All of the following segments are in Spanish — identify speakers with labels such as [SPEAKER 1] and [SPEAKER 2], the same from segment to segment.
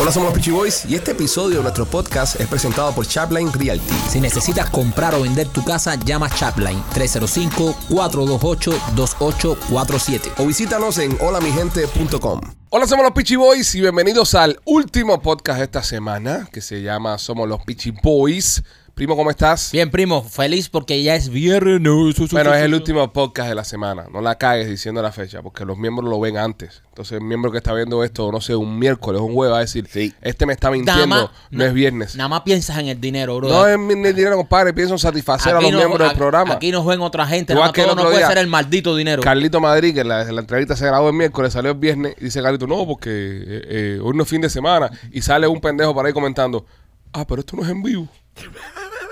[SPEAKER 1] Hola, somos los Peachy Boys y este episodio de nuestro podcast es presentado por Chapline Realty.
[SPEAKER 2] Si necesitas comprar o vender tu casa, llama Chapline 305-428-2847.
[SPEAKER 1] O visítanos en holamigente.com. Hola, somos los Peachy Boys y bienvenidos al último podcast de esta semana que se llama Somos los Peachy Boys. Primo, ¿cómo estás?
[SPEAKER 2] Bien, primo, feliz porque ya es viernes.
[SPEAKER 1] Bueno, es el último podcast de la semana. No la cagues diciendo la fecha, porque los miembros lo ven antes. Entonces, el miembro que está viendo esto, no sé, un miércoles, un jueves, va a decir, este me está mintiendo,
[SPEAKER 2] Dama,
[SPEAKER 1] no es viernes.
[SPEAKER 2] Nada más piensas en el dinero, bro.
[SPEAKER 1] No es mi ni dinero, compadre, pienso en satisfacer a los
[SPEAKER 2] no-
[SPEAKER 1] miembros del
[SPEAKER 2] aquí-
[SPEAKER 1] programa.
[SPEAKER 2] Aquí nos ven otra gente.
[SPEAKER 1] Igual
[SPEAKER 2] Nada más
[SPEAKER 1] que el
[SPEAKER 2] todo no
[SPEAKER 1] otro
[SPEAKER 2] puede
[SPEAKER 1] día.
[SPEAKER 2] ser el maldito dinero.
[SPEAKER 1] Carlito Madrid, que la, la entrevista se grabó el miércoles, salió el viernes, y dice Carlito, no, porque eh, eh, hoy no es fin de semana, y sale un pendejo para ahí comentando, ah, pero esto no es en vivo.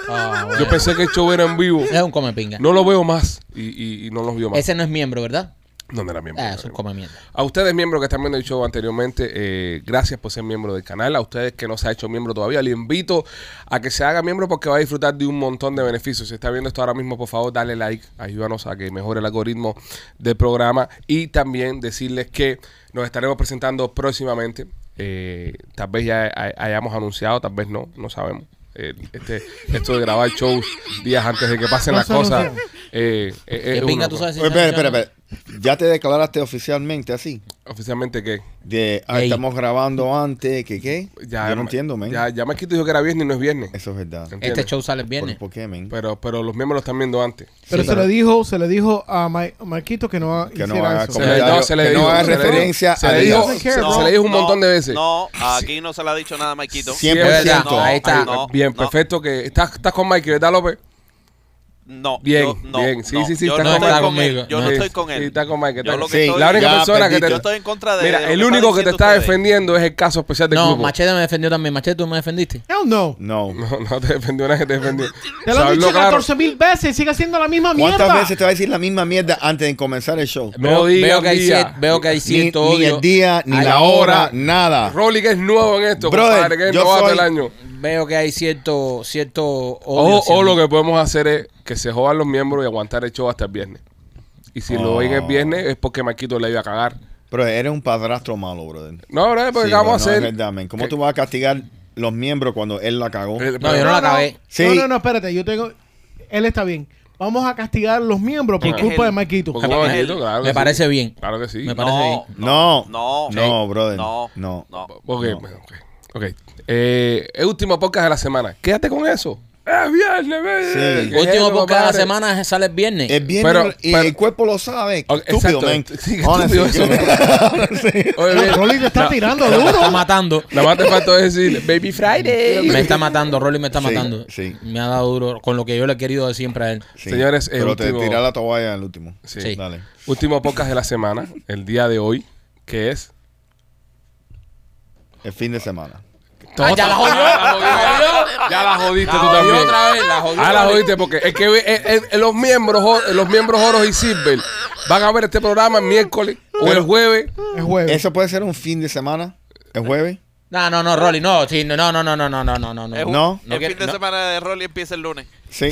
[SPEAKER 2] Ah,
[SPEAKER 1] Yo pensé que el show era en vivo.
[SPEAKER 2] es un come pinga.
[SPEAKER 1] No lo veo más. Y, y- y no los vio más.
[SPEAKER 2] Ese no es miembro, ¿verdad?
[SPEAKER 1] No, no era miembro.
[SPEAKER 2] Ah,
[SPEAKER 1] no
[SPEAKER 2] es
[SPEAKER 1] era
[SPEAKER 2] un
[SPEAKER 1] miembro.
[SPEAKER 2] come mierda.
[SPEAKER 1] A ustedes, miembros que están viendo el show anteriormente, eh, gracias por ser miembro del canal. A ustedes que no se ha hecho miembro todavía, le invito a que se haga miembro porque va a disfrutar de un montón de beneficios. Si está viendo esto ahora mismo, por favor, dale like. Ayúdanos a que mejore el algoritmo del programa. Y también decirles que nos estaremos presentando próximamente. Eh, tal vez ya hay- hayamos anunciado, tal vez no, no sabemos. Eh, este, esto de grabar shows días antes de que pasen las cosas. eh, eh, eh,
[SPEAKER 2] Que
[SPEAKER 1] es
[SPEAKER 2] pinga,
[SPEAKER 1] una-
[SPEAKER 2] tú sabes si
[SPEAKER 3] Oye,
[SPEAKER 2] se
[SPEAKER 3] espera, espera,
[SPEAKER 2] menciona.
[SPEAKER 3] espera. ¿Ya te declaraste oficialmente así?
[SPEAKER 1] Oficialmente que
[SPEAKER 3] De, ah,
[SPEAKER 2] Ey.
[SPEAKER 3] estamos grabando antes, ¿qué qué?
[SPEAKER 1] Ya,
[SPEAKER 3] Yo no
[SPEAKER 1] me-
[SPEAKER 3] entiendo, men.
[SPEAKER 1] Ya, ya Marquito dijo que era viernes y no es viernes.
[SPEAKER 3] Eso es verdad.
[SPEAKER 1] Entiendo.
[SPEAKER 2] Este show sale el viernes.
[SPEAKER 3] ¿Por, por qué, men?
[SPEAKER 1] Pero, pero los miembros lo están viendo antes.
[SPEAKER 4] Pero
[SPEAKER 3] Sí.
[SPEAKER 4] se le dijo, se le dijo a Ma- Marquito que no ha-
[SPEAKER 3] Que no
[SPEAKER 4] hiciera
[SPEAKER 3] haga
[SPEAKER 4] eso.
[SPEAKER 1] Se le,
[SPEAKER 3] Comentario,
[SPEAKER 1] no, se le
[SPEAKER 3] que
[SPEAKER 1] dijo.
[SPEAKER 3] no haga
[SPEAKER 1] se le dijo-
[SPEAKER 3] referencia
[SPEAKER 1] se
[SPEAKER 3] a
[SPEAKER 1] le dijo,
[SPEAKER 4] Dios.
[SPEAKER 1] se, se
[SPEAKER 4] No,
[SPEAKER 1] le dijo un montón de veces.
[SPEAKER 5] No, aquí no se le ha dicho nada a Maikito.
[SPEAKER 3] Cien
[SPEAKER 1] por
[SPEAKER 5] No,
[SPEAKER 1] ciento.
[SPEAKER 2] Ahí está.
[SPEAKER 5] no,
[SPEAKER 1] Bien,
[SPEAKER 5] no,
[SPEAKER 1] perfecto. que estás, estás con Mikey, ¿verdad, López?
[SPEAKER 5] No,
[SPEAKER 1] Bien,
[SPEAKER 5] yo- no,
[SPEAKER 1] bien. Sí,
[SPEAKER 5] no.
[SPEAKER 1] sí, sí,
[SPEAKER 5] Yo
[SPEAKER 1] está
[SPEAKER 5] no
[SPEAKER 1] con-
[SPEAKER 5] estoy
[SPEAKER 2] está
[SPEAKER 5] con él.
[SPEAKER 2] conmigo.
[SPEAKER 5] Yo no
[SPEAKER 1] Sí,
[SPEAKER 5] estoy con
[SPEAKER 1] sí,
[SPEAKER 5] él.
[SPEAKER 1] está con Mikey, está
[SPEAKER 5] Yo lo
[SPEAKER 1] con-
[SPEAKER 5] que
[SPEAKER 3] Sí,
[SPEAKER 5] estoy-
[SPEAKER 1] La única
[SPEAKER 3] ya,
[SPEAKER 1] persona que te...
[SPEAKER 3] bendito.
[SPEAKER 5] Yo estoy en contra de.
[SPEAKER 1] Mira,
[SPEAKER 5] de lo
[SPEAKER 1] el
[SPEAKER 5] que
[SPEAKER 1] único que
[SPEAKER 5] están
[SPEAKER 1] te
[SPEAKER 5] diciendo
[SPEAKER 1] está
[SPEAKER 5] ustedes.
[SPEAKER 1] defendiendo es el caso especial del
[SPEAKER 2] No,
[SPEAKER 1] grupo.
[SPEAKER 2] Machete me defendió también. Machete, tú me defendiste.
[SPEAKER 4] Hell no.
[SPEAKER 3] No.
[SPEAKER 1] No, no te defendió nadie, te defendió.
[SPEAKER 4] Te lo han
[SPEAKER 1] Sablo
[SPEAKER 4] dicho
[SPEAKER 1] claro.
[SPEAKER 4] 14 mil veces y sigue haciendo la misma mierda.
[SPEAKER 3] ¿Cuántas veces te va a decir la misma mierda antes de comenzar el show?
[SPEAKER 1] No
[SPEAKER 2] Veo-
[SPEAKER 1] digas
[SPEAKER 2] veo que hay
[SPEAKER 1] día.
[SPEAKER 2] cier- Veo que hay
[SPEAKER 3] Ni,
[SPEAKER 2] cierto
[SPEAKER 3] ni
[SPEAKER 2] odio.
[SPEAKER 3] el día, ni
[SPEAKER 2] Hay-
[SPEAKER 3] la hora, nada.
[SPEAKER 1] Rolly, que es nuevo en esto,
[SPEAKER 3] Brother,
[SPEAKER 1] compadre, que es
[SPEAKER 3] yo
[SPEAKER 1] novato
[SPEAKER 3] soy-
[SPEAKER 1] del año.
[SPEAKER 2] Veo que hay cierto, cierto odio.
[SPEAKER 1] O,
[SPEAKER 2] hacia
[SPEAKER 1] o
[SPEAKER 2] mí.
[SPEAKER 1] lo que podemos hacer es que se jodan los miembros y aguantar el show hasta el viernes. Y si lo
[SPEAKER 3] Oh.
[SPEAKER 1] oyen el viernes es porque Marquito le iba a cagar.
[SPEAKER 3] Bro, eres un padrastro malo, brother.
[SPEAKER 1] No, bro, porque
[SPEAKER 3] Sí,
[SPEAKER 1] pues, ¿qué vamos
[SPEAKER 3] bro,
[SPEAKER 1] a
[SPEAKER 3] no,
[SPEAKER 1] hacer.
[SPEAKER 3] es verdad, men. ¿Cómo
[SPEAKER 1] ¿Qué?
[SPEAKER 3] tú vas a castigar los miembros cuando él la cagó?
[SPEAKER 1] Eh,
[SPEAKER 2] No, yo no la acabé.
[SPEAKER 3] Sí.
[SPEAKER 4] No, no, no, espérate. Yo tengo... Él está bien. Vamos a castigar a los miembros por
[SPEAKER 5] Porque es
[SPEAKER 4] culpa
[SPEAKER 5] él.
[SPEAKER 4] de Marquito.
[SPEAKER 1] Porque
[SPEAKER 2] Me-
[SPEAKER 1] vamos a
[SPEAKER 5] me-
[SPEAKER 1] Marquito, claro que
[SPEAKER 2] me
[SPEAKER 1] sí.
[SPEAKER 2] parece bien.
[SPEAKER 1] Claro que sí.
[SPEAKER 2] Me parece-
[SPEAKER 5] No,
[SPEAKER 3] No,
[SPEAKER 5] no,
[SPEAKER 3] no, brother,
[SPEAKER 5] No,
[SPEAKER 3] no.
[SPEAKER 5] no.
[SPEAKER 1] Ok,
[SPEAKER 3] No.
[SPEAKER 1] bueno, ok. ok. Eh, el último podcast de la semana. Quédate con eso. Es viernes,
[SPEAKER 3] Sí.
[SPEAKER 1] viernes. ¿Qué es
[SPEAKER 2] Último
[SPEAKER 1] eso,
[SPEAKER 2] podcast de la
[SPEAKER 1] compadre?
[SPEAKER 2] semana eh, sale el viernes.
[SPEAKER 3] Es bien,
[SPEAKER 1] Eh, Pero-
[SPEAKER 3] y
[SPEAKER 1] pero-
[SPEAKER 3] el cuerpo lo sabe.
[SPEAKER 1] Ok,
[SPEAKER 3] estúpido,
[SPEAKER 1] exacto.
[SPEAKER 3] men.
[SPEAKER 1] Sí, qué estúpido
[SPEAKER 3] Honestly, yo-
[SPEAKER 1] Oye, bien,
[SPEAKER 4] No, Rolly te está
[SPEAKER 1] na-
[SPEAKER 4] tirando
[SPEAKER 2] me está
[SPEAKER 4] duro.
[SPEAKER 2] matando.
[SPEAKER 1] Nada más te faltó decir Baby Friday.
[SPEAKER 2] Me está matando, Rolly me está
[SPEAKER 3] Sí,
[SPEAKER 2] matando.
[SPEAKER 3] sí.
[SPEAKER 2] Me ha dado duro con lo que yo le he querido decir siempre a él.
[SPEAKER 3] Sí,
[SPEAKER 1] Señores, el
[SPEAKER 3] pero
[SPEAKER 1] último-
[SPEAKER 3] te tira la toalla al último.
[SPEAKER 1] Sí.
[SPEAKER 2] Sí.
[SPEAKER 3] Dale.
[SPEAKER 1] Último podcast de la semana, el día de hoy, que es
[SPEAKER 3] El fin de semana.
[SPEAKER 2] Ah, ya la jodió.
[SPEAKER 1] Ya la jodiste tú también.
[SPEAKER 2] otra vez, la jodió
[SPEAKER 1] Ah, la
[SPEAKER 2] otra vez.
[SPEAKER 1] jodiste porque es que ve- es- es- los miembros o- los miembros oros y silver van a ver este programa el miércoles o el
[SPEAKER 3] Pero-
[SPEAKER 1] jueves.
[SPEAKER 4] Es jueves.
[SPEAKER 3] ¿Eso puede ser un fin de semana? ¿El jueves?
[SPEAKER 2] No, no, no, Rolly, no, sí, no, no, no, no, no, no, no, no,
[SPEAKER 5] Es un-
[SPEAKER 2] no.
[SPEAKER 3] No.
[SPEAKER 5] El fin de
[SPEAKER 2] no.
[SPEAKER 5] semana de Rolly empieza el lunes.
[SPEAKER 3] Sí.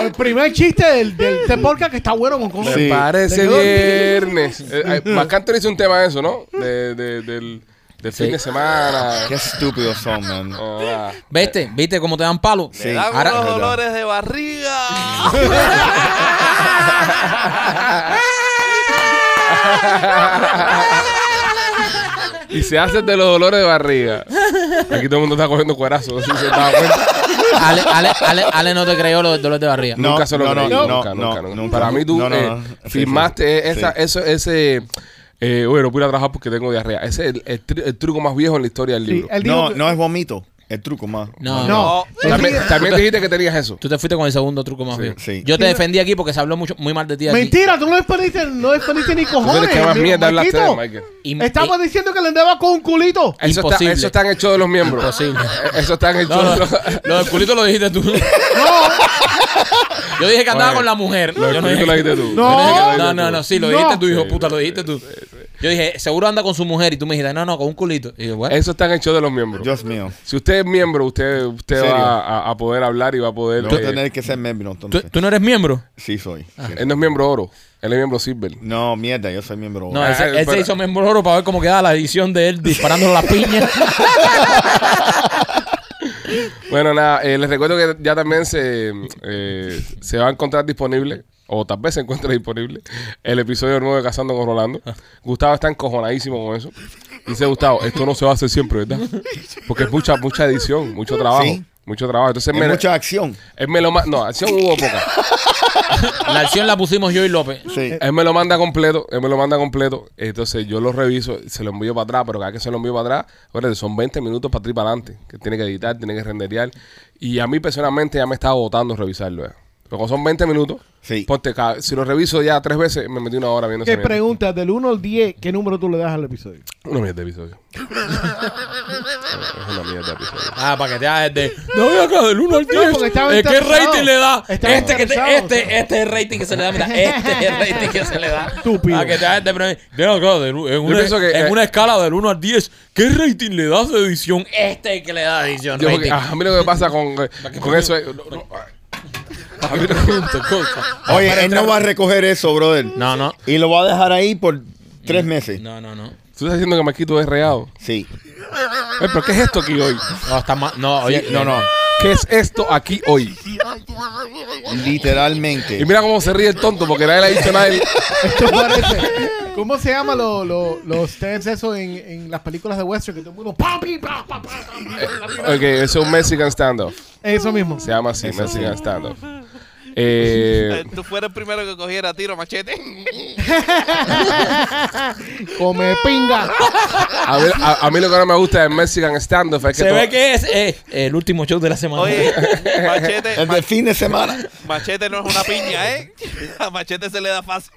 [SPEAKER 4] El primer chiste del, del, del podcast que está bueno con cosas.
[SPEAKER 3] Sí.
[SPEAKER 1] Parece
[SPEAKER 4] Le quedó bien.
[SPEAKER 1] viernes. Eh, eh, Marc-Anthony hizo un tema de eso, ¿no? De- de- del del
[SPEAKER 2] Sí.
[SPEAKER 1] fin de semana.
[SPEAKER 3] Qué estúpidos son, man.
[SPEAKER 1] Ah,
[SPEAKER 2] ¿Viste? ¿Viste cómo te dan palo?
[SPEAKER 3] Sí.
[SPEAKER 5] Le dan
[SPEAKER 2] Ahora-
[SPEAKER 5] unos
[SPEAKER 3] Es verdad.
[SPEAKER 5] dolores de barriga.
[SPEAKER 1] Y se hace de los dolores de barriga. Aquí todo el mundo está cogiendo cuerazos. ¿sí se da cuenta?
[SPEAKER 2] Ale, Ale, Ale, Ale no te creyó lo del dolor de barriga.
[SPEAKER 3] No,
[SPEAKER 1] nunca se lo
[SPEAKER 3] no,
[SPEAKER 1] creí.
[SPEAKER 3] no,
[SPEAKER 1] nunca,
[SPEAKER 3] no,
[SPEAKER 1] nunca,
[SPEAKER 3] no,
[SPEAKER 1] nunca.
[SPEAKER 3] nunca.
[SPEAKER 1] Para mí tú
[SPEAKER 3] No, no,
[SPEAKER 1] eh,
[SPEAKER 3] no. Sí, sí,
[SPEAKER 1] firmaste
[SPEAKER 3] sí.
[SPEAKER 1] esa- eso, ese... Eh, bueno, no pude ir a trabajar porque tengo diarrea. Ese es el, el tri- el truco más viejo en la historia del
[SPEAKER 4] Sí,
[SPEAKER 1] libro.
[SPEAKER 4] él dijo
[SPEAKER 3] No,
[SPEAKER 4] que-
[SPEAKER 3] no es vomito. El truco más.
[SPEAKER 2] No, no.
[SPEAKER 4] No.
[SPEAKER 5] No.
[SPEAKER 4] Él
[SPEAKER 1] También,
[SPEAKER 4] dijo-
[SPEAKER 1] también dijiste que tenías eso.
[SPEAKER 2] Tú te fuiste con el segundo truco más bien.
[SPEAKER 3] sí.
[SPEAKER 2] Yo te defendí aquí porque se habló mucho, muy mal de ti aquí.
[SPEAKER 4] Mentira, tú no defendiste, no defendiste ni
[SPEAKER 1] Tú
[SPEAKER 4] cojones.
[SPEAKER 1] eres que más
[SPEAKER 4] mi-
[SPEAKER 1] mierda hablaste de
[SPEAKER 4] Marquito.
[SPEAKER 1] Michael.
[SPEAKER 2] Y-
[SPEAKER 4] Estamos diciendo que le andaba con un culito.
[SPEAKER 1] Eso está,
[SPEAKER 2] Imposible.
[SPEAKER 1] eso está en el show de los miembros.
[SPEAKER 2] Imposible.
[SPEAKER 1] Eh, Eso está en el show
[SPEAKER 2] No, no,
[SPEAKER 1] de los...
[SPEAKER 2] lo del culito lo dijiste tú. Yo dije que andaba
[SPEAKER 1] Oye,
[SPEAKER 2] con la mujer.
[SPEAKER 1] Lo
[SPEAKER 2] Yo no
[SPEAKER 1] que tú
[SPEAKER 2] dije-
[SPEAKER 1] lo dijiste tú.
[SPEAKER 4] No.
[SPEAKER 1] Lo dijiste tú.
[SPEAKER 2] No, no, no, sí, lo
[SPEAKER 4] No.
[SPEAKER 2] dijiste tú, hijo
[SPEAKER 1] Sí,
[SPEAKER 2] puta,
[SPEAKER 1] sí,
[SPEAKER 2] lo dijiste tú. Yo dije, seguro anda con su mujer. Y tú me dijiste, no, no, con un culito. Y yo, bueno.
[SPEAKER 1] Eso está en el show de los miembros.
[SPEAKER 3] Dios mío.
[SPEAKER 1] si usted es miembro, usted, usted
[SPEAKER 3] ¿Serio?
[SPEAKER 1] va a, a poder hablar y va a poder.
[SPEAKER 3] Yo
[SPEAKER 1] eh,
[SPEAKER 3] tener que ser miembro
[SPEAKER 2] ¿Tú,
[SPEAKER 3] entonces.
[SPEAKER 2] tú no eres miembro?
[SPEAKER 3] Sí soy. Sí.
[SPEAKER 1] él no es miembro oro, él es miembro silver.
[SPEAKER 3] No, mierda, yo soy miembro.
[SPEAKER 2] No,
[SPEAKER 1] Ah,
[SPEAKER 2] él, se- él
[SPEAKER 1] espera.
[SPEAKER 2] se hizo miembro oro para ver cómo quedaba la edición de él disparándole las piñas.
[SPEAKER 1] Bueno, nada, eh, les recuerdo que ya también se, eh, se va a encontrar disponible, o tal vez se encuentre disponible, el episodio nuevo de Cazando con Rolando. Gustavo está encojonadísimo con eso. Dice Gustavo, esto no se va a hacer siempre, ¿verdad? Porque es mucha, mucha edición, mucho trabajo.
[SPEAKER 3] Sí.
[SPEAKER 1] Mucho trabajo. Entonces,
[SPEAKER 3] Es
[SPEAKER 1] me,
[SPEAKER 3] mucha acción.
[SPEAKER 1] él me lo ma- No, acción hubo poca.
[SPEAKER 2] La acción la pusimos yo y López.
[SPEAKER 3] Sí.
[SPEAKER 4] Eh,
[SPEAKER 1] Él me lo manda completo, él me lo manda completo. Entonces yo lo reviso, se lo envío para atrás, pero cada vez que se lo envío para atrás, acuérdate, son 20 minutos para atrás y para adelante, que tiene que editar, tiene que renderear. Y a mí personalmente ya me estaba agotando revisarlo. eh. Pero como son 20 minutos,
[SPEAKER 3] Sí.
[SPEAKER 1] ponte cada- si lo reviso ya tres veces, me metí una hora viendo
[SPEAKER 4] ¿Qué
[SPEAKER 1] esa mierda.
[SPEAKER 4] pregunta? Del 1 al 10, ¿qué número tú le das al episodio?
[SPEAKER 1] Una mierda de episodio. es una mierda de episodio.
[SPEAKER 2] Ah, para que te hagas el de. No, ve acá, del 1 al
[SPEAKER 4] No,
[SPEAKER 2] 10.
[SPEAKER 4] porque estaba
[SPEAKER 2] ¿eh, ¿Qué
[SPEAKER 4] interesado.
[SPEAKER 2] rating le da?
[SPEAKER 4] Estaba
[SPEAKER 2] Este, que te-
[SPEAKER 4] interesado.
[SPEAKER 2] este, este es el rating que se le da. Mira, este es el rating que se le da.
[SPEAKER 4] Estúpido.
[SPEAKER 2] Para que te hagas de premio. Ve acá, del u- en, una,
[SPEAKER 1] pienso que,
[SPEAKER 2] en
[SPEAKER 1] eh,
[SPEAKER 2] una escala del 1 al 10, ¿qué rating le das de edición? Este es el que le da de edición.
[SPEAKER 1] Yo,
[SPEAKER 2] rating.
[SPEAKER 1] a mí lo que ah. pasa con, eh, con eso es... ah.
[SPEAKER 2] ¿Para qué pregunto cosas?
[SPEAKER 3] Oye, él no va a recoger eso, brother.
[SPEAKER 2] No, no.
[SPEAKER 3] Y lo va a dejar ahí por tres meses.
[SPEAKER 2] No, no, no.
[SPEAKER 1] Tú estás diciendo que Marquito es reado.
[SPEAKER 3] Sí.
[SPEAKER 1] Eh, ¿Pero qué es esto aquí hoy?
[SPEAKER 2] No, está mal. No, oye, no, no.
[SPEAKER 1] ¿Qué es esto aquí hoy?
[SPEAKER 3] Literalmente.
[SPEAKER 1] Y mira cómo se ríe el tonto porque nadie le ha dicho nada. a él.
[SPEAKER 4] Esto parece. ¿Cómo se llama lo- lo- los stands eso en, en las películas de Western? Que todo el mundo. ¡Papi! Pa, pa, pa, pa,
[SPEAKER 1] Ok, eso es un Mexican standoff.
[SPEAKER 4] Eso mismo.
[SPEAKER 1] Se llama así,
[SPEAKER 3] Eso
[SPEAKER 1] Mexican standoff. Eh,
[SPEAKER 5] Eh, Tú fueras el primero que cogiera tiro machete.
[SPEAKER 4] Come pinga.
[SPEAKER 1] a, mí, a- a mí lo que no me gusta del Mexican standoff es que.
[SPEAKER 2] Se
[SPEAKER 1] tú-
[SPEAKER 2] ve que es eh, el último show de la semana.
[SPEAKER 5] Oye, machete,
[SPEAKER 3] El
[SPEAKER 5] ma-
[SPEAKER 3] del fin de semana.
[SPEAKER 5] machete no es una piña, ¿eh? A machete se le da fácil.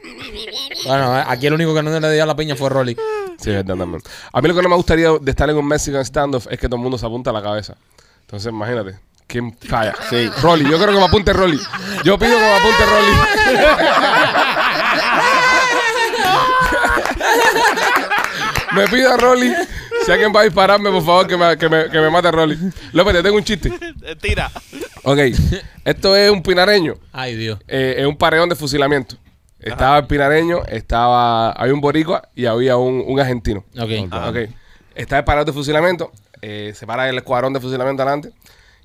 [SPEAKER 2] Bueno, eh, aquí el único que no le dio la piña fue Rolly.
[SPEAKER 1] Sí, es verdad también. A mí lo que no me gustaría de estar en un Mexican standoff es que todo el mundo se apunta a la cabeza. Entonces, imagínate. ¿Quién falla?
[SPEAKER 3] Sí.
[SPEAKER 1] Rolly. Yo creo que me apunte Rolly. Yo pido que me apunte Rolly. me pido a Rolly. Si alguien va a dispararme, por favor, que me, que me, que me mate a Rolly. López, te tengo un chiste.
[SPEAKER 5] Eh, Tira.
[SPEAKER 1] Ok, esto es un pinareño,
[SPEAKER 2] Ay, Dios.
[SPEAKER 1] eh, es un paredón de fusilamiento. Estaba el pinareño, estaba, había un boricua y había un, un argentino. Ah,
[SPEAKER 2] Ok.
[SPEAKER 1] Ok, está el paredón de fusilamiento, eh, se para el escuadrón de fusilamiento adelante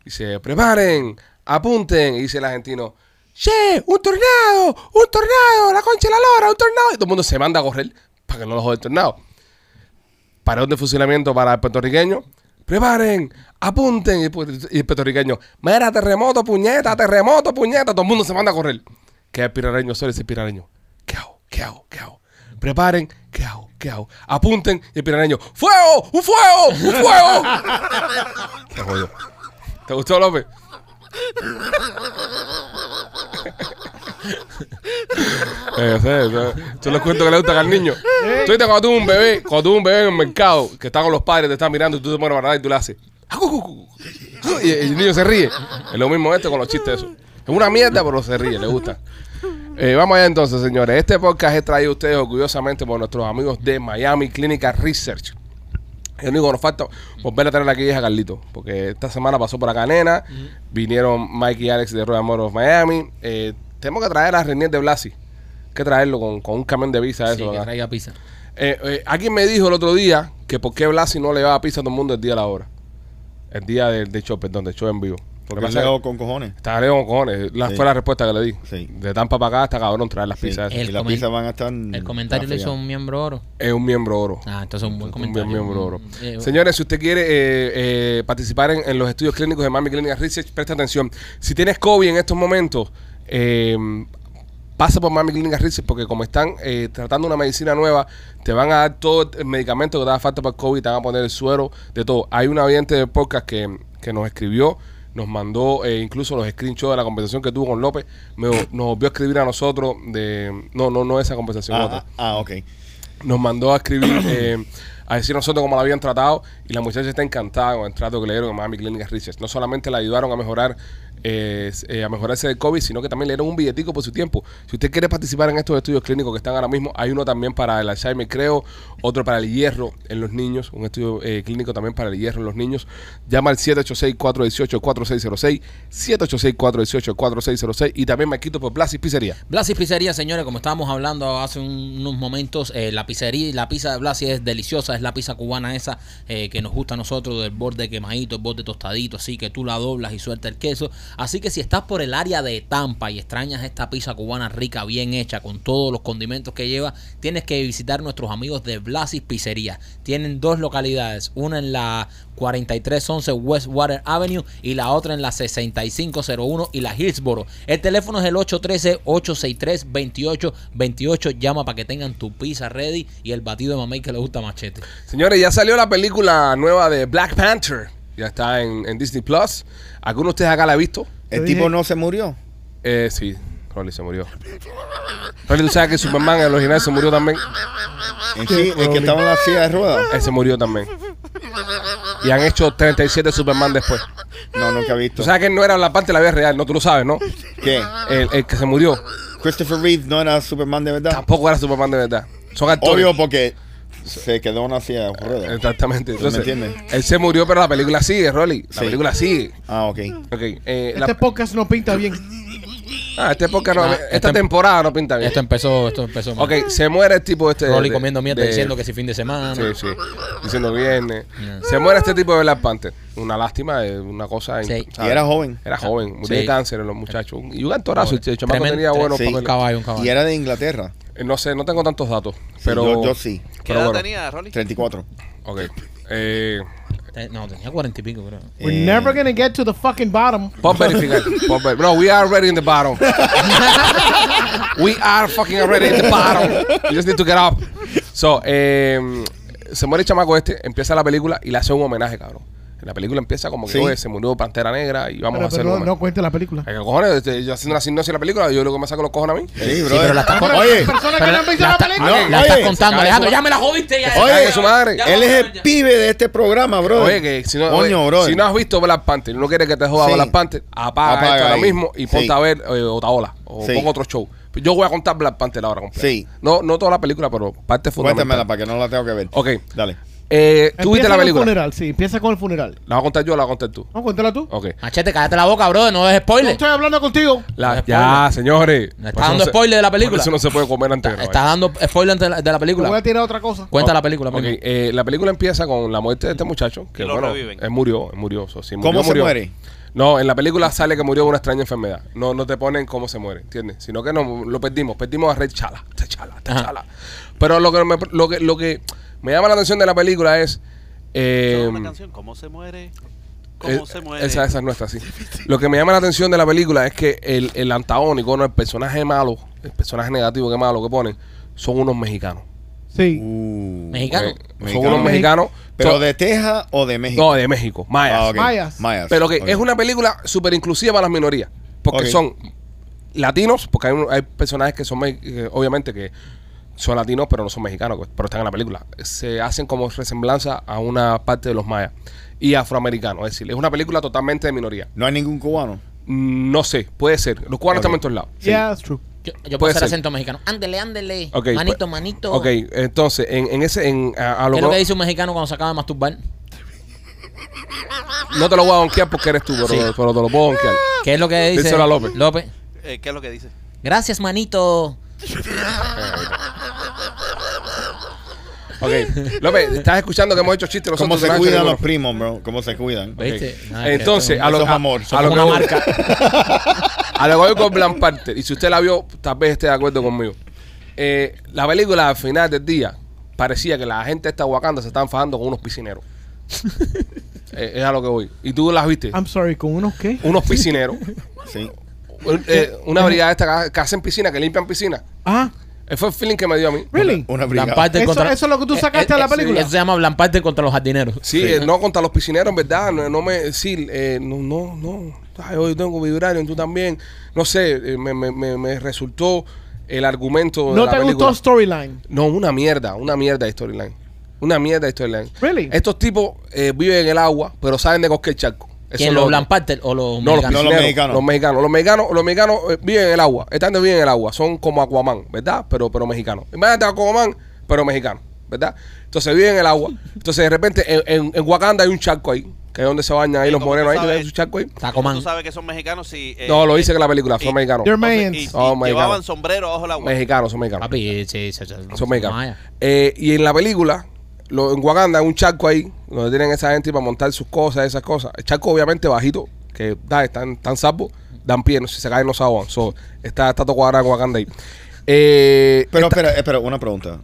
[SPEAKER 1] y se preparen, apunten, y dice el argentino, ¡Che! ¡Un tornado! ¡Un tornado! ¡La concha de la lora! ¡Un tornado! Y todo el mundo se manda a correr para que no lo jode el tornado. Parón de fusilamiento para el puertorriqueño. Preparen, apunten. Y el pu- Y el puertorriqueño, mira, terremoto, puñeta, terremoto, puñeta. Todo el mundo se manda a correr. Queda el pirareño solo y dice el pirareño, ¿qué hago? ¿Qué hago? ¿Qué hago? Preparen, ¿qué hago? ¿Qué hago? Apunten. Y el pirareño, ¡fuego! ¡Un fuego! ¡Un fuego! Te jodió. ¿Te gustó, López? Eh, yo sé, yo sé. Yo les cuento que le gusta al niño. Tú viste cuando tuvo un bebé, cuando tuvo un bebé en el mercado, que está con los padres, te están mirando y tú te pones para atrás y tú le haces. Y el niño se ríe. Es lo mismo este con los chistes esos. Es una mierda, pero se ríe, le gusta. Eh, vamos allá entonces, señores. Este podcast es traído a ustedes orgullosamente por nuestros amigos de Miami Clinical Research. El único que nos falta volver a traer aquí es a Carlito, porque esta semana pasó por acá Nena, vinieron Mike y Alex de Royal Moro of Miami. Eh, tenemos que traer a Renier de Blasi, hay que traerlo con, con un camión de pizza.
[SPEAKER 2] Sí,
[SPEAKER 1] eso,
[SPEAKER 2] que
[SPEAKER 1] ¿verdad?
[SPEAKER 2] traiga pizza.
[SPEAKER 1] Eh, eh, alguien me dijo el otro día que por qué Blasi no le va a pizza a todo el mundo el día de la hora. El día del de show, perdón, del show en vivo. Lo que
[SPEAKER 3] Porque
[SPEAKER 1] pasa es
[SPEAKER 3] leo
[SPEAKER 1] que
[SPEAKER 3] con cojones.
[SPEAKER 1] Está lejos con cojones. La,
[SPEAKER 3] Sí.
[SPEAKER 1] Fue la respuesta que le di.
[SPEAKER 3] Sí.
[SPEAKER 1] De Tampa para acá hasta cabrón traer las
[SPEAKER 3] Sí.
[SPEAKER 1] pizzas. esas.
[SPEAKER 2] El
[SPEAKER 3] Y las
[SPEAKER 2] comen-
[SPEAKER 3] pizzas van a estar.
[SPEAKER 2] El comentario le hizo un miembro oro.
[SPEAKER 1] Es un miembro oro.
[SPEAKER 2] Ah, entonces un buen
[SPEAKER 1] Mm, Un
[SPEAKER 2] comentario.
[SPEAKER 1] buen miembro oro.
[SPEAKER 2] Eh,
[SPEAKER 1] Señores, si usted quiere eh, eh, participar en, en los estudios clínicos de Miami Clinic Research, presta atención. Si tienes COVID en estos momentos, eh, pasa por Miami Clinic Research porque como están eh, tratando una medicina nueva, te van a dar todo el medicamento que te da falta para el COVID, te van a poner el suero, de todo. Hay un oyente de podcast que, que nos escribió, nos mandó eh, incluso los screenshots de la conversación que tuvo con López, me- nos volvió a escribir a nosotros de... No, no, no esa conversación, otra
[SPEAKER 3] Ah, ah, ah, ok.
[SPEAKER 1] nos mandó a escribir, eh, a decir nosotros cómo la habían tratado y la muchacha está encantada con el trato que le dieron a Miami Clinic Research. No solamente la ayudaron a mejorar eh, eh, a mejorarse del COVID, sino que también le dieron un billetico por su tiempo. Si usted quiere participar en estos estudios clínicos que están ahora mismo, hay uno también para el Alzheimer, creo, otro para el hierro en los niños, un estudio eh, clínico también para el hierro en los niños. Llama al 786-418-4606, 786-418-4606 y también me quito por Blasis Pizzería.
[SPEAKER 6] Blasis Pizzería, señores, como estábamos hablando hace un- unos momentos, eh, la pizzería, la pizza de Blasis es deliciosa, es la pizza cubana esa eh, que nos gusta a nosotros, del borde quemadito, el borde tostadito, así que tú la doblas y suelta el queso. Así que si estás por el área de Tampa y extrañas esta pizza cubana rica, bien hecha, con todos los condimentos que lleva, tienes que visitar nuestros amigos de Blasis Pizzería. Tienen dos localidades, una en la 4311 Westwater Avenue y la otra en la 6501 y la Hillsboro. El teléfono es el 813-863-2828. Llama para que tengan tu pizza ready y el batido de mamey que le gusta a machete.
[SPEAKER 1] Señores, ya salió la película nueva de Black Panther. Ya está en, en Disney Plus. ¿Alguno de ustedes acá la ha visto?
[SPEAKER 3] El
[SPEAKER 4] Yo
[SPEAKER 3] tipo
[SPEAKER 4] dije-
[SPEAKER 3] no se murió.
[SPEAKER 1] Eh, sí, Rolly se murió. Rolly, ¿tú sabes que Superman el original se murió también?
[SPEAKER 3] En sí, el que estaba en la silla de ruedas.
[SPEAKER 1] Ese murió también. Y han hecho 37 Superman después.
[SPEAKER 3] No, nunca he
[SPEAKER 1] Tú
[SPEAKER 3] visto.
[SPEAKER 1] sabes que él no era la parte de la vida real, no, tú lo sabes, ¿no?
[SPEAKER 3] ¿Qué?
[SPEAKER 1] El, el que se murió
[SPEAKER 3] Christopher Reeve no era Superman de verdad.
[SPEAKER 1] tampoco era Superman de verdad. Son actores.
[SPEAKER 3] Obvio porque se quedó en una silla de ruedas.
[SPEAKER 1] Exactamente. Entonces,
[SPEAKER 3] entiendes?
[SPEAKER 1] él se murió, pero la película sigue, Rolly. La
[SPEAKER 3] Sí.
[SPEAKER 1] película sigue.
[SPEAKER 3] Ah, ok.
[SPEAKER 1] Ok. eh, la-
[SPEAKER 4] Este podcast no pinta bien.
[SPEAKER 1] ah, esta época no-
[SPEAKER 6] Ah,
[SPEAKER 1] esta
[SPEAKER 6] este-
[SPEAKER 1] temporada no pinta
[SPEAKER 3] este
[SPEAKER 1] bien.
[SPEAKER 6] Esto empezó, esto empezó. mal.
[SPEAKER 1] Ok, se muere el tipo este.
[SPEAKER 6] Rolly
[SPEAKER 1] de-
[SPEAKER 6] comiendo mierda
[SPEAKER 1] de-
[SPEAKER 6] diciendo que si fin de semana.
[SPEAKER 1] Sí, sí. Diciendo viernes. Se muere este tipo de Black Panther. Una lástima, eh, una cosa.
[SPEAKER 6] Sí.
[SPEAKER 1] imp-
[SPEAKER 3] Y
[SPEAKER 1] ¿sabes?
[SPEAKER 3] era joven.
[SPEAKER 1] Ah, Era joven, murió de
[SPEAKER 6] Sí.
[SPEAKER 1] cáncer los muchachos. Y un actorazo, el ch- el chamaco
[SPEAKER 6] Tremendo-
[SPEAKER 1] tenía buenos
[SPEAKER 6] tre-
[SPEAKER 3] sí.
[SPEAKER 6] Un
[SPEAKER 1] papeles.
[SPEAKER 6] caballo, un caballo.
[SPEAKER 3] Y era de Inglaterra.
[SPEAKER 1] Eh, No sé, no tengo tantos datos.
[SPEAKER 3] Sí,
[SPEAKER 1] Pero,
[SPEAKER 3] yo, yo sí.
[SPEAKER 5] ¿Qué
[SPEAKER 1] pero
[SPEAKER 5] edad
[SPEAKER 1] bueno.
[SPEAKER 5] tenía, Rolly?
[SPEAKER 3] 34.
[SPEAKER 1] Ok. Eh,
[SPEAKER 6] Te- No, tenía cuarenta y pico, creo.
[SPEAKER 4] We're
[SPEAKER 3] Eh,
[SPEAKER 4] never gonna get to the fucking bottom.
[SPEAKER 1] pop verificar. pop ver- no, we are already in the bottom. we are fucking already in the bottom. You just need to get up. So, eh, se muere el chamaco este, empieza la película y le hace un homenaje, cabrón. La película empieza como que
[SPEAKER 3] Sí.
[SPEAKER 1] "Oye, se murió Pantera Negra y vamos
[SPEAKER 4] Pero,
[SPEAKER 1] a hacer un
[SPEAKER 4] pero no,
[SPEAKER 1] homenaje.
[SPEAKER 4] no cuente la película.
[SPEAKER 1] Ay, ¿Qué cojones? Este, Yo haciendo la sinopsis de la película, yo luego me saco los cojones a mí.
[SPEAKER 3] Sí, bro.
[SPEAKER 6] pero la está-
[SPEAKER 3] Oye,
[SPEAKER 4] personas que
[SPEAKER 6] Pero
[SPEAKER 4] no han visto la,
[SPEAKER 6] la-
[SPEAKER 4] película.
[SPEAKER 3] no,
[SPEAKER 6] La
[SPEAKER 3] oye,
[SPEAKER 6] estás contando,
[SPEAKER 1] se
[SPEAKER 6] Alejandro.
[SPEAKER 1] cae su-
[SPEAKER 6] Ya me la jodiste. Ya,
[SPEAKER 1] Oye,
[SPEAKER 6] ya,
[SPEAKER 1] su madre.
[SPEAKER 6] ya,
[SPEAKER 3] él es el
[SPEAKER 6] ya.
[SPEAKER 3] pibe de este programa, bro.
[SPEAKER 1] Oye, que si no,
[SPEAKER 3] Coño,
[SPEAKER 1] oye,
[SPEAKER 3] bro.
[SPEAKER 1] si no has visto Black Panther y no quieres que te joda
[SPEAKER 3] Sí.
[SPEAKER 1] Black Panther, apaga,
[SPEAKER 3] Apaga
[SPEAKER 1] esto
[SPEAKER 3] ahí.
[SPEAKER 1] ahora mismo y ponte
[SPEAKER 3] Sí.
[SPEAKER 1] a ver eh, Otaola o
[SPEAKER 3] Sí.
[SPEAKER 1] pon otro show. Yo voy a contar Black Panther ahora completa.
[SPEAKER 3] Sí.
[SPEAKER 1] No, no toda la película, pero parte
[SPEAKER 3] Cuéntamela
[SPEAKER 1] fundamental.
[SPEAKER 3] para que no la tengo que ver.
[SPEAKER 1] Ok.
[SPEAKER 3] Dale.
[SPEAKER 1] Eh, ¿Tú viste
[SPEAKER 4] Empieza
[SPEAKER 1] la
[SPEAKER 4] con
[SPEAKER 1] película?
[SPEAKER 4] El funeral, sí, empieza con el funeral.
[SPEAKER 1] ¿La vas a contar yo o la vas a contar tú?
[SPEAKER 4] No, cuéntala tú.
[SPEAKER 1] Ok.
[SPEAKER 6] Machete, cállate la boca, bro. No es
[SPEAKER 4] No
[SPEAKER 6] spoiler.
[SPEAKER 4] estoy hablando contigo.
[SPEAKER 1] La-
[SPEAKER 6] No,
[SPEAKER 1] ya, señores.
[SPEAKER 6] Me
[SPEAKER 1] Por eso
[SPEAKER 6] estás dando
[SPEAKER 1] no se-
[SPEAKER 6] spoiler de la
[SPEAKER 1] por
[SPEAKER 6] película.
[SPEAKER 1] Eso no se puede comer antes. de
[SPEAKER 6] Estás
[SPEAKER 1] grabar.
[SPEAKER 6] dando spoiler de la, de la
[SPEAKER 4] Te voy
[SPEAKER 6] película.
[SPEAKER 4] a tirar otra cosa.
[SPEAKER 6] Cuenta la película,
[SPEAKER 1] Ok,
[SPEAKER 6] primo.
[SPEAKER 1] eh, la película empieza con la muerte de este muchacho. Que
[SPEAKER 5] Y lo
[SPEAKER 1] bueno,
[SPEAKER 5] reviven.
[SPEAKER 1] él murió, él murió. so, si murió,
[SPEAKER 3] ¿Cómo se
[SPEAKER 1] murió.
[SPEAKER 3] muere?
[SPEAKER 1] No, en la película sale que murió de una extraña enfermedad. No, no te ponen cómo se muere, ¿entiendes? Sino que no, lo perdimos, perdimos a Red Chala, T'Challa, T'Challa. Pero lo que, me, lo, que, lo que me llama la atención de la película es... eh,
[SPEAKER 5] Solo una canción, ¿Cómo se muere? ¿Cómo
[SPEAKER 1] eh,
[SPEAKER 5] se muere?
[SPEAKER 1] Esa, esa es nuestra, sí. Lo que me llama la atención de la película es que el, el antagónico, no, el personaje malo, el personaje negativo que malo que ponen, son unos mexicanos.
[SPEAKER 4] Sí.
[SPEAKER 3] Uh,
[SPEAKER 6] Mexicano.
[SPEAKER 1] ¿ok? Son
[SPEAKER 3] Mexicano.
[SPEAKER 1] unos mexicanos.
[SPEAKER 3] ¿Pero
[SPEAKER 1] son-
[SPEAKER 3] de Texas o de México?
[SPEAKER 1] No, de México, mayas.
[SPEAKER 3] Ah, ok.
[SPEAKER 4] Mayas.
[SPEAKER 3] Mayas.
[SPEAKER 1] Pero que
[SPEAKER 3] ok.
[SPEAKER 1] es una película súper inclusiva para las minorías. Porque
[SPEAKER 3] Ok.
[SPEAKER 1] son latinos, porque hay, un- hay personajes que son, me- que obviamente, que son latinos, pero no son mexicanos, que- pero están en la película. Se hacen como resemblanza a una parte de los mayas y afroamericanos. Es decir, es una película totalmente de minoría.
[SPEAKER 3] No hay ningún cubano.
[SPEAKER 1] Mm, No sé, puede ser. Los cubanos
[SPEAKER 3] Ok.
[SPEAKER 1] estamos en todos lados.
[SPEAKER 4] Yeah, that's true.
[SPEAKER 6] Yo, yo
[SPEAKER 1] Puede
[SPEAKER 6] puedo hacer
[SPEAKER 1] ser.
[SPEAKER 6] acento mexicano. Ándele, ándele.
[SPEAKER 1] Ok,
[SPEAKER 6] manito,
[SPEAKER 1] pues-
[SPEAKER 6] manito.
[SPEAKER 1] Ok,
[SPEAKER 6] ¿Qué
[SPEAKER 1] entonces, en, en ese, en, a, a lo
[SPEAKER 6] es lo
[SPEAKER 1] que-
[SPEAKER 6] que dice un mexicano cuando se acaba de masturbar?
[SPEAKER 1] no te lo voy a donkear porque eres tú, pero, pero te lo puedo donkear.
[SPEAKER 6] ¿Qué es lo que dice?
[SPEAKER 1] Díselo a López.
[SPEAKER 6] López.
[SPEAKER 5] Eh, ¿Qué es lo que dice?
[SPEAKER 6] Gracias, manito.
[SPEAKER 1] Ok, López, estás escuchando que hemos hecho chistes nosotros
[SPEAKER 3] ¿Cómo se
[SPEAKER 1] durante
[SPEAKER 3] cuidan
[SPEAKER 1] ninguno.
[SPEAKER 3] los primos, bro? ¿Cómo se cuidan?
[SPEAKER 1] Ok.
[SPEAKER 6] ¿Viste? Nada,
[SPEAKER 1] Entonces,
[SPEAKER 6] que-
[SPEAKER 1] a lo,
[SPEAKER 3] Ah, Eso
[SPEAKER 1] a,
[SPEAKER 3] es amor.
[SPEAKER 1] a lo
[SPEAKER 6] Somos
[SPEAKER 1] que
[SPEAKER 6] una
[SPEAKER 1] voy-
[SPEAKER 6] marca.
[SPEAKER 1] a lo que voy con Black Panther, y si usted la vio, tal vez esté de acuerdo conmigo. Eh, la película al final del día parecía que la gente de esta Wakanda se estaban fajando con unos piscineros. Eh, es a lo que voy. ¿Y tú las viste?
[SPEAKER 4] I'm sorry, ¿con unos qué?
[SPEAKER 1] Unos piscineros.
[SPEAKER 3] Sí.
[SPEAKER 1] Un- eh, una brigada esta que- que hacen piscina, que limpian piscina.
[SPEAKER 4] Ah,
[SPEAKER 1] Ese fue el feeling que me dio a mí.
[SPEAKER 4] really?
[SPEAKER 3] Una brigada.
[SPEAKER 6] Blamparte
[SPEAKER 4] Eso-
[SPEAKER 6] contra-
[SPEAKER 4] eso es lo que tú
[SPEAKER 6] Eh,
[SPEAKER 4] sacaste
[SPEAKER 6] eh,
[SPEAKER 4] de la
[SPEAKER 6] eso-
[SPEAKER 4] película.
[SPEAKER 6] Eso se llama Blamparte contra los jardineros.
[SPEAKER 1] Sí, eh, no contra los piscineros, en verdad. No, no me. Sí, eh, no, no, no. Ay, hoy tengo vibranium, tú también. No sé, eh, me, me- me- me resultó el argumento de
[SPEAKER 4] ¿No
[SPEAKER 1] la
[SPEAKER 4] te
[SPEAKER 1] película.
[SPEAKER 4] gustó Storyline?
[SPEAKER 1] No, una mierda, una mierda de storyline. Una mierda de storyline.
[SPEAKER 4] Really?
[SPEAKER 1] Estos tipos eh, viven en el agua, pero saben de cualquier charco. Eso
[SPEAKER 6] ¿Quién?
[SPEAKER 1] es
[SPEAKER 6] ¿Los
[SPEAKER 1] otro.
[SPEAKER 6] Blancparter o los
[SPEAKER 1] No, los
[SPEAKER 6] mexicanos?
[SPEAKER 3] No, los
[SPEAKER 1] mexicanos.
[SPEAKER 3] mexicanos.
[SPEAKER 1] Los mexicanos. Los mexicanos, los mexicanos eh, viven en el agua. Están de viven en el agua. Son como Aquaman, ¿verdad? Pero, pero mexicanos. Imagínate Aquaman, pero mexicano, ¿verdad? Entonces viven en el agua. Entonces de repente en, en- en Wakanda hay un charco ahí, que es donde se bañan ahí
[SPEAKER 5] ¿Y
[SPEAKER 1] los
[SPEAKER 5] cómo
[SPEAKER 1] morenos
[SPEAKER 5] tú
[SPEAKER 1] ahí. ¿Tú
[SPEAKER 5] sabes?
[SPEAKER 1] ves un charco ahí?
[SPEAKER 6] Tacomán.
[SPEAKER 5] Tú sabes que son mexicanos y... eh,
[SPEAKER 1] No, lo hice
[SPEAKER 5] eh,
[SPEAKER 1] en la película. Son
[SPEAKER 5] y-
[SPEAKER 1] mexicanos.
[SPEAKER 4] They're
[SPEAKER 5] entonces,
[SPEAKER 4] Mayans.
[SPEAKER 5] y- y
[SPEAKER 1] Son
[SPEAKER 5] llevaban
[SPEAKER 1] mexicanos.
[SPEAKER 5] sombrero bajo la agua.
[SPEAKER 1] Mexicanos, son mexicanos.
[SPEAKER 6] Papi, sí, sí, sí, sí.
[SPEAKER 1] Son mexicanos.
[SPEAKER 6] Maya.
[SPEAKER 1] Eh, y en la película, lo, en Wakanda hay un charco ahí, donde tienen esa gente para montar sus cosas, esas cosas. El charco obviamente bajito, que da, están tan sapos, dan pie, no sé, se caen los aguas. So, está, está todo cuadrado en Wakanda ahí. Eh,
[SPEAKER 3] Pero
[SPEAKER 1] esta-
[SPEAKER 3] espera, espera, una pregunta.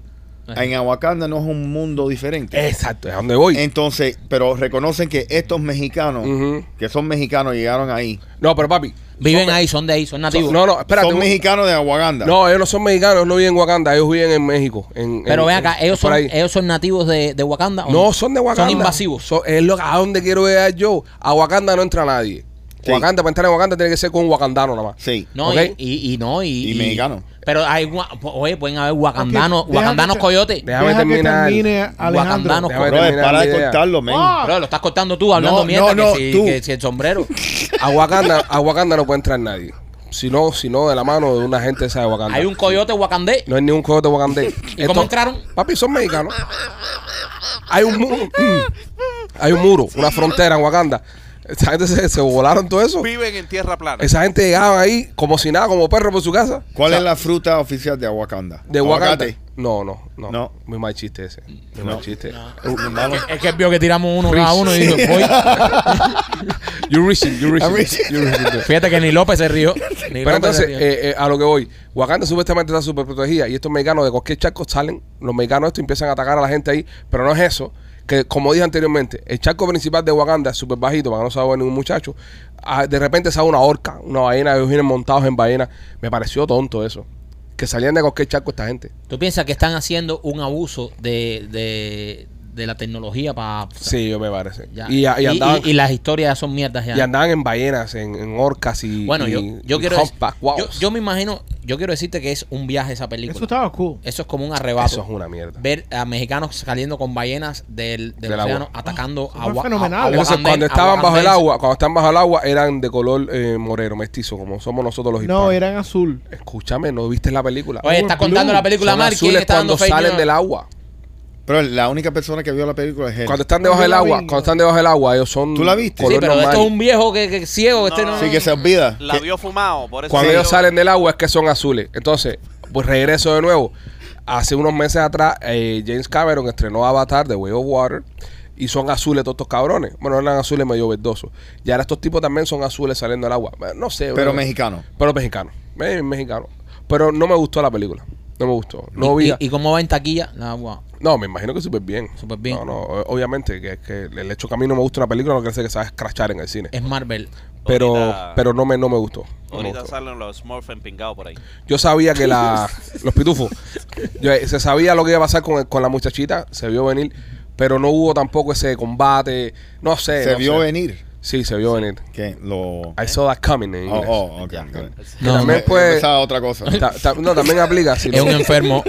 [SPEAKER 3] En Aguacanda no es un mundo diferente.
[SPEAKER 1] exacto, es a donde voy.
[SPEAKER 3] Entonces, pero reconocen que estos mexicanos,
[SPEAKER 1] Ujú.
[SPEAKER 3] que son mexicanos, llegaron ahí.
[SPEAKER 1] No, pero papi.
[SPEAKER 6] Viven ahí, son de ahí, son nativos.
[SPEAKER 1] son- no, no, espérate.
[SPEAKER 3] son
[SPEAKER 1] un-
[SPEAKER 3] mexicanos de Aguacanda.
[SPEAKER 1] No, ellos no son mexicanos, ellos no viven en Wakanda, ellos viven en México. en-
[SPEAKER 6] Pero
[SPEAKER 1] en-
[SPEAKER 6] ven acá,
[SPEAKER 1] en-
[SPEAKER 6] ellos
[SPEAKER 1] eh, por
[SPEAKER 6] son,
[SPEAKER 1] ahí.
[SPEAKER 6] ellos son nativos de, de Wakanda. ¿o
[SPEAKER 1] No, son de Wakanda.
[SPEAKER 6] Son invasivos.
[SPEAKER 1] Son- es lo, a donde quiero llegar yo. A Wakanda no entra nadie.
[SPEAKER 3] Sí.
[SPEAKER 1] Wakanda, para entrar en Wakanda, tiene que ser con un wakandano nada más.
[SPEAKER 3] Sí.
[SPEAKER 6] No,
[SPEAKER 1] Ok.
[SPEAKER 6] y, y, y no, y,
[SPEAKER 3] Y mexicanos.
[SPEAKER 6] Pero hay, gua- oye, pueden haber wakandanos,
[SPEAKER 4] Ok, déjame
[SPEAKER 6] wakandanos
[SPEAKER 4] que-
[SPEAKER 6] coyotes.
[SPEAKER 1] Déjame
[SPEAKER 4] Deja que
[SPEAKER 1] terminar.
[SPEAKER 4] termine Alejandro.
[SPEAKER 6] Wakandanos
[SPEAKER 1] Déjame
[SPEAKER 6] coyotes.
[SPEAKER 3] Bro,
[SPEAKER 1] terminar
[SPEAKER 3] para
[SPEAKER 1] mi
[SPEAKER 3] de
[SPEAKER 1] idea.
[SPEAKER 3] cortarlo, men.
[SPEAKER 4] Ah.
[SPEAKER 6] Bro, lo estás cortando tú, hablando
[SPEAKER 3] No,
[SPEAKER 6] mierda,
[SPEAKER 3] no,
[SPEAKER 6] que,
[SPEAKER 3] no,
[SPEAKER 6] si,
[SPEAKER 3] tú.
[SPEAKER 6] que si el sombrero.
[SPEAKER 1] A Wakanda, a Wakanda no puede entrar nadie. Si no, si no de la mano de una gente esa de Wakanda.
[SPEAKER 6] hay un coyote wakandés.
[SPEAKER 1] No hay ni un coyote wakandés.
[SPEAKER 6] ¿Y cómo entraron?
[SPEAKER 1] Papi, son mexicanos. Hay un muro. Hay un muro, una frontera en Wakanda. Esa gente se, se volaron todo eso.
[SPEAKER 5] Viven en tierra plana.
[SPEAKER 1] Esa gente llegaba ahí como si nada, como perro por su casa.
[SPEAKER 3] ¿Cuál es la fruta oficial de Aguacanda?
[SPEAKER 1] De Wakanda.
[SPEAKER 3] Aguacate.
[SPEAKER 1] No, no, no,
[SPEAKER 3] No.
[SPEAKER 1] Muy mal chiste ese. Muy mal chiste.
[SPEAKER 6] Es que vio que tiramos uno cada uno y dijo, voy.
[SPEAKER 1] You're reaching, you're reaching.
[SPEAKER 3] I'm reaching.
[SPEAKER 1] You're reaching.
[SPEAKER 6] Fíjate que ni López se rió. Ni
[SPEAKER 1] Pero
[SPEAKER 6] López se
[SPEAKER 1] entonces,
[SPEAKER 6] rió.
[SPEAKER 1] eh, eh, a lo que voy, Wakanda supuestamente está súper protegida y estos mexicanos de cualquier charco salen, los mexicanos estos empiezan a atacar a la gente ahí, pero no es eso, que como dije anteriormente, el charco principal de Wakanda es súper bajito, para que no se ahogue ningún muchacho, Ah, de repente sale una orca, una ballena, ellos vienen montados en ballena, me pareció tonto eso, que salían de cualquier charco esta gente.
[SPEAKER 6] ¿Tú piensas que están haciendo un abuso de, de, de la tecnología para...
[SPEAKER 1] Sí, yo me parece.
[SPEAKER 6] Ya.
[SPEAKER 1] Y, a- y andaban,
[SPEAKER 6] y- y las historias son mierdas ya.
[SPEAKER 1] y andaban en ballenas, en, en orcas y...
[SPEAKER 6] bueno, yo,
[SPEAKER 1] y-
[SPEAKER 6] yo
[SPEAKER 1] y
[SPEAKER 6] quiero...
[SPEAKER 1] humpback,
[SPEAKER 6] dec-
[SPEAKER 1] wow.
[SPEAKER 6] yo, yo me imagino... Yo quiero decirte que es un viaje esa película.
[SPEAKER 4] Eso
[SPEAKER 6] Eso,
[SPEAKER 4] estaba cool.
[SPEAKER 6] es como un arrebato.
[SPEAKER 1] Eso es una mierda.
[SPEAKER 6] Ver a mexicanos saliendo con ballenas del, del
[SPEAKER 1] Del agua.
[SPEAKER 6] océano atacando
[SPEAKER 4] eso
[SPEAKER 6] a,
[SPEAKER 4] fue
[SPEAKER 6] Wa- a-
[SPEAKER 4] fenomenal.
[SPEAKER 6] a
[SPEAKER 1] Entonces,
[SPEAKER 6] Wakandés-
[SPEAKER 1] cuando
[SPEAKER 6] a
[SPEAKER 1] estaban bajo el
[SPEAKER 6] Wakandés.
[SPEAKER 1] agua, cuando estaban bajo el agua, eran de color eh, moreno, mestizo, como somos nosotros los hispanos.
[SPEAKER 4] No, eran azul.
[SPEAKER 1] Escúchame, ¿no viste la película?
[SPEAKER 6] Oye, está contando la película
[SPEAKER 1] Son
[SPEAKER 6] mal. ¿Quién
[SPEAKER 1] azules
[SPEAKER 6] está
[SPEAKER 1] cuando
[SPEAKER 6] dando fake
[SPEAKER 1] salen
[SPEAKER 6] news?
[SPEAKER 1] del agua.
[SPEAKER 3] Pero la única persona que vio la película es él.
[SPEAKER 1] Cuando están
[SPEAKER 4] Cuando
[SPEAKER 1] debajo del
[SPEAKER 4] la
[SPEAKER 1] agua,
[SPEAKER 4] vi,
[SPEAKER 1] cuando
[SPEAKER 4] no.
[SPEAKER 1] están debajo del agua, ellos son
[SPEAKER 3] ¿Tú la viste?
[SPEAKER 6] Sí,
[SPEAKER 1] color
[SPEAKER 6] pero
[SPEAKER 1] normal.
[SPEAKER 6] esto es un viejo que, que ciego. este
[SPEAKER 5] No,
[SPEAKER 6] no-
[SPEAKER 3] Sí, que se olvida.
[SPEAKER 5] La
[SPEAKER 3] Que-
[SPEAKER 5] vio fumado, por eso.
[SPEAKER 1] Cuando
[SPEAKER 5] yo-
[SPEAKER 1] ellos salen del agua es que son azules. Entonces, pues regreso de nuevo. Hace unos meses atrás, eh, James Cameron estrenó Avatar de Way of Water. Y son azules todos estos cabrones. Bueno, no eran azules medio verdosos. Y ahora estos tipos también son azules saliendo del agua. Bueno, No sé.
[SPEAKER 3] pero
[SPEAKER 1] bro.
[SPEAKER 3] mexicano.
[SPEAKER 1] Pero mexicano. Eh, mexicano. Pero no me gustó la película. No me gustó. No
[SPEAKER 6] y,
[SPEAKER 1] vi.
[SPEAKER 6] y- y cómo va en taquilla? La agua.
[SPEAKER 1] No, me imagino que súper bien.
[SPEAKER 6] Súper bien.
[SPEAKER 1] No, no, o- obviamente que, que el hecho que a mí no me gusta una película no quiere decir que sabes crachar en el cine.
[SPEAKER 6] Es Marvel.
[SPEAKER 1] Pero,
[SPEAKER 5] Ahorita-
[SPEAKER 1] pero no me, no me gustó. No me
[SPEAKER 5] Ahorita
[SPEAKER 1] gustó.
[SPEAKER 5] salen los Smurfs empingados por ahí.
[SPEAKER 1] Yo sabía que la. los pitufos. yo- eh, se sabía lo que iba a pasar con, el- con la muchachita. Se vio venir. Pero no hubo tampoco ese combate. No sé.
[SPEAKER 3] se
[SPEAKER 1] no
[SPEAKER 3] vio
[SPEAKER 1] sé.
[SPEAKER 3] venir.
[SPEAKER 1] Sí, se vio venir.
[SPEAKER 3] Que lo.
[SPEAKER 1] I saw that coming en
[SPEAKER 3] Oh,
[SPEAKER 1] inglés.
[SPEAKER 3] oh, ok. ok.
[SPEAKER 1] Que
[SPEAKER 6] No,
[SPEAKER 1] también
[SPEAKER 3] Eh,
[SPEAKER 1] pues-
[SPEAKER 3] Esa otra cosa.
[SPEAKER 1] Ta- ta- no, también aplica. si
[SPEAKER 6] Es
[SPEAKER 1] no- eh,
[SPEAKER 6] un enfermo.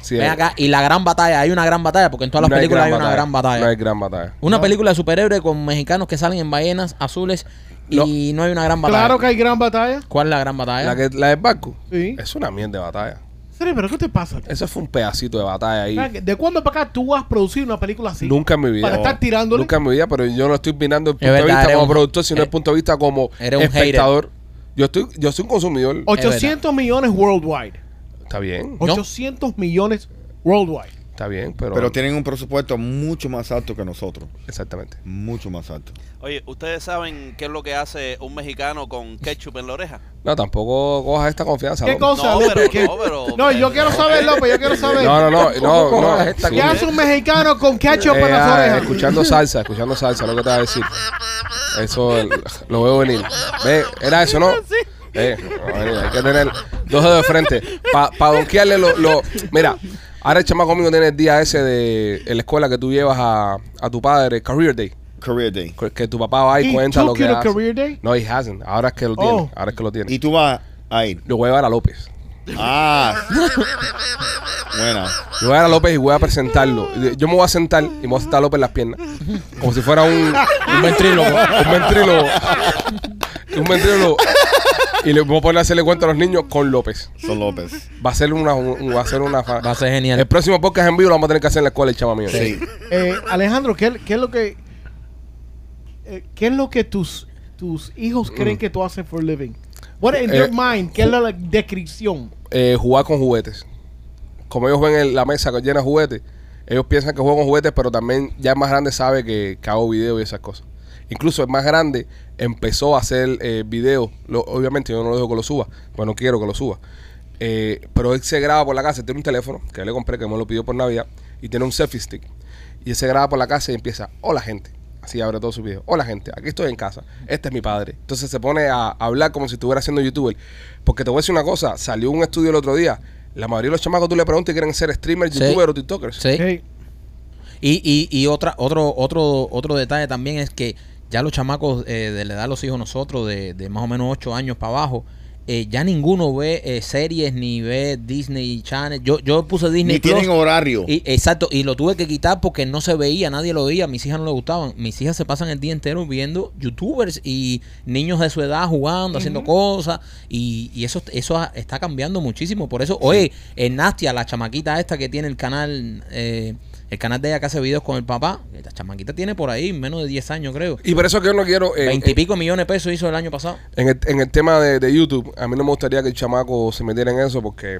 [SPEAKER 1] si
[SPEAKER 6] Ven
[SPEAKER 1] es-
[SPEAKER 6] acá, y la gran batalla, hay una gran batalla, porque en todas las
[SPEAKER 1] no
[SPEAKER 6] películas hay, una gran batalla.
[SPEAKER 1] No hay gran batalla.
[SPEAKER 6] Una película de superhéroe con mexicanos que salen en ballenas azules y no hay una gran batalla.
[SPEAKER 4] Claro que hay gran batalla.
[SPEAKER 6] ¿Cuál es la gran batalla?
[SPEAKER 1] La, que, la del barco.
[SPEAKER 4] Sí.
[SPEAKER 1] Es una mierda de batalla.
[SPEAKER 4] Serio, pero ¿qué te pasa?
[SPEAKER 1] Eso fue un pedacito de batalla ahí.
[SPEAKER 4] ¿De cuándo para acá tú has producido una película así?
[SPEAKER 1] Nunca en mi vida.
[SPEAKER 4] Para estar tirándole.
[SPEAKER 1] Nunca en mi vida, pero yo no estoy opinando desde el punto
[SPEAKER 6] verdad,
[SPEAKER 1] de vista
[SPEAKER 6] eres
[SPEAKER 1] como
[SPEAKER 6] un-
[SPEAKER 1] productor, sino desde el
[SPEAKER 6] eh,
[SPEAKER 1] punto de vista como
[SPEAKER 6] eres un hater.
[SPEAKER 1] espectador. Yo estoy, yo soy un consumidor.
[SPEAKER 6] Es
[SPEAKER 4] 800 millones worldwide.
[SPEAKER 1] Está bien,
[SPEAKER 4] Oh.
[SPEAKER 6] No.
[SPEAKER 4] 800 millones worldwide.
[SPEAKER 1] está bien, pero,
[SPEAKER 3] Pero tienen un presupuesto mucho más alto que nosotros.
[SPEAKER 1] exactamente.
[SPEAKER 3] Mucho más alto.
[SPEAKER 5] Oye, ¿ustedes saben qué es lo que hace un mexicano con ketchup en la oreja?
[SPEAKER 1] No, tampoco cojas esta confianza.
[SPEAKER 4] ¿Qué
[SPEAKER 1] López.
[SPEAKER 4] cosa,
[SPEAKER 5] No,
[SPEAKER 4] López?
[SPEAKER 5] pero-
[SPEAKER 4] ¿Qué-
[SPEAKER 5] no, pero-
[SPEAKER 4] No, yo quiero saber, López, yo quiero saber.
[SPEAKER 1] No, no, no, no, no. sí.
[SPEAKER 4] ¿Qué hace un mexicano con ketchup
[SPEAKER 1] Eh,
[SPEAKER 4] en las
[SPEAKER 1] ah,
[SPEAKER 4] orejas?
[SPEAKER 1] Escuchando salsa, escuchando salsa, lo que te va a decir. Eso el- lo veo venir. Ve, era eso, ¿no? Eh, bueno, hay que tener dos dedos de frente. Para pa donkearle lo, lo- Mira, ahora el chamaco mío tiene el día ese de en la escuela que tú llevas a, a tu padre, Career Day.
[SPEAKER 3] Career Day.
[SPEAKER 1] que- Que tu papá va y
[SPEAKER 4] ¿He
[SPEAKER 1] cuenta lo
[SPEAKER 4] took
[SPEAKER 1] que
[SPEAKER 4] you to
[SPEAKER 1] hace.
[SPEAKER 4] Career Day?
[SPEAKER 1] No, he hasn't. Ahora es que lo tiene.
[SPEAKER 4] Oh.
[SPEAKER 1] Ahora es que lo tiene.
[SPEAKER 3] Y tú vas a ir.
[SPEAKER 1] Lo voy a llevar a López.
[SPEAKER 3] Ah. Buena.
[SPEAKER 1] Yo voy a ver a López y voy a presentarlo. Yo me voy a sentar y me voy a sentar a López en las piernas. Como si fuera un,
[SPEAKER 6] Un ventrílogo.
[SPEAKER 1] un ventrílogo. Un ventrílogo. Y le voy a poner a hacerle cuento a los niños con López.
[SPEAKER 3] Son López.
[SPEAKER 1] Va a ser una. un- va a ser una. fa-
[SPEAKER 6] Va a ser genial.
[SPEAKER 1] El próximo podcast en vivo lo vamos a tener que hacer en la escuela, el chaval mío.
[SPEAKER 3] Sí.
[SPEAKER 4] Eh, Alejandro, ¿qué, ¿qué es lo que eh, qué es lo que tus tus hijos creen que tú haces for a living? What in their
[SPEAKER 1] Mm. Eh,
[SPEAKER 4] mind, ¿qué es la, la descripción?
[SPEAKER 1] Eh, jugar con juguetes. Como ellos ven en la mesa llena de juguetes, ellos piensan que juego con juguetes, pero también ya el más grande sabe que, que hago videos y esas cosas. Incluso el más grande empezó a hacer eh, videos. Lo- obviamente yo no lo dejo que lo suba, pues no quiero que lo suba. Eh, pero él se graba por la casa, tiene un teléfono que le compré, que me lo pidió por Navidad, y tiene un selfie stick. Y él se graba por la casa y empieza, hola gente. Así abre todo su video. Hola gente, aquí estoy en casa. Este es mi padre. Entonces se pone a hablar como si estuviera haciendo youtuber. Porque te voy a decir una cosa, salió un estudio el otro día. La mayoría de los chamacos tú le preguntas y quieren ser streamers,
[SPEAKER 6] Sí.
[SPEAKER 1] youtubers o tiktokers.
[SPEAKER 6] Sí.
[SPEAKER 4] Hey,
[SPEAKER 6] Y, y, y otra, otro, otro, otro detalle también es que ya los chamacos eh, de la edad de los hijos nosotros, de, de más o menos 8 años para abajo, eh, ya ninguno ve eh, series ni ve Disney Channel. Yo, yo puse Disney
[SPEAKER 3] Ni tienen
[SPEAKER 6] Plus.
[SPEAKER 3] horario.
[SPEAKER 6] Y, exacto, y lo tuve que quitar porque no se veía, nadie lo veía, mis hijas no le gustaban. Mis hijas se pasan el día entero viendo youtubers y niños de su edad jugando, haciendo cosas, y, y eso, eso ha- está cambiando muchísimo. Por eso, oye, eh, Nastia, la chamaquita esta que tiene el canal, eh, el canal de ella que hace videos con el papá, la chamaquita tiene por ahí menos de 10 años, creo.
[SPEAKER 1] Y por eso que yo no quiero... eh,
[SPEAKER 6] Veintipico millones de pesos hizo el año pasado.
[SPEAKER 1] En el, en el tema de, de YouTube, a mí no me gustaría que el chamaco se metiera en eso porque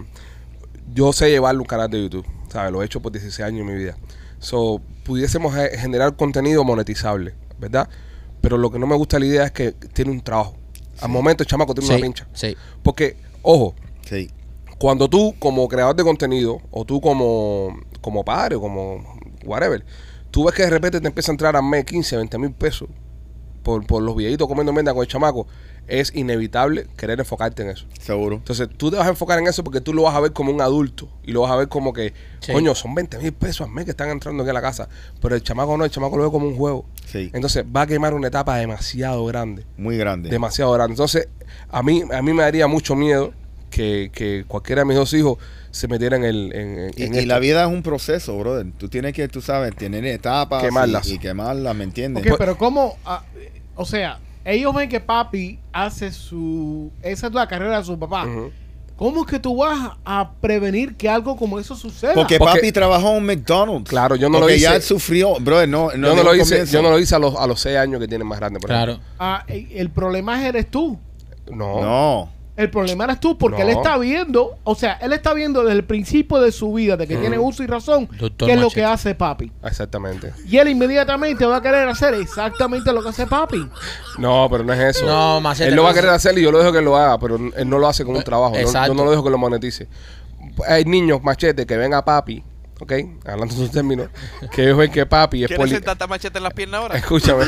[SPEAKER 1] yo sé llevarle un canal de YouTube, ¿sabes? Lo he hecho por 16 años en mi vida. So, pudiésemos eh, generar contenido monetizable, ¿verdad? Pero lo que no me gusta de la idea es que tiene un trabajo. Al momento el chamaco tiene
[SPEAKER 6] Sí,
[SPEAKER 1] una pincha.
[SPEAKER 6] sí.
[SPEAKER 1] Porque, ojo,
[SPEAKER 3] Sí.
[SPEAKER 1] cuando tú como creador de contenido o tú como, como padre o como whatever, tú ves que de repente te empieza a entrar al mes 15, 20 mil pesos por, por los videitos comiendo mierda con el chamaco, es inevitable querer enfocarte en eso.
[SPEAKER 3] Seguro.
[SPEAKER 1] Entonces tú te vas a enfocar en eso porque tú lo vas a ver como un adulto y lo vas a ver como que,
[SPEAKER 6] Sí.
[SPEAKER 1] coño, son 20 mil pesos al mes que están entrando aquí a la casa. Pero el chamaco no, el chamaco lo ve como un juego.
[SPEAKER 3] Sí.
[SPEAKER 1] Entonces va a quemar una etapa demasiado grande
[SPEAKER 3] Muy grande.
[SPEAKER 1] demasiado grande. Entonces, a mí, a mí me daría mucho miedo que, que cualquiera de mis dos hijos se metiera en el. En, en-
[SPEAKER 3] Y,
[SPEAKER 1] en
[SPEAKER 3] y
[SPEAKER 1] esto.
[SPEAKER 3] la vida es un proceso, brother. Tú tienes que, tú sabes, tener etapas. y-
[SPEAKER 1] Quemarlas.
[SPEAKER 3] Y, quemarlas, ¿me entiendes?
[SPEAKER 4] ok,
[SPEAKER 1] pues
[SPEAKER 4] pero cómo, ah, eh, o sea, ellos ven que papi hace su esa es la carrera de su papá.
[SPEAKER 1] Ujú.
[SPEAKER 4] ¿Cómo es que tú vas a prevenir que algo como eso suceda?
[SPEAKER 3] Porque,
[SPEAKER 1] Porque-
[SPEAKER 3] papi trabajó en McDonald's.
[SPEAKER 1] Claro, yo no lo
[SPEAKER 3] Porque ya
[SPEAKER 1] hice.
[SPEAKER 3] él sufrió. Brother, no,
[SPEAKER 1] yo, no
[SPEAKER 3] desde
[SPEAKER 1] lo
[SPEAKER 3] un
[SPEAKER 1] hice,
[SPEAKER 3] comienzo.
[SPEAKER 1] yo no lo hice a los, a los seis años que tienen más grande. Por
[SPEAKER 6] Claro.
[SPEAKER 4] Ah, eh, el problema eres tú.
[SPEAKER 1] ejemplo. No.
[SPEAKER 3] No.
[SPEAKER 4] El problema eres tú, porque
[SPEAKER 1] No.
[SPEAKER 4] él está viendo, o sea, él está viendo desde el principio de su vida, de
[SPEAKER 1] Mm.
[SPEAKER 4] que tiene uso y razón,
[SPEAKER 6] Doctor
[SPEAKER 4] qué es lo
[SPEAKER 6] Machete.
[SPEAKER 4] que hace papi.
[SPEAKER 1] Exactamente.
[SPEAKER 4] Y él inmediatamente va a querer hacer exactamente lo que hace papi.
[SPEAKER 1] No, pero no es eso.
[SPEAKER 6] No, Machete,
[SPEAKER 1] Él lo va a
[SPEAKER 6] pero-
[SPEAKER 1] querer hacer y yo lo dejo que lo haga, pero él no lo hace como un
[SPEAKER 6] Eh,
[SPEAKER 1] trabajo. No-
[SPEAKER 6] exacto.
[SPEAKER 1] yo no lo dejo que lo monetice. Hay niños, machete, que ven a papi, ¿ok? Hablando de sus términos, que ellos ven que papi es
[SPEAKER 5] ¿Quieres
[SPEAKER 1] poli.
[SPEAKER 5] sentarte machete en las piernas ahora?
[SPEAKER 1] Escúchame.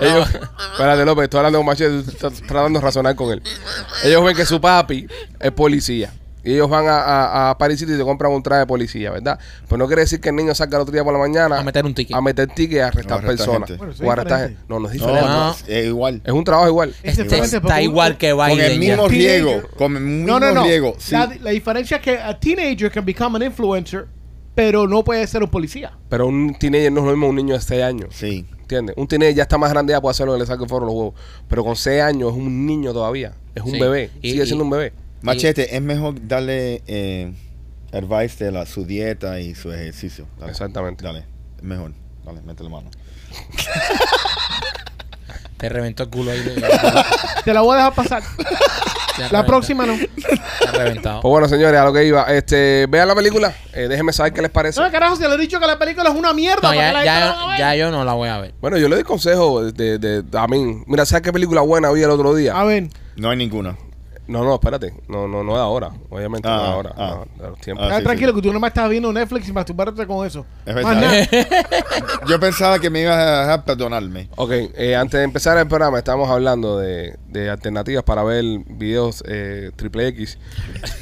[SPEAKER 1] Ellos, espérate, López, estoy hablando con Machete, tú estás tratando de razonar con él. Ellos ven que su papi es policía. Y ellos van a, a, a Paris City y te compran un traje de policía, ¿verdad? Pero no quiere decir que el niño salga el otro día por la mañana
[SPEAKER 6] A meter un ticket.
[SPEAKER 1] A meter ticket y a
[SPEAKER 3] O
[SPEAKER 1] arrestar
[SPEAKER 3] arrestar
[SPEAKER 1] personas.
[SPEAKER 3] gente.
[SPEAKER 4] Bueno, eso es
[SPEAKER 1] o arrestar
[SPEAKER 4] diferente.
[SPEAKER 1] gente. No, no es
[SPEAKER 3] No,
[SPEAKER 1] diferente.
[SPEAKER 6] No.
[SPEAKER 3] no, Es igual.
[SPEAKER 1] Es un trabajo igual.
[SPEAKER 4] Es
[SPEAKER 6] Este
[SPEAKER 4] diferente,
[SPEAKER 6] está
[SPEAKER 4] porque un-
[SPEAKER 6] igual que
[SPEAKER 3] Con el
[SPEAKER 6] Biden. ya.
[SPEAKER 3] mismo
[SPEAKER 4] ya.
[SPEAKER 3] riesgo.
[SPEAKER 4] Teenager.
[SPEAKER 3] Con el mismo
[SPEAKER 4] No, no, no.
[SPEAKER 3] riesgo. Sí.
[SPEAKER 4] La, la diferencia es que a teenager can become an influencer, pero no puede ser un policía.
[SPEAKER 1] Pero un teenager no es lo mismo un niño de 6 años.
[SPEAKER 3] Sí.
[SPEAKER 1] ¿Entiendes? Un teenager ya está más grande, ya puede hacer lo que le saque el foro los huevos. Pero con 6 años es un niño todavía. Es un
[SPEAKER 6] Sí.
[SPEAKER 1] bebé.
[SPEAKER 6] Y-
[SPEAKER 1] Sigue
[SPEAKER 6] y-
[SPEAKER 1] siendo un bebé.
[SPEAKER 3] Machete, es mejor darle eh, advice de la, su dieta y su ejercicio. Dale.
[SPEAKER 1] Exactamente.
[SPEAKER 3] Dale. Es mejor. Dale, métele mano.
[SPEAKER 6] Te reventó el culo ahí. de-
[SPEAKER 4] Te la voy a dejar pasar.
[SPEAKER 6] te
[SPEAKER 4] La
[SPEAKER 6] reventó.
[SPEAKER 4] próxima no.
[SPEAKER 6] Te ha
[SPEAKER 3] Ah.
[SPEAKER 6] reventado.
[SPEAKER 1] Pues bueno, señores, a lo que iba. Este, vean la película, eh, déjenme saber qué les parece.
[SPEAKER 4] No, carajo, se le he dicho que la película es una mierda.
[SPEAKER 6] No,
[SPEAKER 4] para que la ¿eh?
[SPEAKER 6] ya,
[SPEAKER 4] gente no la
[SPEAKER 6] ya,
[SPEAKER 4] vea.
[SPEAKER 6] ya yo no la voy a ver.
[SPEAKER 1] Bueno, yo le doy consejo de, de, de- a mí. Mira, ¿sabes qué película buena vi el otro día?
[SPEAKER 4] A ver,
[SPEAKER 3] No hay ninguna.
[SPEAKER 1] No, no, espérate. No, no, no de ahora. Obviamente no de
[SPEAKER 3] Ah,
[SPEAKER 1] ahora.
[SPEAKER 3] ah.
[SPEAKER 1] no, de los tiempos.
[SPEAKER 3] Ah,
[SPEAKER 4] ah,
[SPEAKER 3] sí,
[SPEAKER 4] tranquilo,
[SPEAKER 3] sí.
[SPEAKER 4] que tú nomás estás viendo Netflix y masturbarte con eso.
[SPEAKER 3] Es
[SPEAKER 4] Más nada.
[SPEAKER 3] verdad. Yo pensaba que me ibas a dejar perdonarme.
[SPEAKER 1] Ok, eh, antes de empezar el programa, estamos hablando de, de alternativas para ver videos eh, triple X.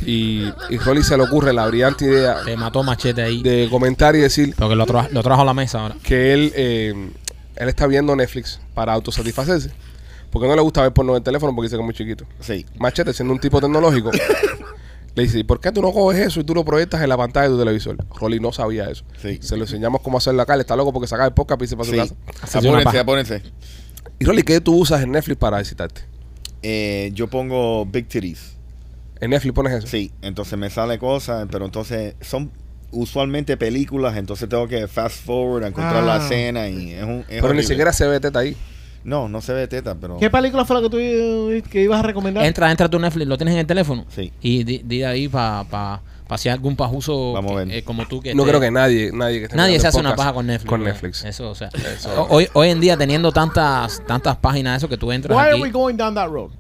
[SPEAKER 1] Y, y Rolly se le ocurre la brillante idea
[SPEAKER 6] Te mató machete ahí.
[SPEAKER 1] de comentar y decir
[SPEAKER 6] Porque lo, tra- lo trajo a la mesa ahora.
[SPEAKER 1] que él, eh, él está viendo Netflix para autosatisfacerse. Porque no le gusta ver porno en el teléfono porque dice que es muy chiquito.
[SPEAKER 3] Sí.
[SPEAKER 1] Machete, siendo un tipo tecnológico, Le dice, ¿y por qué tú no coges eso y tú lo proyectas en la pantalla de tu televisor? Rolly no sabía eso.
[SPEAKER 3] Sí.
[SPEAKER 1] Se lo enseñamos cómo hacerlo acá. Le está loco porque saca el podcast y se para
[SPEAKER 3] Sí.
[SPEAKER 1] su casa.
[SPEAKER 6] Hacerse una
[SPEAKER 3] Apórense,
[SPEAKER 6] paja.
[SPEAKER 3] apórense.
[SPEAKER 1] Y Rolly, ¿qué tú usas en Netflix para visitarte?
[SPEAKER 3] Eh, yo pongo Big Titties.
[SPEAKER 1] En Netflix pones eso.
[SPEAKER 3] Sí, entonces me sale cosas, pero entonces son usualmente películas, entonces tengo que fast forward a encontrar
[SPEAKER 4] Ah.
[SPEAKER 3] la escena y es un... es
[SPEAKER 1] Pero
[SPEAKER 3] horrible.
[SPEAKER 1] ni siquiera se ve teta ahí.
[SPEAKER 3] No, no se ve teta, pero...
[SPEAKER 4] ¿Qué película fue la que tú eh, que ibas a recomendar?
[SPEAKER 6] Entra, entra a tu Netflix, lo tienes en el teléfono.
[SPEAKER 3] Sí.
[SPEAKER 6] Y di, di ahí para pa, pa si hay algún pajuso
[SPEAKER 3] Vamos a ver.
[SPEAKER 6] que- eh, como tú que
[SPEAKER 1] No
[SPEAKER 6] esté-
[SPEAKER 1] creo que nadie, nadie que esté
[SPEAKER 6] Nadie
[SPEAKER 1] mirando
[SPEAKER 6] se
[SPEAKER 1] el
[SPEAKER 6] hace una
[SPEAKER 1] podcast
[SPEAKER 6] paja con Netflix.
[SPEAKER 1] Con
[SPEAKER 6] ¿verdad?
[SPEAKER 1] Netflix.
[SPEAKER 6] Eso, o sea. o- Hoy, hoy en día, teniendo tantas tantas páginas, eso que tú entras
[SPEAKER 4] Why are
[SPEAKER 6] aquí-
[SPEAKER 4] we going down that road?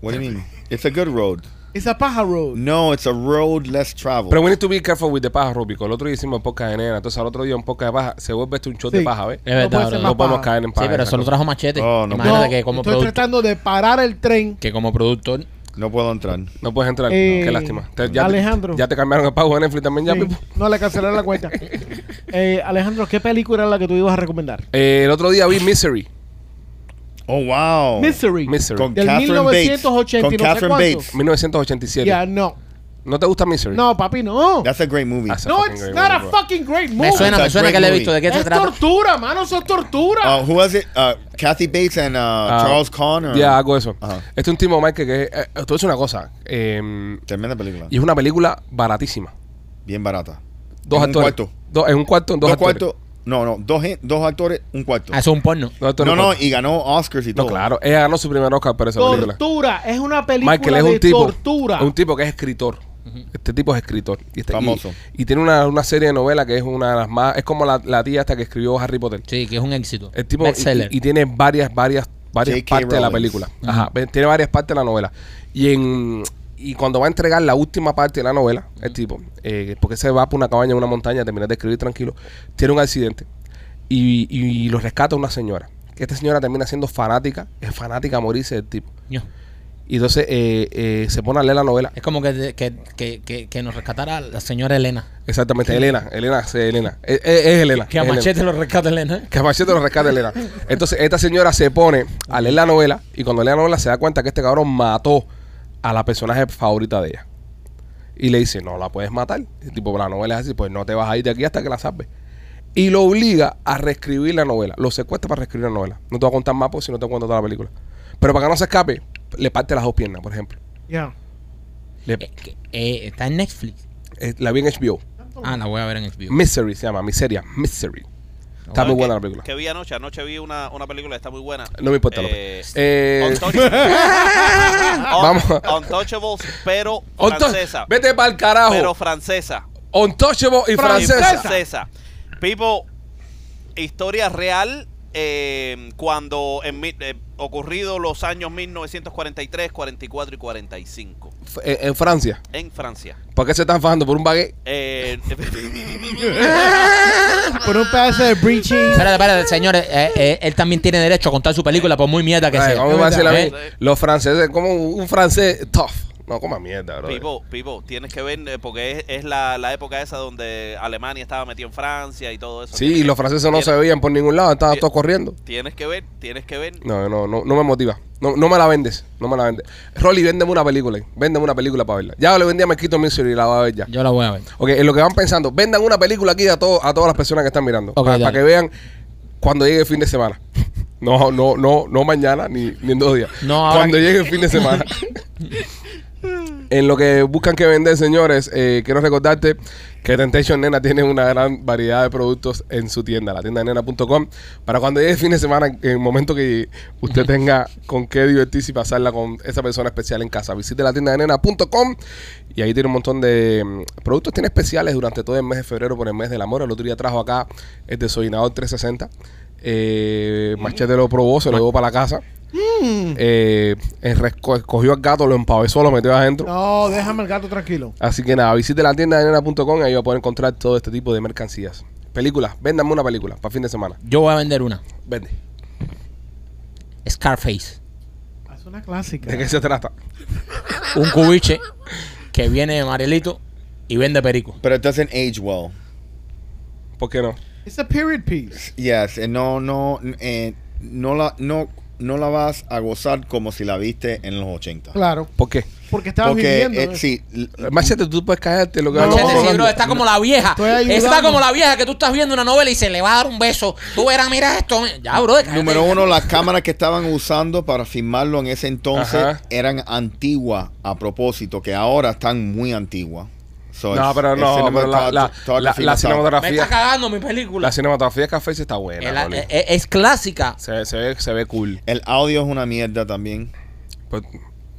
[SPEAKER 3] What do you mean? It's a good road.
[SPEAKER 4] It's a paja road.
[SPEAKER 3] No, it's a road less traveled.
[SPEAKER 1] Pero we need to be careful with the paja, Ruby. El otro día hicimos podcast de nena. Entonces, al otro día un podcast de paja. Se vuelve esto un show de
[SPEAKER 4] Sí.
[SPEAKER 1] paja, ¿ves?
[SPEAKER 6] Es verdad,
[SPEAKER 4] puede ser
[SPEAKER 6] bro.
[SPEAKER 4] más
[SPEAKER 1] No podemos
[SPEAKER 4] paja.
[SPEAKER 1] caer en
[SPEAKER 6] Sí,
[SPEAKER 1] paja.
[SPEAKER 6] pero eso lo trajo Machete.
[SPEAKER 3] Oh, no.
[SPEAKER 6] Imagínate
[SPEAKER 4] No,
[SPEAKER 6] que como,
[SPEAKER 4] estoy
[SPEAKER 6] produ-
[SPEAKER 4] tratando de parar el tren.
[SPEAKER 6] que como productor.
[SPEAKER 3] No puedo entrar.
[SPEAKER 1] No puedes entrar.
[SPEAKER 4] Eh,
[SPEAKER 1] Qué lástima. Te- ya te-
[SPEAKER 4] Alejandro.
[SPEAKER 1] ya te cambiaron el pago de Netflix también ya.
[SPEAKER 4] Sí,
[SPEAKER 1] Pipo.
[SPEAKER 4] no le cancelaron la cuenta. Eh, Alejandro, ¿qué película era la que tú ibas a recomendar?
[SPEAKER 1] Eh, el otro día vi Misery.
[SPEAKER 3] Oh, wow.
[SPEAKER 4] Misery.
[SPEAKER 1] Misery.
[SPEAKER 3] Con
[SPEAKER 4] Del
[SPEAKER 3] Catherine Bates.
[SPEAKER 4] 1980
[SPEAKER 3] Con
[SPEAKER 4] y no sé
[SPEAKER 3] Catherine
[SPEAKER 4] cuánto.
[SPEAKER 3] Bates.
[SPEAKER 1] 1987.
[SPEAKER 4] Yeah, no.
[SPEAKER 1] ¿No te gusta Misery?
[SPEAKER 4] No, papi, no.
[SPEAKER 3] That's a great movie.
[SPEAKER 1] That's a-
[SPEAKER 4] no,
[SPEAKER 1] fucking
[SPEAKER 4] it's
[SPEAKER 1] great
[SPEAKER 4] not a
[SPEAKER 1] movie, bro.
[SPEAKER 4] fucking great movie.
[SPEAKER 6] Me suena,
[SPEAKER 3] It's a
[SPEAKER 6] me suena
[SPEAKER 3] great
[SPEAKER 6] que le he
[SPEAKER 3] movie.
[SPEAKER 6] visto. ¿De qué se
[SPEAKER 4] Es
[SPEAKER 6] trata?
[SPEAKER 4] tortura, mano, eso es tortura.
[SPEAKER 1] Oh,
[SPEAKER 3] Uh, who was it? Uh, Kathy Bates and uh,
[SPEAKER 1] Ah,
[SPEAKER 3] Charles Connor.
[SPEAKER 1] Ya, hago eso.
[SPEAKER 3] Ajá.
[SPEAKER 1] Este es un tipo, Mike, que es. eh, tú dices una cosa. eh,
[SPEAKER 3] Tremenda película.
[SPEAKER 1] y es una película baratísima.
[SPEAKER 3] Bien barata.
[SPEAKER 1] Dos
[SPEAKER 3] En un
[SPEAKER 1] actores.
[SPEAKER 3] cuarto.
[SPEAKER 1] Dos, en un cuarto, dos,
[SPEAKER 3] Dos,
[SPEAKER 1] actores.
[SPEAKER 3] cuartos. No, no. Dos, gen- dos actores, un cuarto.
[SPEAKER 6] Ah, eso es un porno.
[SPEAKER 1] Dos actores
[SPEAKER 3] No,
[SPEAKER 1] en
[SPEAKER 3] no.
[SPEAKER 1] cuarto.
[SPEAKER 3] Y ganó Oscars y
[SPEAKER 1] No,
[SPEAKER 3] todo.
[SPEAKER 1] claro. Ella ganó su primer Oscar por esa película.
[SPEAKER 4] Tortura, es una película
[SPEAKER 1] Michael es
[SPEAKER 4] de
[SPEAKER 1] un tipo.
[SPEAKER 4] tortura.
[SPEAKER 1] es un tipo que es escritor. Este tipo es escritor. Y este- y-
[SPEAKER 3] Famoso.
[SPEAKER 1] Y, tiene una, una serie de novelas que es una de las más. Es como la, la tía hasta que escribió Harry Potter.
[SPEAKER 6] Sí, que es un éxito.
[SPEAKER 1] El tipo y,
[SPEAKER 6] Bestseller.
[SPEAKER 1] y tiene varias, varias, varias
[SPEAKER 3] J.K.
[SPEAKER 1] partes de la
[SPEAKER 3] Rowling.
[SPEAKER 1] película. Ajá. ve- Tiene varias partes de la novela. Y en y cuando va a entregar la última parte de la novela, el tipo, eh, porque se va por una cabaña, una montaña, a terminar de escribir tranquilo, tiene un accidente y, y lo rescata una señora. Esta señora termina siendo fanática, es fanática a morirse del tipo.
[SPEAKER 6] Ño.
[SPEAKER 1] Y entonces eh, eh, se pone a leer la novela.
[SPEAKER 6] Es como que, que, que, que, que nos rescatara la señora Elena.
[SPEAKER 1] Exactamente, Elena, Elena, sí, Elena. Es, es- es Elena.
[SPEAKER 6] Que a
[SPEAKER 1] es Elena.
[SPEAKER 6] Machete lo rescata Elena.
[SPEAKER 1] Que Machete lo rescata Elena. Entonces, esta señora se pone a leer la novela y cuando lee la novela se da cuenta que este cabrón mató a la personaje favorita de ella. Y le dice, no la puedes matar. El tipo, la novela es así, pues no te vas a ir de aquí hasta que la salves. Y lo obliga a reescribir la novela. Lo secuestra para reescribir la novela. No te voy a contar más porque si no te cuento toda la película. Pero para que no se escape, le parte las dos piernas, por ejemplo.
[SPEAKER 4] Ya.
[SPEAKER 1] Le-
[SPEAKER 6] Eh, que- eh, está en Netflix.
[SPEAKER 1] eh, la vi en HBO.
[SPEAKER 6] Ah, la voy a ver en HBO.
[SPEAKER 1] Misery se llama, miseria, misery. Está muy
[SPEAKER 5] ¿Sabes
[SPEAKER 1] buena
[SPEAKER 5] qué-
[SPEAKER 1] la película.
[SPEAKER 5] Que vi anoche, anoche vi una, una película que está muy buena.
[SPEAKER 1] No me importa,
[SPEAKER 5] Eh,
[SPEAKER 1] López. Eh, Vamos.
[SPEAKER 5] Vamos. Untouchables, pero
[SPEAKER 1] Onto-
[SPEAKER 5] francesa.
[SPEAKER 1] Vete para el carajo.
[SPEAKER 5] Pero francesa.
[SPEAKER 1] Untouchable y
[SPEAKER 4] Francesa.
[SPEAKER 1] francesa.
[SPEAKER 5] Francesa. Pipo, historia real. eh, cuando en, mi- eh, ocurrido los años 1943, 44 y 45
[SPEAKER 1] F- eh, En Francia.
[SPEAKER 5] en Francia.
[SPEAKER 1] ¿Por qué se están fajando por un baguette?
[SPEAKER 5] Eh,
[SPEAKER 4] Por un pedazo de breaching.
[SPEAKER 6] Espérate, espérate, señores. eh, eh, él también tiene derecho a contar su película por muy mierda que
[SPEAKER 1] Ay,
[SPEAKER 6] sea.
[SPEAKER 1] ¿cómo me va a decir a mí?
[SPEAKER 6] ¿Eh?
[SPEAKER 1] Los franceses, como un francés tough. No, coma mierda, bro.
[SPEAKER 5] Pipo, Pipo, tienes que ver, eh, porque es, es la, la época esa donde Alemania estaba metida en Francia y todo eso.
[SPEAKER 1] Sí,
[SPEAKER 5] Tienes
[SPEAKER 1] y los
[SPEAKER 5] que-
[SPEAKER 1] franceses no
[SPEAKER 5] tienes-
[SPEAKER 1] se veían por ningún lado, estaban
[SPEAKER 5] Bien.
[SPEAKER 1] todos corriendo.
[SPEAKER 5] Tienes que ver, tienes que ver.
[SPEAKER 1] No, no, no, no me motiva. No, no me la vendes, no me la vendes. Rolly, véndeme una película, ahí. véndeme una película para verla. Ya le vendí a Marquito Misery y la va a ver ya.
[SPEAKER 6] Yo la voy a ver.
[SPEAKER 1] Ok, en lo que van pensando, vendan una película aquí a, todo- a todas las personas que están mirando.
[SPEAKER 6] Ok,
[SPEAKER 1] para,
[SPEAKER 6] dale.
[SPEAKER 1] que vean cuando llegue el fin de semana. No, no, no, no mañana ni, ni en dos días.
[SPEAKER 6] No, ahora
[SPEAKER 1] cuando
[SPEAKER 6] que-
[SPEAKER 1] llegue el fin de semana. en lo que buscan que vender, señores, eh, quiero recordarte que Temptation Nena tiene una gran variedad de productos en su tienda, la tienda nena.com. Para cuando llegue el fin de semana, en el momento que usted tenga con qué divertirse y pasarla con esa persona especial en casa, visite la tienda de nena.com y ahí tiene un montón de mm, productos. Tiene especiales durante todo el mes de febrero por el mes del amor. El otro día trajo acá el desollinador 360. Eh, Machete lo probó, se lo llevó para la casa. Eh, el resco- escogió al gato, lo empavesó, lo metió adentro.
[SPEAKER 4] No, déjame el gato tranquilo.
[SPEAKER 1] Así que nada, visite la tienda de nena.com y ahí va a poder encontrar todo este tipo de mercancías. Películas, véndame una película para fin de semana.
[SPEAKER 6] Yo voy a vender una.
[SPEAKER 1] Vende.
[SPEAKER 6] Scarface.
[SPEAKER 4] Es una clásica.
[SPEAKER 1] ¿De qué se trata?
[SPEAKER 6] Un cubiche que viene de Marielito y vende perico.
[SPEAKER 3] But it doesn't age well.
[SPEAKER 1] ¿Por qué no?
[SPEAKER 4] It's a period piece.
[SPEAKER 3] eh, Yes, and eh, no, no, and no la, no no la vas a gozar como si la viste en los 80.
[SPEAKER 4] Claro.
[SPEAKER 1] ¿Por qué?
[SPEAKER 4] Porque estabas
[SPEAKER 3] Porque,
[SPEAKER 4] viviendo.
[SPEAKER 3] eh,
[SPEAKER 4] ¿eh?
[SPEAKER 3] sí,
[SPEAKER 1] Eh, Machete, tú puedes callarte lo que
[SPEAKER 4] No,
[SPEAKER 1] hablamos
[SPEAKER 6] Machete, sí,
[SPEAKER 1] hablando.
[SPEAKER 6] bro, está como la vieja.
[SPEAKER 4] Estoy ayudando.
[SPEAKER 6] Está como la vieja que tú estás viendo una novela y se le va a dar un beso. Tú verás, mira esto. mi- Ya, bro. cállate.
[SPEAKER 3] Número uno, las cámaras que estaban usando para filmarlo en ese entonces
[SPEAKER 1] Ajá.
[SPEAKER 3] eran antiguas a propósito, que ahora están muy antiguas. So,
[SPEAKER 1] No,
[SPEAKER 3] el-
[SPEAKER 1] pero
[SPEAKER 3] el
[SPEAKER 1] no,
[SPEAKER 3] cinema
[SPEAKER 1] pero la,
[SPEAKER 3] está-
[SPEAKER 1] la-
[SPEAKER 3] todo el
[SPEAKER 1] la-
[SPEAKER 3] film
[SPEAKER 1] la
[SPEAKER 3] está-
[SPEAKER 6] Me está
[SPEAKER 1] cinematografía,
[SPEAKER 6] cagando mi película.
[SPEAKER 1] la cinematografía de Café sí está buena.
[SPEAKER 6] Es la-
[SPEAKER 1] Rolly.
[SPEAKER 6] es- es- es clásica.
[SPEAKER 1] se, se ve, se ve cool.
[SPEAKER 3] El audio es una mierda también.
[SPEAKER 1] Pues,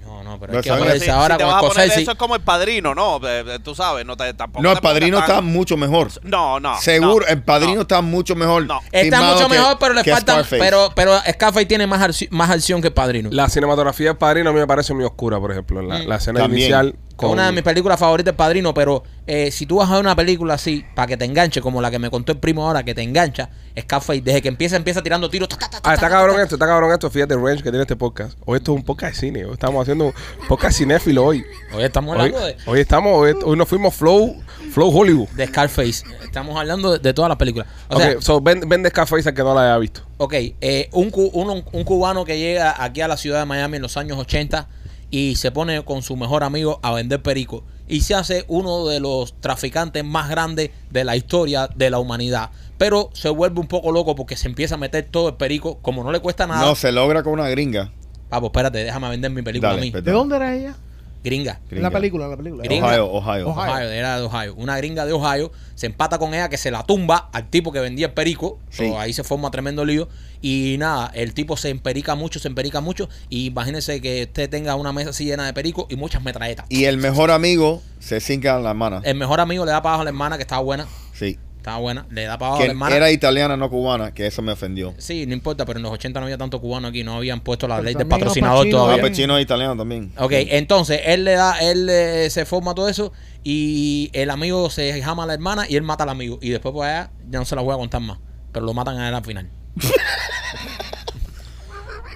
[SPEAKER 6] No, no, pero
[SPEAKER 3] No
[SPEAKER 6] hay que
[SPEAKER 3] sabes.
[SPEAKER 6] ponerse
[SPEAKER 3] Parece
[SPEAKER 5] Porque si, si
[SPEAKER 6] Pues ahora
[SPEAKER 5] te
[SPEAKER 6] con
[SPEAKER 5] vas a poner
[SPEAKER 6] Scorsese.
[SPEAKER 5] eso es como el padrino, ¿no? Eh, eh, Tú sabes, no te, tampoco.
[SPEAKER 3] No, el
[SPEAKER 5] te pongas
[SPEAKER 3] padrino
[SPEAKER 5] tan-
[SPEAKER 3] está mucho mejor.
[SPEAKER 5] No, no.
[SPEAKER 3] Seguro,
[SPEAKER 5] no.
[SPEAKER 3] el padrino está mucho mejor.
[SPEAKER 5] No.
[SPEAKER 6] Está
[SPEAKER 3] filmado
[SPEAKER 6] mucho
[SPEAKER 3] que-
[SPEAKER 6] mejor, pero le
[SPEAKER 3] que
[SPEAKER 6] faltan.
[SPEAKER 3] Scarface.
[SPEAKER 6] Pero, pero Scarface tiene más, arci- más acción que el Padrino.
[SPEAKER 1] la cinematografía de Padrino a mí me parece muy oscura, por ejemplo. La, la escena
[SPEAKER 3] También.
[SPEAKER 1] inicial
[SPEAKER 6] Es
[SPEAKER 1] con...
[SPEAKER 6] Mm. Una de mis películas favoritas, El Padrino, pero eh, si tú vas a ver una película así, para que te enganche, como la que me contó el primo ahora, que te engancha, Scarface, desde que empieza, empieza tirando tiros. ta, ta, ta, ta,
[SPEAKER 1] Ah, está
[SPEAKER 6] ta,
[SPEAKER 1] cabrón
[SPEAKER 6] ta,
[SPEAKER 1] esto, está cabrón esto. Fíjate el range que tiene este podcast. Hoy esto es un podcast de cine. Hoy estamos haciendo un podcast cinéfilo hoy.
[SPEAKER 6] ta. Hoy estamos
[SPEAKER 1] Hoy,
[SPEAKER 6] hablando de,
[SPEAKER 1] hoy estamos, hoy, hoy nos fuimos Flow, Flow Hollywood.
[SPEAKER 6] de Scarface. Estamos hablando de, de todas las películas. O
[SPEAKER 1] ok,
[SPEAKER 6] sea,
[SPEAKER 1] so ven, ven de Scarface al que no la haya visto.
[SPEAKER 6] Ok, eh, un, cu- un- un cubano que llega aquí a la ciudad de Miami en los años 80 y se pone con su mejor amigo a vender perico y se hace uno de los traficantes más grandes de la historia de la humanidad. Pero se vuelve un poco loco porque se empieza a meter todo el perico, como no le cuesta nada.
[SPEAKER 3] No, se logra con una gringa.
[SPEAKER 6] Papo, espérate, déjame vender mi película
[SPEAKER 3] Dale,
[SPEAKER 6] a mí.
[SPEAKER 3] perdón.
[SPEAKER 4] ¿De dónde era ella?
[SPEAKER 6] Gringa.
[SPEAKER 4] En
[SPEAKER 3] Gringa.
[SPEAKER 4] La película, en la película.
[SPEAKER 6] Gringa.
[SPEAKER 3] Ohio,
[SPEAKER 4] Ohio.
[SPEAKER 3] Ohio.
[SPEAKER 6] Ohio, era de Ohio. Una gringa de Ohio se empata con ella que se la tumba al tipo que vendía el perico.
[SPEAKER 3] Sí.
[SPEAKER 6] So, ahí se forma tremendo lío. Y nada, el tipo se emperica mucho, se emperica mucho. Y imagínense que usted tenga una mesa así llena de perico y muchas metralletas.
[SPEAKER 3] Y el mejor amigo se cinca en la hermana.
[SPEAKER 6] el mejor amigo le da para abajo a la hermana que estaba buena.
[SPEAKER 3] Sí.
[SPEAKER 6] Estaba buena. Le da para abajo a la
[SPEAKER 3] Que
[SPEAKER 6] hermana.
[SPEAKER 3] era italiana, no cubana, que eso me ofendió.
[SPEAKER 6] Sí, no importa, pero en los 80 no había tanto cubano aquí. No habían puesto la
[SPEAKER 4] Pero
[SPEAKER 6] ley del
[SPEAKER 4] también los
[SPEAKER 6] patrocinador
[SPEAKER 4] pachinos
[SPEAKER 3] Ah,
[SPEAKER 6] todavía.
[SPEAKER 4] Bien.
[SPEAKER 3] pues chino es italiano también.
[SPEAKER 6] Ok, entonces él le da, él eh, se forma todo eso y el amigo se jama a la hermana y él mata al amigo. Y después, pues allá, ya no se la voy a contar más. Pero lo matan a él al final.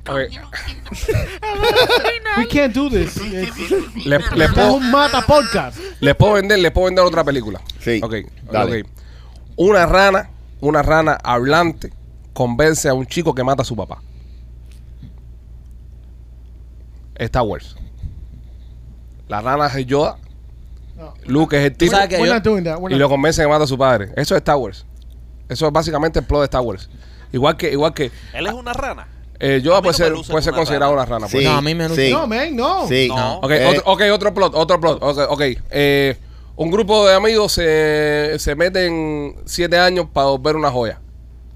[SPEAKER 1] Ok,
[SPEAKER 4] We can't do this. Es-
[SPEAKER 1] le- les,
[SPEAKER 4] Es
[SPEAKER 1] puedo,
[SPEAKER 4] un mata podcast.
[SPEAKER 1] les puedo vender, les puedo vender otra película.
[SPEAKER 3] Sí,
[SPEAKER 1] Ok,
[SPEAKER 3] dale.
[SPEAKER 1] ok. Una rana, una rana hablante convence a un chico que mata a su papá. Star Wars. La rana es Yoda.
[SPEAKER 4] No.
[SPEAKER 1] Luke es el
[SPEAKER 6] Tú
[SPEAKER 1] tipo.
[SPEAKER 6] sabes que
[SPEAKER 4] We're
[SPEAKER 6] yo-
[SPEAKER 4] not doing that.
[SPEAKER 1] y
[SPEAKER 4] We're
[SPEAKER 1] lo
[SPEAKER 4] not-
[SPEAKER 1] convence que mata a su padre. Eso es Star Wars. Eso es básicamente el plot de Star Wars. Igual que, igual que
[SPEAKER 5] Él es una rana.
[SPEAKER 1] eh,
[SPEAKER 5] A
[SPEAKER 1] Yoda
[SPEAKER 5] mí
[SPEAKER 1] puede
[SPEAKER 5] no
[SPEAKER 1] ser,
[SPEAKER 5] me luce
[SPEAKER 1] puede ser
[SPEAKER 5] como una
[SPEAKER 1] considerado
[SPEAKER 5] rana.
[SPEAKER 1] una rana.
[SPEAKER 3] Sí,
[SPEAKER 1] pues.
[SPEAKER 6] No, a mí me-
[SPEAKER 3] sí.
[SPEAKER 4] No, man, no.
[SPEAKER 3] Sí.
[SPEAKER 5] No.
[SPEAKER 1] Ok,
[SPEAKER 3] Eh,
[SPEAKER 1] otro, ok, otro plot, otro plot. Ok, ok. eh, un grupo de amigos se, se meten siete años para volver una joya.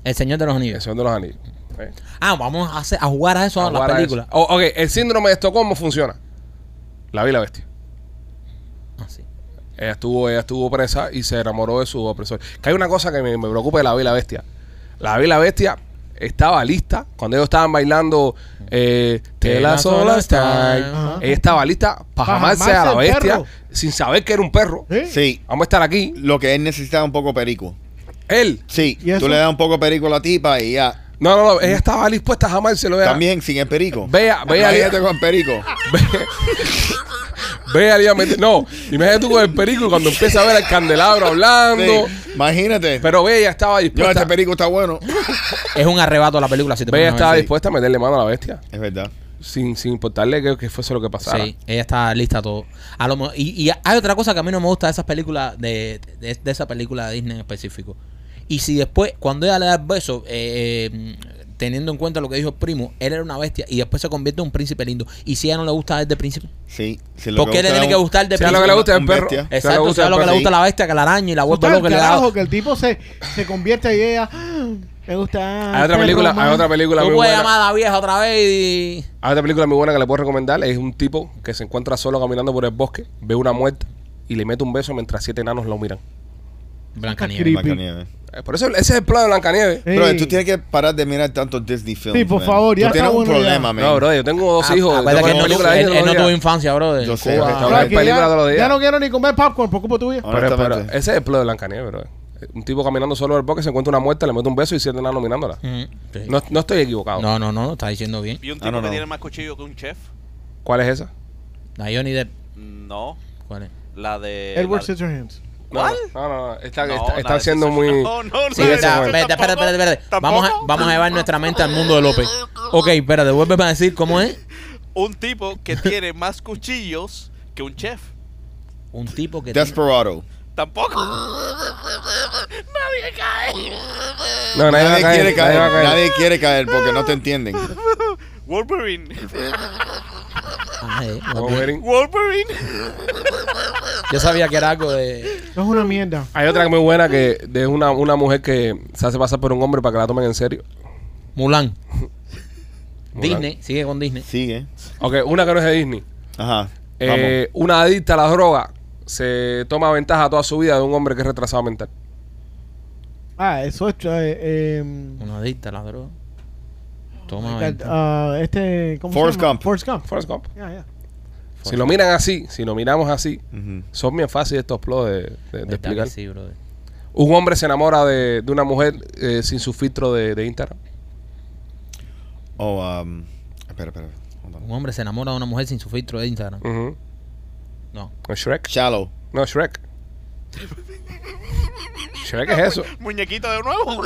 [SPEAKER 6] El Señor de los
[SPEAKER 1] El
[SPEAKER 6] Anillos.
[SPEAKER 1] Señor de los Anillos. Eh,
[SPEAKER 6] Ah, vamos a, hacer- a jugar a eso a,
[SPEAKER 1] ahora
[SPEAKER 6] la película.
[SPEAKER 1] eso. O- ok, el síndrome de Estocolmo funciona. La vi la bestia.
[SPEAKER 6] Ah, sí.
[SPEAKER 1] Ella estuvo, ella estuvo presa y se enamoró de su opresor. Que hay una cosa que me, me preocupa de la Vila Bestia. La Vila Bestia estaba lista. Cuando ellos estaban bailando eh,
[SPEAKER 6] Que
[SPEAKER 1] Tela
[SPEAKER 6] la
[SPEAKER 1] Sola
[SPEAKER 6] sola
[SPEAKER 1] está.
[SPEAKER 6] está.
[SPEAKER 1] Ajá. Ella estaba lista para
[SPEAKER 4] Pa'
[SPEAKER 1] jamarse a la
[SPEAKER 4] jamarse el
[SPEAKER 1] bestia
[SPEAKER 4] perro.
[SPEAKER 1] sin saber que era un perro.
[SPEAKER 4] ¿Eh?
[SPEAKER 3] Sí.
[SPEAKER 1] Vamos a estar aquí.
[SPEAKER 3] Lo que él necesitaba un poco perico.
[SPEAKER 1] Él.
[SPEAKER 3] Sí.
[SPEAKER 4] ¿Y eso?
[SPEAKER 3] Tú le das un poco perico a la tipa y ya.
[SPEAKER 1] No, no, no. Ella estaba dispuesta a jamárselo. Ella-
[SPEAKER 3] También sin el perico.
[SPEAKER 1] Vea, vea.
[SPEAKER 3] Imagínate con perico.
[SPEAKER 1] Ve al día met- No, imagínate tú con el perico cuando empieza a ver al candelabro hablando.
[SPEAKER 3] Sí. Imagínate.
[SPEAKER 1] Pero ve, ella estaba
[SPEAKER 3] Yo,
[SPEAKER 1] dispuesta.
[SPEAKER 3] este perico está bueno.
[SPEAKER 6] Es un arrebato a la película. Si te
[SPEAKER 1] Ve, ella
[SPEAKER 6] pones a
[SPEAKER 1] estaba
[SPEAKER 6] ver.
[SPEAKER 1] dispuesta a meterle mano a la bestia.
[SPEAKER 3] Es verdad.
[SPEAKER 1] sin, sin importarle que, que fuese lo que pasara.
[SPEAKER 6] Sí, ella está lista a todo. A lo mo- y, y hay otra cosa que a mí no me gusta de esas películas, de, de, de esa película de Disney en específico. Y si después, cuando ella le da el beso, eh, eh, teniendo en cuenta lo que dijo el primo, él era una bestia y después se convierte en un príncipe lindo. Y si ella no le gusta es de príncipe,
[SPEAKER 3] Sí. Si lo
[SPEAKER 6] ¿por qué le
[SPEAKER 3] gusta
[SPEAKER 6] tiene
[SPEAKER 3] es
[SPEAKER 6] que
[SPEAKER 3] un-
[SPEAKER 6] gustar de
[SPEAKER 1] Sea lo
[SPEAKER 6] príncipe?
[SPEAKER 1] que le gusta el
[SPEAKER 3] Un
[SPEAKER 1] perro.
[SPEAKER 3] bestia.
[SPEAKER 1] sea lo
[SPEAKER 6] Exacto,
[SPEAKER 1] que
[SPEAKER 6] sea lo que le
[SPEAKER 1] el
[SPEAKER 6] gusta a la bestia, que la araña y la vuelta
[SPEAKER 4] Total,
[SPEAKER 6] loca que le da.
[SPEAKER 4] carajo, que el tipo se, se convierte y ella. "Ah, Me gusta.
[SPEAKER 1] perro. Hay otra
[SPEAKER 4] perro,
[SPEAKER 1] película,
[SPEAKER 4] man".
[SPEAKER 1] hay otra película
[SPEAKER 6] Tú
[SPEAKER 1] muy
[SPEAKER 6] puedes
[SPEAKER 1] buena.
[SPEAKER 6] llamar a la vieja otra vez y...
[SPEAKER 1] Hay otra película muy buena que le puedo recomendar. Es un tipo que se encuentra solo caminando por el bosque, ve una muerta y le mete un beso mientras siete enanos lo miran.
[SPEAKER 6] Blancanieves.
[SPEAKER 4] creepy.
[SPEAKER 3] Blancanieves.
[SPEAKER 1] Eh, Por eso ese es el plan de Blancanieves.
[SPEAKER 4] Ey,
[SPEAKER 3] Bro, tú tienes que parar de mirar tantos Disney films.
[SPEAKER 4] Sí, por
[SPEAKER 3] man.
[SPEAKER 4] favor, ya
[SPEAKER 3] Tú
[SPEAKER 4] está
[SPEAKER 3] tienes un
[SPEAKER 4] bueno ya.
[SPEAKER 3] problema, man.
[SPEAKER 1] No, bro, yo tengo dos hijos.
[SPEAKER 6] Ah, acuérdate
[SPEAKER 1] yo
[SPEAKER 6] que
[SPEAKER 1] pongo
[SPEAKER 6] él no,
[SPEAKER 1] películas de
[SPEAKER 6] él-
[SPEAKER 1] ellos
[SPEAKER 6] él no
[SPEAKER 1] todos
[SPEAKER 6] tuvo
[SPEAKER 1] los días.
[SPEAKER 6] infancia, brother.
[SPEAKER 3] Yo sé,
[SPEAKER 1] Cuba.
[SPEAKER 3] restaurante.
[SPEAKER 4] Ahora que
[SPEAKER 1] película de los
[SPEAKER 4] Ah, ya,
[SPEAKER 1] días.
[SPEAKER 4] ya no quiero ni comer popcorn por culpa
[SPEAKER 3] Oh,
[SPEAKER 4] tuya.
[SPEAKER 1] Pero- eh, pero
[SPEAKER 3] Honestamente.
[SPEAKER 1] ese es el plan de Blancanieves, bro. Un tipo caminando solo por el bosque se encuentra una muerta, le mete un beso y siete enanos mirándola.
[SPEAKER 6] Ujú, sí.
[SPEAKER 1] No, no estoy equivocado.
[SPEAKER 6] Mm. no, no, no, está diciendo bien.
[SPEAKER 5] Y un
[SPEAKER 3] Ah,
[SPEAKER 5] tipo
[SPEAKER 3] no,
[SPEAKER 5] que
[SPEAKER 3] no.
[SPEAKER 5] tiene más cuchillo que un chef.
[SPEAKER 1] ¿Cuál es esa?
[SPEAKER 6] La Johnny Depp,
[SPEAKER 5] No.
[SPEAKER 6] ¿cuál es?
[SPEAKER 5] La de.
[SPEAKER 4] Edward
[SPEAKER 5] la-
[SPEAKER 4] Scissorhands.
[SPEAKER 1] No,
[SPEAKER 5] ¿Cuál?
[SPEAKER 1] No, no, no, está,
[SPEAKER 5] No,
[SPEAKER 1] está,
[SPEAKER 5] la
[SPEAKER 1] está
[SPEAKER 5] de
[SPEAKER 1] siendo
[SPEAKER 5] Sesame.
[SPEAKER 1] muy...
[SPEAKER 5] No, no,
[SPEAKER 1] Sí,
[SPEAKER 5] la de
[SPEAKER 1] eso
[SPEAKER 6] espérate,
[SPEAKER 1] fue.
[SPEAKER 6] espérate, espérate,
[SPEAKER 5] ¿Tampoco?
[SPEAKER 6] espérate, espérate. Vamos, a,
[SPEAKER 5] ¿Tampoco?
[SPEAKER 6] vamos a llevar nuestra mente al mundo de López. Ok, espérate, vuelve a decir cómo es.
[SPEAKER 5] Un tipo que tiene más cuchillos que un chef.
[SPEAKER 6] Un tipo que... tiene-
[SPEAKER 3] Desperado.
[SPEAKER 5] Tampoco.
[SPEAKER 1] No, nadie, va a caer,
[SPEAKER 3] Nadie quiere
[SPEAKER 1] nadie va a caer.
[SPEAKER 3] caer. Nadie quiere caer porque no te entienden.
[SPEAKER 5] Wolverine.
[SPEAKER 6] Ah, eh,
[SPEAKER 1] Wolverine.
[SPEAKER 5] Wolverine.
[SPEAKER 6] Yo sabía que era algo de...
[SPEAKER 4] No es una mierda.
[SPEAKER 1] Hay otra muy buena que es una, una mujer que se hace pasar por un hombre para que la tomen en serio.
[SPEAKER 6] Mulan.
[SPEAKER 1] Mulan.
[SPEAKER 6] Disney, sigue con Disney.
[SPEAKER 3] Sigue.
[SPEAKER 1] Ok, una que no es de Disney.
[SPEAKER 3] Ajá.
[SPEAKER 1] Eh, una adicta a la droga se toma ventaja toda su vida de un hombre que es retrasado mental.
[SPEAKER 4] Ah, eso es. eh, em,
[SPEAKER 6] Una adicta a la droga. Toma
[SPEAKER 4] ah,
[SPEAKER 6] venta.
[SPEAKER 4] este. ¿Cómo
[SPEAKER 3] Forrest
[SPEAKER 4] se llama?
[SPEAKER 3] Gump.
[SPEAKER 4] Forrest Gump.
[SPEAKER 1] Forrest Gump.
[SPEAKER 4] Ya, ya.
[SPEAKER 1] Si lo miran así, si lo miramos así,
[SPEAKER 3] Vamos. Ujú.
[SPEAKER 1] son bien fáciles estos plots de, de- de
[SPEAKER 6] Verdad que
[SPEAKER 1] explicar.
[SPEAKER 6] sí, brother.
[SPEAKER 1] Un hombre se enamora de, de una mujer eh, sin su filtro de, de Instagram.
[SPEAKER 3] Oh, um, espera, espera. Hold on.
[SPEAKER 6] Un hombre se enamora de una mujer sin su filtro de Instagram.
[SPEAKER 1] Ujú.
[SPEAKER 6] No.
[SPEAKER 1] No, Shrek.
[SPEAKER 3] Shallow.
[SPEAKER 1] No, Shrek. Shrek es eso.
[SPEAKER 5] Muñequito de nuevo.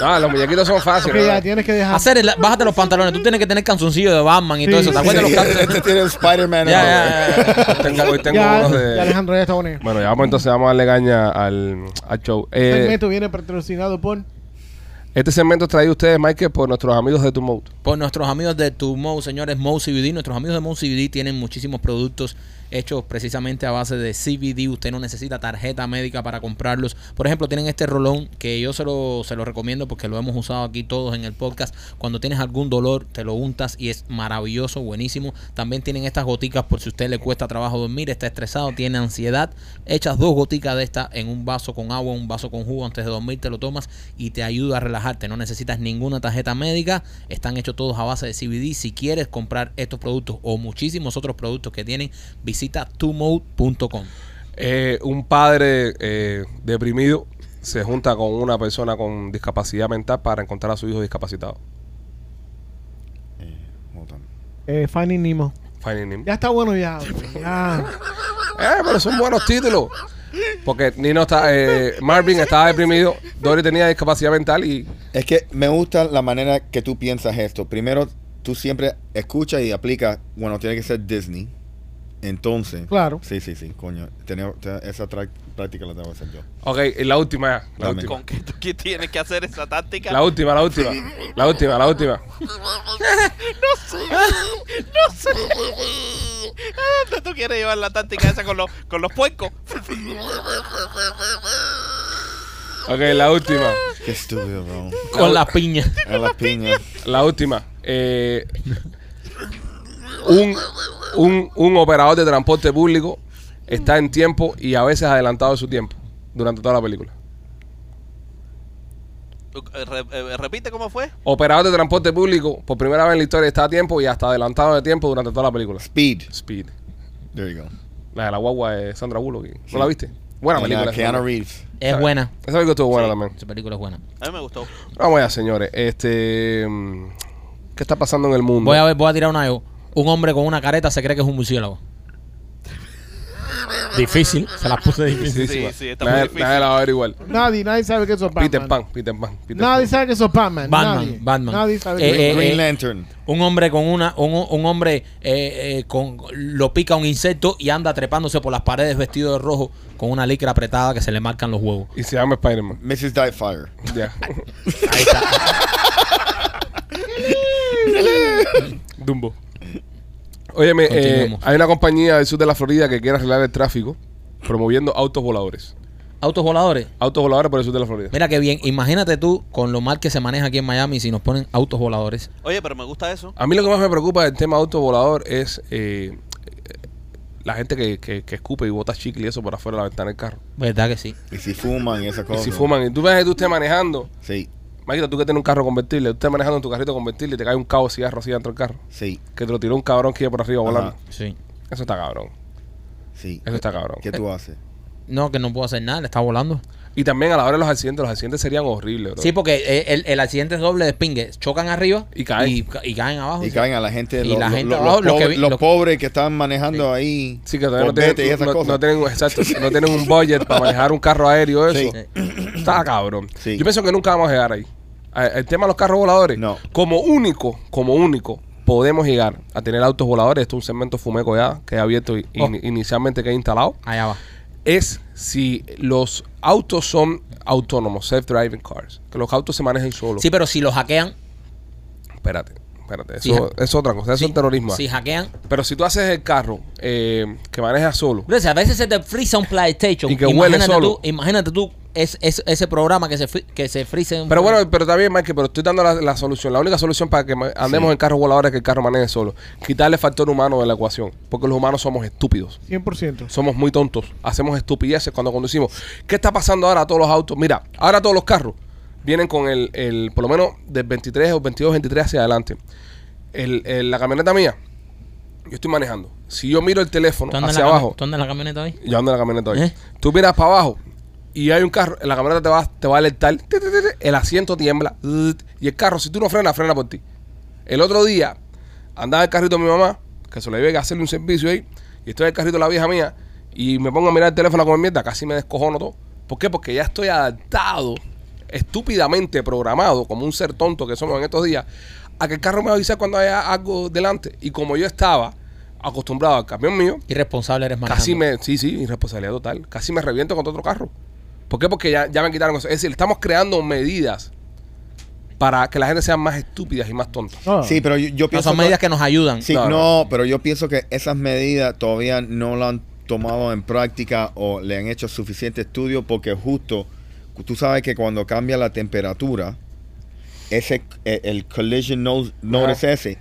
[SPEAKER 1] No, los muñequitos son
[SPEAKER 4] Ok,
[SPEAKER 1] fáciles.
[SPEAKER 4] ya
[SPEAKER 1] ¿verdad?
[SPEAKER 4] tienes que dejar.
[SPEAKER 6] Hacer el- bájate los pantalones. Tú tienes que tener canzoncillo de Batman y
[SPEAKER 4] Sí,
[SPEAKER 6] todo eso. ¿Te
[SPEAKER 4] sí,
[SPEAKER 6] acuerdas
[SPEAKER 4] sí.
[SPEAKER 6] los can-
[SPEAKER 3] este tiene Spider-Man.
[SPEAKER 6] Ya, ya, ya, ya.
[SPEAKER 1] Hoy tengo, hoy tengo
[SPEAKER 4] ya,
[SPEAKER 1] unos
[SPEAKER 4] ya,
[SPEAKER 1] de...
[SPEAKER 4] Alejandro ya está
[SPEAKER 3] Eh.
[SPEAKER 4] bonito.
[SPEAKER 1] Bueno, ya vamos entonces, vamos a darle caña al, al show. Eh,
[SPEAKER 4] El segmento viene patrocinado por.
[SPEAKER 1] este segmento es traído a ustedes, Michael, por nuestros amigos de Tu Mode.
[SPEAKER 6] Por Pues nuestros amigos de tu Mo, señores, Mo CBD. Nuestros amigos de Mo CBD tienen muchísimos productos hechos precisamente a base de CBD. Usted no necesita tarjeta médica para comprarlos. Por ejemplo, tienen este rolón que yo se lo, se lo recomiendo porque lo hemos usado aquí todos en el podcast. Cuando tienes algún dolor, te lo untas y es maravilloso, buenísimo. También tienen estas goticas por si a usted le cuesta trabajo dormir, está estresado, tiene ansiedad. Echas dos goticas de esta en un vaso con agua, un vaso con jugo antes de dormir, te lo tomas y te ayuda a relajarte. No necesitas ninguna tarjeta médica. Están hechos todos a base de CBD. Si quieres comprar estos productos o muchísimos otros productos que tienen, visita tumode.com.
[SPEAKER 1] Eh, un padre eh, deprimido se junta con una persona con discapacidad mental para encontrar a su hijo discapacitado.
[SPEAKER 3] Hold on.
[SPEAKER 4] Eh, Finding Nemo.
[SPEAKER 1] Finding Nemo.
[SPEAKER 4] Ya está bueno ya. hombre, ya.
[SPEAKER 1] Eh, pero son buenos títulos. Porque Nino está, eh, Marvin estaba deprimido, Dory tenía discapacidad mental y
[SPEAKER 3] Es que me gusta la manera que tú piensas esto. Primero, tú siempre escuchas y aplicas. Bueno, tiene que ser Disney. Entonces.
[SPEAKER 4] Claro.
[SPEAKER 3] Sí, sí, sí. Coño, tenía- te- esa tra- práctica la tengo que hacer yo.
[SPEAKER 1] Ok, y la última ya, La
[SPEAKER 3] Dame.
[SPEAKER 1] última.
[SPEAKER 5] ¿Con qué tú qué tienes que hacer esa táctica?
[SPEAKER 1] La última, la última. La última, la última.
[SPEAKER 5] No sé. ¿A dónde tú quieres llevar la táctica esa con los, con los puercos?
[SPEAKER 1] Ok, la última.
[SPEAKER 3] Qué estúpido, bro.
[SPEAKER 6] Con la piña.
[SPEAKER 3] A la piña.
[SPEAKER 1] La última. Eh, un, un, un operador de transporte público está en tiempo y a veces adelantado de su tiempo durante toda la película.
[SPEAKER 5] Eh, re- eh, repite cómo fue.
[SPEAKER 1] Operador de transporte público, por primera vez en la historia, está a tiempo y hasta adelantado de tiempo durante toda la película.
[SPEAKER 3] Speed.
[SPEAKER 1] Speed.
[SPEAKER 3] There you go.
[SPEAKER 1] La de la guagua de Sandra Bullock. ¿No
[SPEAKER 3] Sí.
[SPEAKER 1] la viste? Buena
[SPEAKER 3] And, uh,
[SPEAKER 1] película.
[SPEAKER 3] Keanu
[SPEAKER 1] esa, película.
[SPEAKER 3] Reeves.
[SPEAKER 6] Es buena.
[SPEAKER 1] Esa película estuvo buena también.
[SPEAKER 6] Esa película es buena.
[SPEAKER 5] A mí me gustó.
[SPEAKER 1] Vamos allá, señores. Este, mm, ¿Qué está pasando en el mundo?
[SPEAKER 6] Voy a ver, voy a tirar una yo. Un hombre con una careta se cree que es un murciélago. Difícil, se las puse
[SPEAKER 1] Sí,
[SPEAKER 6] difícil.
[SPEAKER 5] Sí,
[SPEAKER 1] sí,
[SPEAKER 5] sí, está muy
[SPEAKER 1] nadie,
[SPEAKER 5] difícil.
[SPEAKER 1] nadie la va a ver igual.
[SPEAKER 4] Nadie, nadie sabe que eso es Batman.
[SPEAKER 1] Peter Pan, Peter Pan. Peter
[SPEAKER 4] Nadie
[SPEAKER 1] Pan.
[SPEAKER 4] sabe que eso es Batman.
[SPEAKER 6] Batman,
[SPEAKER 4] nadie.
[SPEAKER 6] Batman.
[SPEAKER 4] Nadie sabe
[SPEAKER 6] Eh,
[SPEAKER 4] que
[SPEAKER 6] eh,
[SPEAKER 3] Green Lantern.
[SPEAKER 6] Un hombre con una, un, un hombre eh, eh, con lo pica un insecto y anda trepándose por las paredes vestido de rojo con una licra apretada que se le marcan los huevos.
[SPEAKER 1] Y se llama Spider-Man.
[SPEAKER 3] Mrs. Doubtfire.
[SPEAKER 1] Ya.
[SPEAKER 6] Ahí está.
[SPEAKER 1] Dumbo. Óyeme, eh,
[SPEAKER 6] Continuemos.
[SPEAKER 1] hay una compañía del sur de la Florida que quiere arreglar el tráfico promoviendo autos voladores.
[SPEAKER 6] Autos voladores.
[SPEAKER 1] Autos voladores por el sur de la Florida.
[SPEAKER 6] Mira qué bien. Imagínate tú con lo mal que se maneja aquí en Miami si nos ponen autos voladores.
[SPEAKER 5] Oye, pero me gusta eso.
[SPEAKER 1] A mí lo que más me preocupa del tema auto volador es eh, la gente que, que- que escupe y bota chicle y eso por afuera de la ventana del carro.
[SPEAKER 6] ¿Verdad que sí?
[SPEAKER 3] Y si fuman y esas
[SPEAKER 1] Y
[SPEAKER 3] cosas.
[SPEAKER 1] si fuman, y tú ves que tú estés manejando,
[SPEAKER 3] Sí,
[SPEAKER 1] Maquita, tú que tienes un carro convertible, tú estás manejando en tu carrito convertible y te cae un cabo de cigarro así dentro del carro.
[SPEAKER 3] sí,
[SPEAKER 1] Que te lo tiró un cabrón que iba por arriba
[SPEAKER 3] Ajá.
[SPEAKER 1] volando.
[SPEAKER 6] Sí.
[SPEAKER 1] Eso está cabrón.
[SPEAKER 3] sí.
[SPEAKER 1] Eso está cabrón.
[SPEAKER 3] ¿Qué tú haces?
[SPEAKER 6] No, que no puedo hacer nada, le está volando.
[SPEAKER 1] Y también a la hora de los accidentes, los accidentes serían horribles, bro.
[SPEAKER 6] Sí, porque eh, el, el accidente es doble de pingue. Chocan arriba
[SPEAKER 1] Y caen.
[SPEAKER 6] Y, ca- y caen abajo.
[SPEAKER 3] Y
[SPEAKER 6] sí.
[SPEAKER 3] caen a la gente,
[SPEAKER 6] Y
[SPEAKER 3] lo-
[SPEAKER 6] la
[SPEAKER 3] lo-
[SPEAKER 6] gente
[SPEAKER 3] lo-
[SPEAKER 6] abajo,
[SPEAKER 3] los,
[SPEAKER 6] los que
[SPEAKER 3] pobres-
[SPEAKER 6] vi-
[SPEAKER 3] los
[SPEAKER 6] los-
[SPEAKER 3] pobres que estaban manejando ahí.
[SPEAKER 1] Sí, que todavía no
[SPEAKER 3] corvetes
[SPEAKER 1] tienen,
[SPEAKER 3] y esas
[SPEAKER 1] no,
[SPEAKER 3] cosas.
[SPEAKER 1] no tienen, exacto, no tienen un budget para manejar un carro aéreo eso. Está cabrón.
[SPEAKER 3] Sí.
[SPEAKER 1] Yo pienso que nunca vamos a llegar ahí. A- El tema de los carros voladores,
[SPEAKER 3] No.
[SPEAKER 1] como único, como único, podemos llegar a tener autos voladores. Esto es un segmento fumeco ya que he abierto y-
[SPEAKER 6] Oh.
[SPEAKER 1] in- inicialmente que he instalado.
[SPEAKER 6] Allá va.
[SPEAKER 1] Es si los autos son autónomos, self-driving cars. Que los autos se manejen solos.
[SPEAKER 6] Sí, pero si lo hackean.
[SPEAKER 1] Espérate, espérate.
[SPEAKER 6] Sí,
[SPEAKER 1] Eso es otra cosa. Eso
[SPEAKER 6] sí,
[SPEAKER 1] es terrorismo.
[SPEAKER 6] Si hackean.
[SPEAKER 1] Pero si tú haces el carro eh, que manejas solo,
[SPEAKER 6] Bro, si a veces se te freeza un PlayStation.
[SPEAKER 1] Y que huele
[SPEAKER 6] imagínate
[SPEAKER 1] solo.
[SPEAKER 6] Tú, imagínate tú es, es- ese programa que se, fri- que se freeze un-
[SPEAKER 1] Pero bueno, pero también, Mike, pero estoy dando la, la solución. La única solución para que ma- andemos en carros voladores es que el carro maneje solo. Quitarle el factor humano de la ecuación. Porque los humanos somos estúpidos.
[SPEAKER 4] 100%.
[SPEAKER 1] Somos muy tontos. Hacemos estupideces cuando conducimos. ¿Qué está pasando ahora a todos los autos? Mira, ahora todos los carros vienen con el, el por lo menos del 23 o 22, 23 hacia adelante. El- el- la camioneta mía, yo estoy manejando. Si yo miro el teléfono
[SPEAKER 6] ¿Tú andas en
[SPEAKER 1] hacia
[SPEAKER 6] la cami-
[SPEAKER 1] abajo,
[SPEAKER 6] ¿Tú andas en la camioneta hoy?
[SPEAKER 1] yo ando en la camioneta hoy.
[SPEAKER 6] ¿Eh?
[SPEAKER 1] Tú miras para abajo y hay un carro, la camioneta te va, te va a alertar, ti, ti, ti, ti, el asiento tiembla zzz, y el carro, si tú no frenas, frena por ti. El otro día andaba el carrito de mi mamá, que se lo iba a hacerle un servicio ahí, y estoy en el carrito de la vieja mía y me pongo a mirar el teléfono como mierda, casi me descojono todo. ¿Por qué? Porque ya estoy adaptado, estúpidamente programado, como un ser tonto que somos en estos días, a que el carro me avisa cuando haya algo delante. Y como yo estaba acostumbrado al camión mío,
[SPEAKER 6] Irresponsable eres manejando.
[SPEAKER 1] Casi me, sí, sí, irresponsabilidad total. Casi me reviento contra otro carro. ¿Por qué? Porque ya, ya me quitaron eso. Es decir, estamos creando medidas para que la gente sea más estúpidas y más tontas.
[SPEAKER 4] No.
[SPEAKER 3] Sí, pero yo, yo
[SPEAKER 6] No,
[SPEAKER 3] pienso.
[SPEAKER 6] son medidas que nos ayudan.
[SPEAKER 3] Sí,
[SPEAKER 1] No,
[SPEAKER 3] no, pero yo pienso que esas medidas todavía no las han tomado en práctica o le han hecho suficiente estudio porque justo tú sabes que cuando cambia la temperatura, ese eh, el collision no- notice ese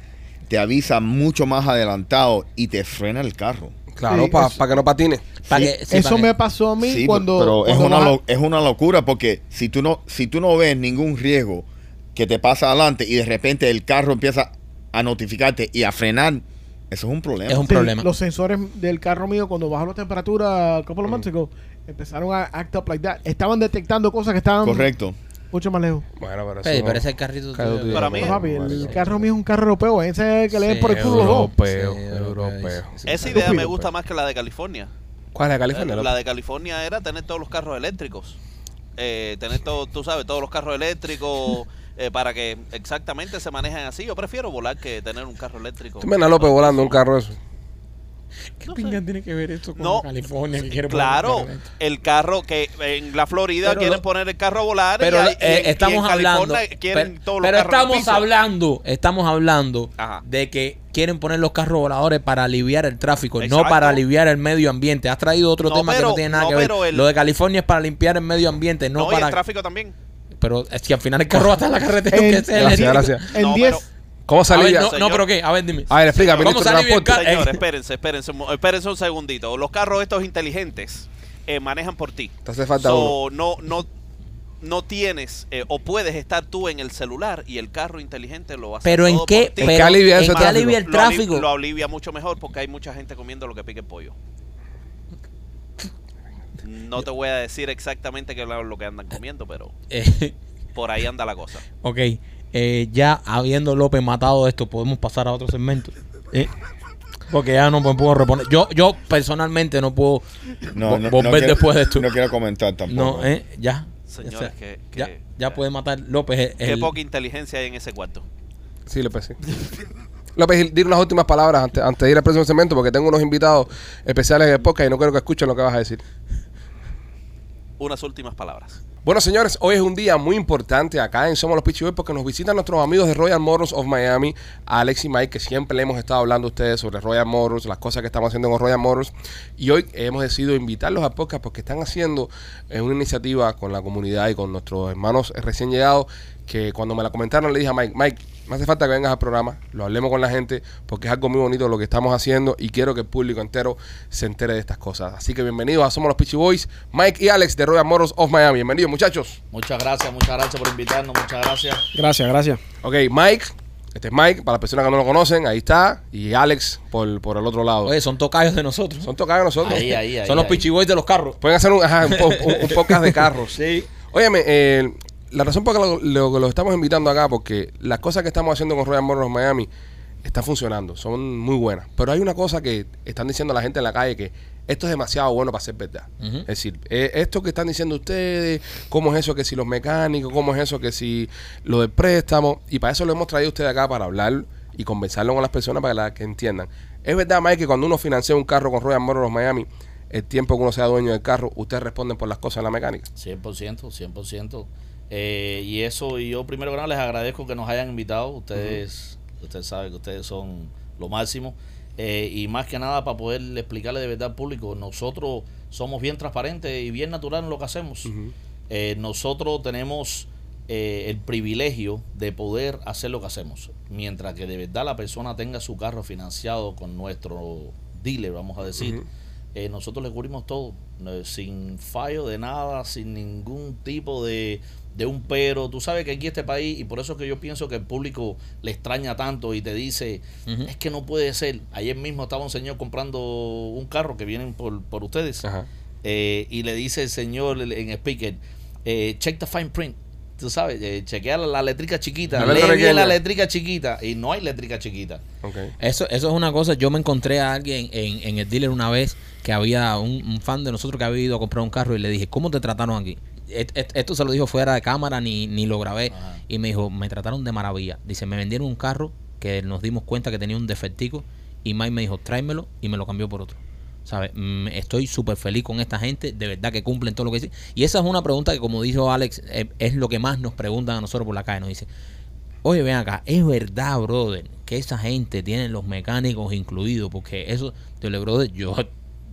[SPEAKER 3] te avisa mucho más adelantado y te frena el carro.
[SPEAKER 1] Claro,
[SPEAKER 4] Sí,
[SPEAKER 1] para
[SPEAKER 4] es-
[SPEAKER 1] que no patine.
[SPEAKER 6] Pa' que- sí,
[SPEAKER 4] Eh, Eso
[SPEAKER 6] pa' que-
[SPEAKER 4] me pasó a mí
[SPEAKER 3] Sí,
[SPEAKER 4] cuando.
[SPEAKER 3] pero es
[SPEAKER 4] cuando
[SPEAKER 3] una,
[SPEAKER 4] baja-
[SPEAKER 3] lo- es una locura porque si tú no si tú no ves ningún riesgo que te pasa adelante y de repente el carro empieza a notificarte y a frenar, eso es un problema.
[SPEAKER 6] Es un
[SPEAKER 4] Sí,
[SPEAKER 6] problema.
[SPEAKER 4] Los sensores del carro mío, cuando bajó la temperatura a couple of months ago, empezaron a act up like that. Estaban detectando cosas que estaban
[SPEAKER 3] Correcto.
[SPEAKER 4] mucho más lejos.
[SPEAKER 1] Bueno, pero eso...
[SPEAKER 6] Ey,
[SPEAKER 1] no-
[SPEAKER 6] pero ese es el carrito
[SPEAKER 1] Claro,
[SPEAKER 6] tuyo.
[SPEAKER 1] tú-
[SPEAKER 5] Para mí-
[SPEAKER 4] No,
[SPEAKER 5] Bien,
[SPEAKER 4] papi, el
[SPEAKER 1] marica.
[SPEAKER 4] carro mío es un carro europeo. Ese que le den por el culo los dos.
[SPEAKER 1] Europeo,
[SPEAKER 6] Sí,
[SPEAKER 1] europeo.
[SPEAKER 6] sí,
[SPEAKER 5] Esa
[SPEAKER 6] sí.
[SPEAKER 5] idea me
[SPEAKER 1] Estúpido,
[SPEAKER 5] gusta
[SPEAKER 1] pues.
[SPEAKER 5] más que la de California.
[SPEAKER 1] ¿Cuál es la de
[SPEAKER 5] Eh,
[SPEAKER 1] California?
[SPEAKER 5] La de California era tener todos los carros eléctricos. Eh, tener todo, tú sabes, todos los carros eléctricos eh, para que exactamente se manejen así. Yo prefiero volar que tener un carro eléctrico.
[SPEAKER 1] Tú me a López volando un carro eso.
[SPEAKER 7] ¿Qué pinga tiene que ver esto con
[SPEAKER 5] No,
[SPEAKER 7] California? que quiere poner
[SPEAKER 5] Claro,
[SPEAKER 7] internet?
[SPEAKER 5] el carro que en la Florida
[SPEAKER 6] Pero
[SPEAKER 5] quieren
[SPEAKER 6] lo-
[SPEAKER 5] poner el carro a volar.
[SPEAKER 6] Pero
[SPEAKER 5] y ahí-
[SPEAKER 6] eh,
[SPEAKER 5] y en- y en
[SPEAKER 6] estamos hablando.
[SPEAKER 5] California Quieren
[SPEAKER 6] pero
[SPEAKER 5] todos los
[SPEAKER 6] pero
[SPEAKER 5] carros en el
[SPEAKER 6] estamos
[SPEAKER 5] piso.
[SPEAKER 6] hablando, estamos hablando
[SPEAKER 5] Ajá.
[SPEAKER 6] de que quieren poner los carros voladores para aliviar el tráfico, no
[SPEAKER 5] Exacto.
[SPEAKER 6] para aliviar el medio ambiente. Has traído otro
[SPEAKER 5] No,
[SPEAKER 6] tema que
[SPEAKER 5] pero-
[SPEAKER 6] no tiene nada
[SPEAKER 5] no,
[SPEAKER 6] que ver.
[SPEAKER 5] pero el-
[SPEAKER 6] Lo de California es para limpiar el medio ambiente, no,
[SPEAKER 5] No, y
[SPEAKER 6] para.
[SPEAKER 5] el tráfico también.
[SPEAKER 6] Pero es que al final el carro va a estar en la carretera.
[SPEAKER 4] El-
[SPEAKER 6] aunque sea
[SPEAKER 1] Gracias,
[SPEAKER 6] eléctrico.
[SPEAKER 1] gracias.
[SPEAKER 4] En
[SPEAKER 5] No,
[SPEAKER 4] 10.
[SPEAKER 5] pero-
[SPEAKER 1] ¿Cómo
[SPEAKER 6] A ver,
[SPEAKER 1] salía?
[SPEAKER 6] no, no,
[SPEAKER 5] Señor.
[SPEAKER 6] pero ¿qué? A ver, dime.
[SPEAKER 1] A ver, explica,
[SPEAKER 6] ¿Cómo
[SPEAKER 1] ministro de
[SPEAKER 6] sale bien el
[SPEAKER 1] Transporte.
[SPEAKER 6] carro? Eh,
[SPEAKER 5] Señor, espérense, espérense, un mo- espérense un segundito. Los carros estos inteligentes eh, manejan por ti.
[SPEAKER 1] Te hace falta
[SPEAKER 5] So, no, no, no tienes eh, o puedes estar tú en el celular y el carro inteligente lo hace.
[SPEAKER 6] Pero en
[SPEAKER 5] todo
[SPEAKER 6] qué,
[SPEAKER 5] por ti.
[SPEAKER 1] ¿En
[SPEAKER 6] pero,
[SPEAKER 1] qué alivia
[SPEAKER 6] ¿en
[SPEAKER 1] ese
[SPEAKER 6] qué
[SPEAKER 1] tráfico?
[SPEAKER 6] alivia el
[SPEAKER 5] Lo ali-
[SPEAKER 6] tráfico?
[SPEAKER 5] Lo alivia mucho mejor porque hay mucha gente comiendo lo que pique el pollo. No te voy a decir exactamente qué es lo que andan comiendo, pero
[SPEAKER 6] Eh,
[SPEAKER 5] por ahí anda la cosa.
[SPEAKER 6] Ok, eh, ya habiendo López matado esto, podemos pasar a otro segmento. Eh, Porque ya no me puedo reponer. Yo, yo personalmente no puedo vo- volver
[SPEAKER 3] quiero-
[SPEAKER 6] después de esto.
[SPEAKER 3] No
[SPEAKER 6] No,
[SPEAKER 3] quiero comentar tampoco.
[SPEAKER 6] eh, ya.
[SPEAKER 5] Señores,
[SPEAKER 6] O sea,
[SPEAKER 5] que-
[SPEAKER 6] ya,
[SPEAKER 5] que-
[SPEAKER 6] ya puede matar López. el-
[SPEAKER 5] Qué
[SPEAKER 6] el-
[SPEAKER 5] poca inteligencia hay en ese cuarto.
[SPEAKER 1] Sí, López, sí. López, di unas últimas palabras antes, antes de ir al próximo segmento, porque tengo unos invitados especiales de podcast y no quiero que escuchen lo que vas a decir.
[SPEAKER 5] Unas últimas palabras.
[SPEAKER 1] Bueno, señores, hoy es un día muy importante acá en Somos los Pichiboy porque nos visitan nuestros amigos de Royal Motors of Miami, Alex y Mike, que siempre le hemos estado hablando a ustedes sobre Royal Motors, las cosas que estamos haciendo con Royal Motors. Y hoy hemos decidido invitarlos a podcast porque están haciendo eh, una iniciativa con la comunidad y con nuestros hermanos recién llegados que cuando me la comentaron le dije a Mike, Mike, me hace falta que vengas al programa, lo hablemos con la gente, porque es algo muy bonito lo que estamos haciendo y quiero que el público entero se entere de estas cosas. Así que bienvenidos a Somos los Pitchy Boys, Mike y Alex de Royal Motors of Miami. Bienvenidos, muchachos.
[SPEAKER 8] Muchas gracias, muchas gracias por invitarnos, muchas gracias.
[SPEAKER 7] Gracias, gracias.
[SPEAKER 1] Ok, Mike, Este es Mike, para las personas que no lo conocen, ahí está. Y Alex por, por el otro lado.
[SPEAKER 6] Oye, son tocayos de nosotros.
[SPEAKER 1] Son tocados nosotros.
[SPEAKER 7] Ahí, ahí, ahí.
[SPEAKER 6] son los
[SPEAKER 7] ahí.
[SPEAKER 6] pichiboys de los carros.
[SPEAKER 1] Pueden hacer un, ajá, un po- un- un podcast de carros.
[SPEAKER 6] Sí.
[SPEAKER 1] Óyeme, eh, la razón por la que lo, lo- lo estamos invitando acá, porque las cosas que estamos haciendo con Royal Motors Miami están funcionando, son muy buenas. Pero hay una cosa que están diciendo la gente en la calle que esto es demasiado bueno para ser verdad.
[SPEAKER 6] Ujú.
[SPEAKER 1] Es decir, eh, esto que están diciendo ustedes, cómo es eso que si los mecánicos, cómo es eso que si lo del préstamo, y para eso lo hemos traído a ustedes acá para hablar y conversarlo con las personas para que la- que entiendan. Es verdad, Mike, que cuando uno financia un carro con Royal Motors Miami, el tiempo que uno sea dueño del carro, ustedes responden por las cosas en la mecánica.
[SPEAKER 7] 100%, 100%. Eh, y eso, y yo primero que nada les agradezco que nos hayan invitado. Ustedes, ustedes saben que ustedes son lo máximo. Eh, y más que nada para poder explicarle de verdad al público, nosotros somos bien transparentes y bien natural en lo que hacemos. Eh, nosotros tenemos eh, el privilegio de poder hacer lo que hacemos. Mientras que de verdad la persona tenga su carro financiado con nuestro dealer, vamos a decir, eh, nosotros le cubrimos todo, no, sin fallo de nada, sin ningún tipo de, de un pero. Tú sabes que aquí este país, y por eso es que yo pienso que el público le extraña tanto y te dice, es que no puede ser. Ayer mismo estaba un señor comprando un carro que vienen por, por ustedes.
[SPEAKER 1] Ajá.
[SPEAKER 7] Eh, y le dice el señor en speaker, eh, check the fine print. Tú sabes, eh, chequea la, la letrica chiquita,
[SPEAKER 1] La
[SPEAKER 7] lee
[SPEAKER 1] letra
[SPEAKER 7] bien la
[SPEAKER 1] pequeña.
[SPEAKER 7] letrica chiquita. Y no hay letrica chiquita.
[SPEAKER 1] Ok.
[SPEAKER 6] Eso, eso es una cosa. Yo me encontré a alguien en, en el dealer una vez que había un, un fan de nosotros que había ido a comprar un carro y le dije, ¿cómo te trataron aquí? Et- et- Esto se lo dijo fuera de cámara, ni, ni lo grabé.
[SPEAKER 7] Ajá.
[SPEAKER 6] Y me dijo, me trataron de maravilla. Dice, me vendieron un carro que nos dimos cuenta que tenía un defectico y Mike me dijo, tráemelo y me lo cambió por otro. ¿Sabes? Mm, Estoy súper feliz con esta gente, de verdad que cumplen todo lo que dicen. Y esa es una pregunta que, como dijo Alex, eh, es lo que más nos preguntan a nosotros por la calle. Nos dice, Oye, ven acá, es verdad, brother, que esa gente tiene los mecánicos incluidos, porque eso, yo le brother, yo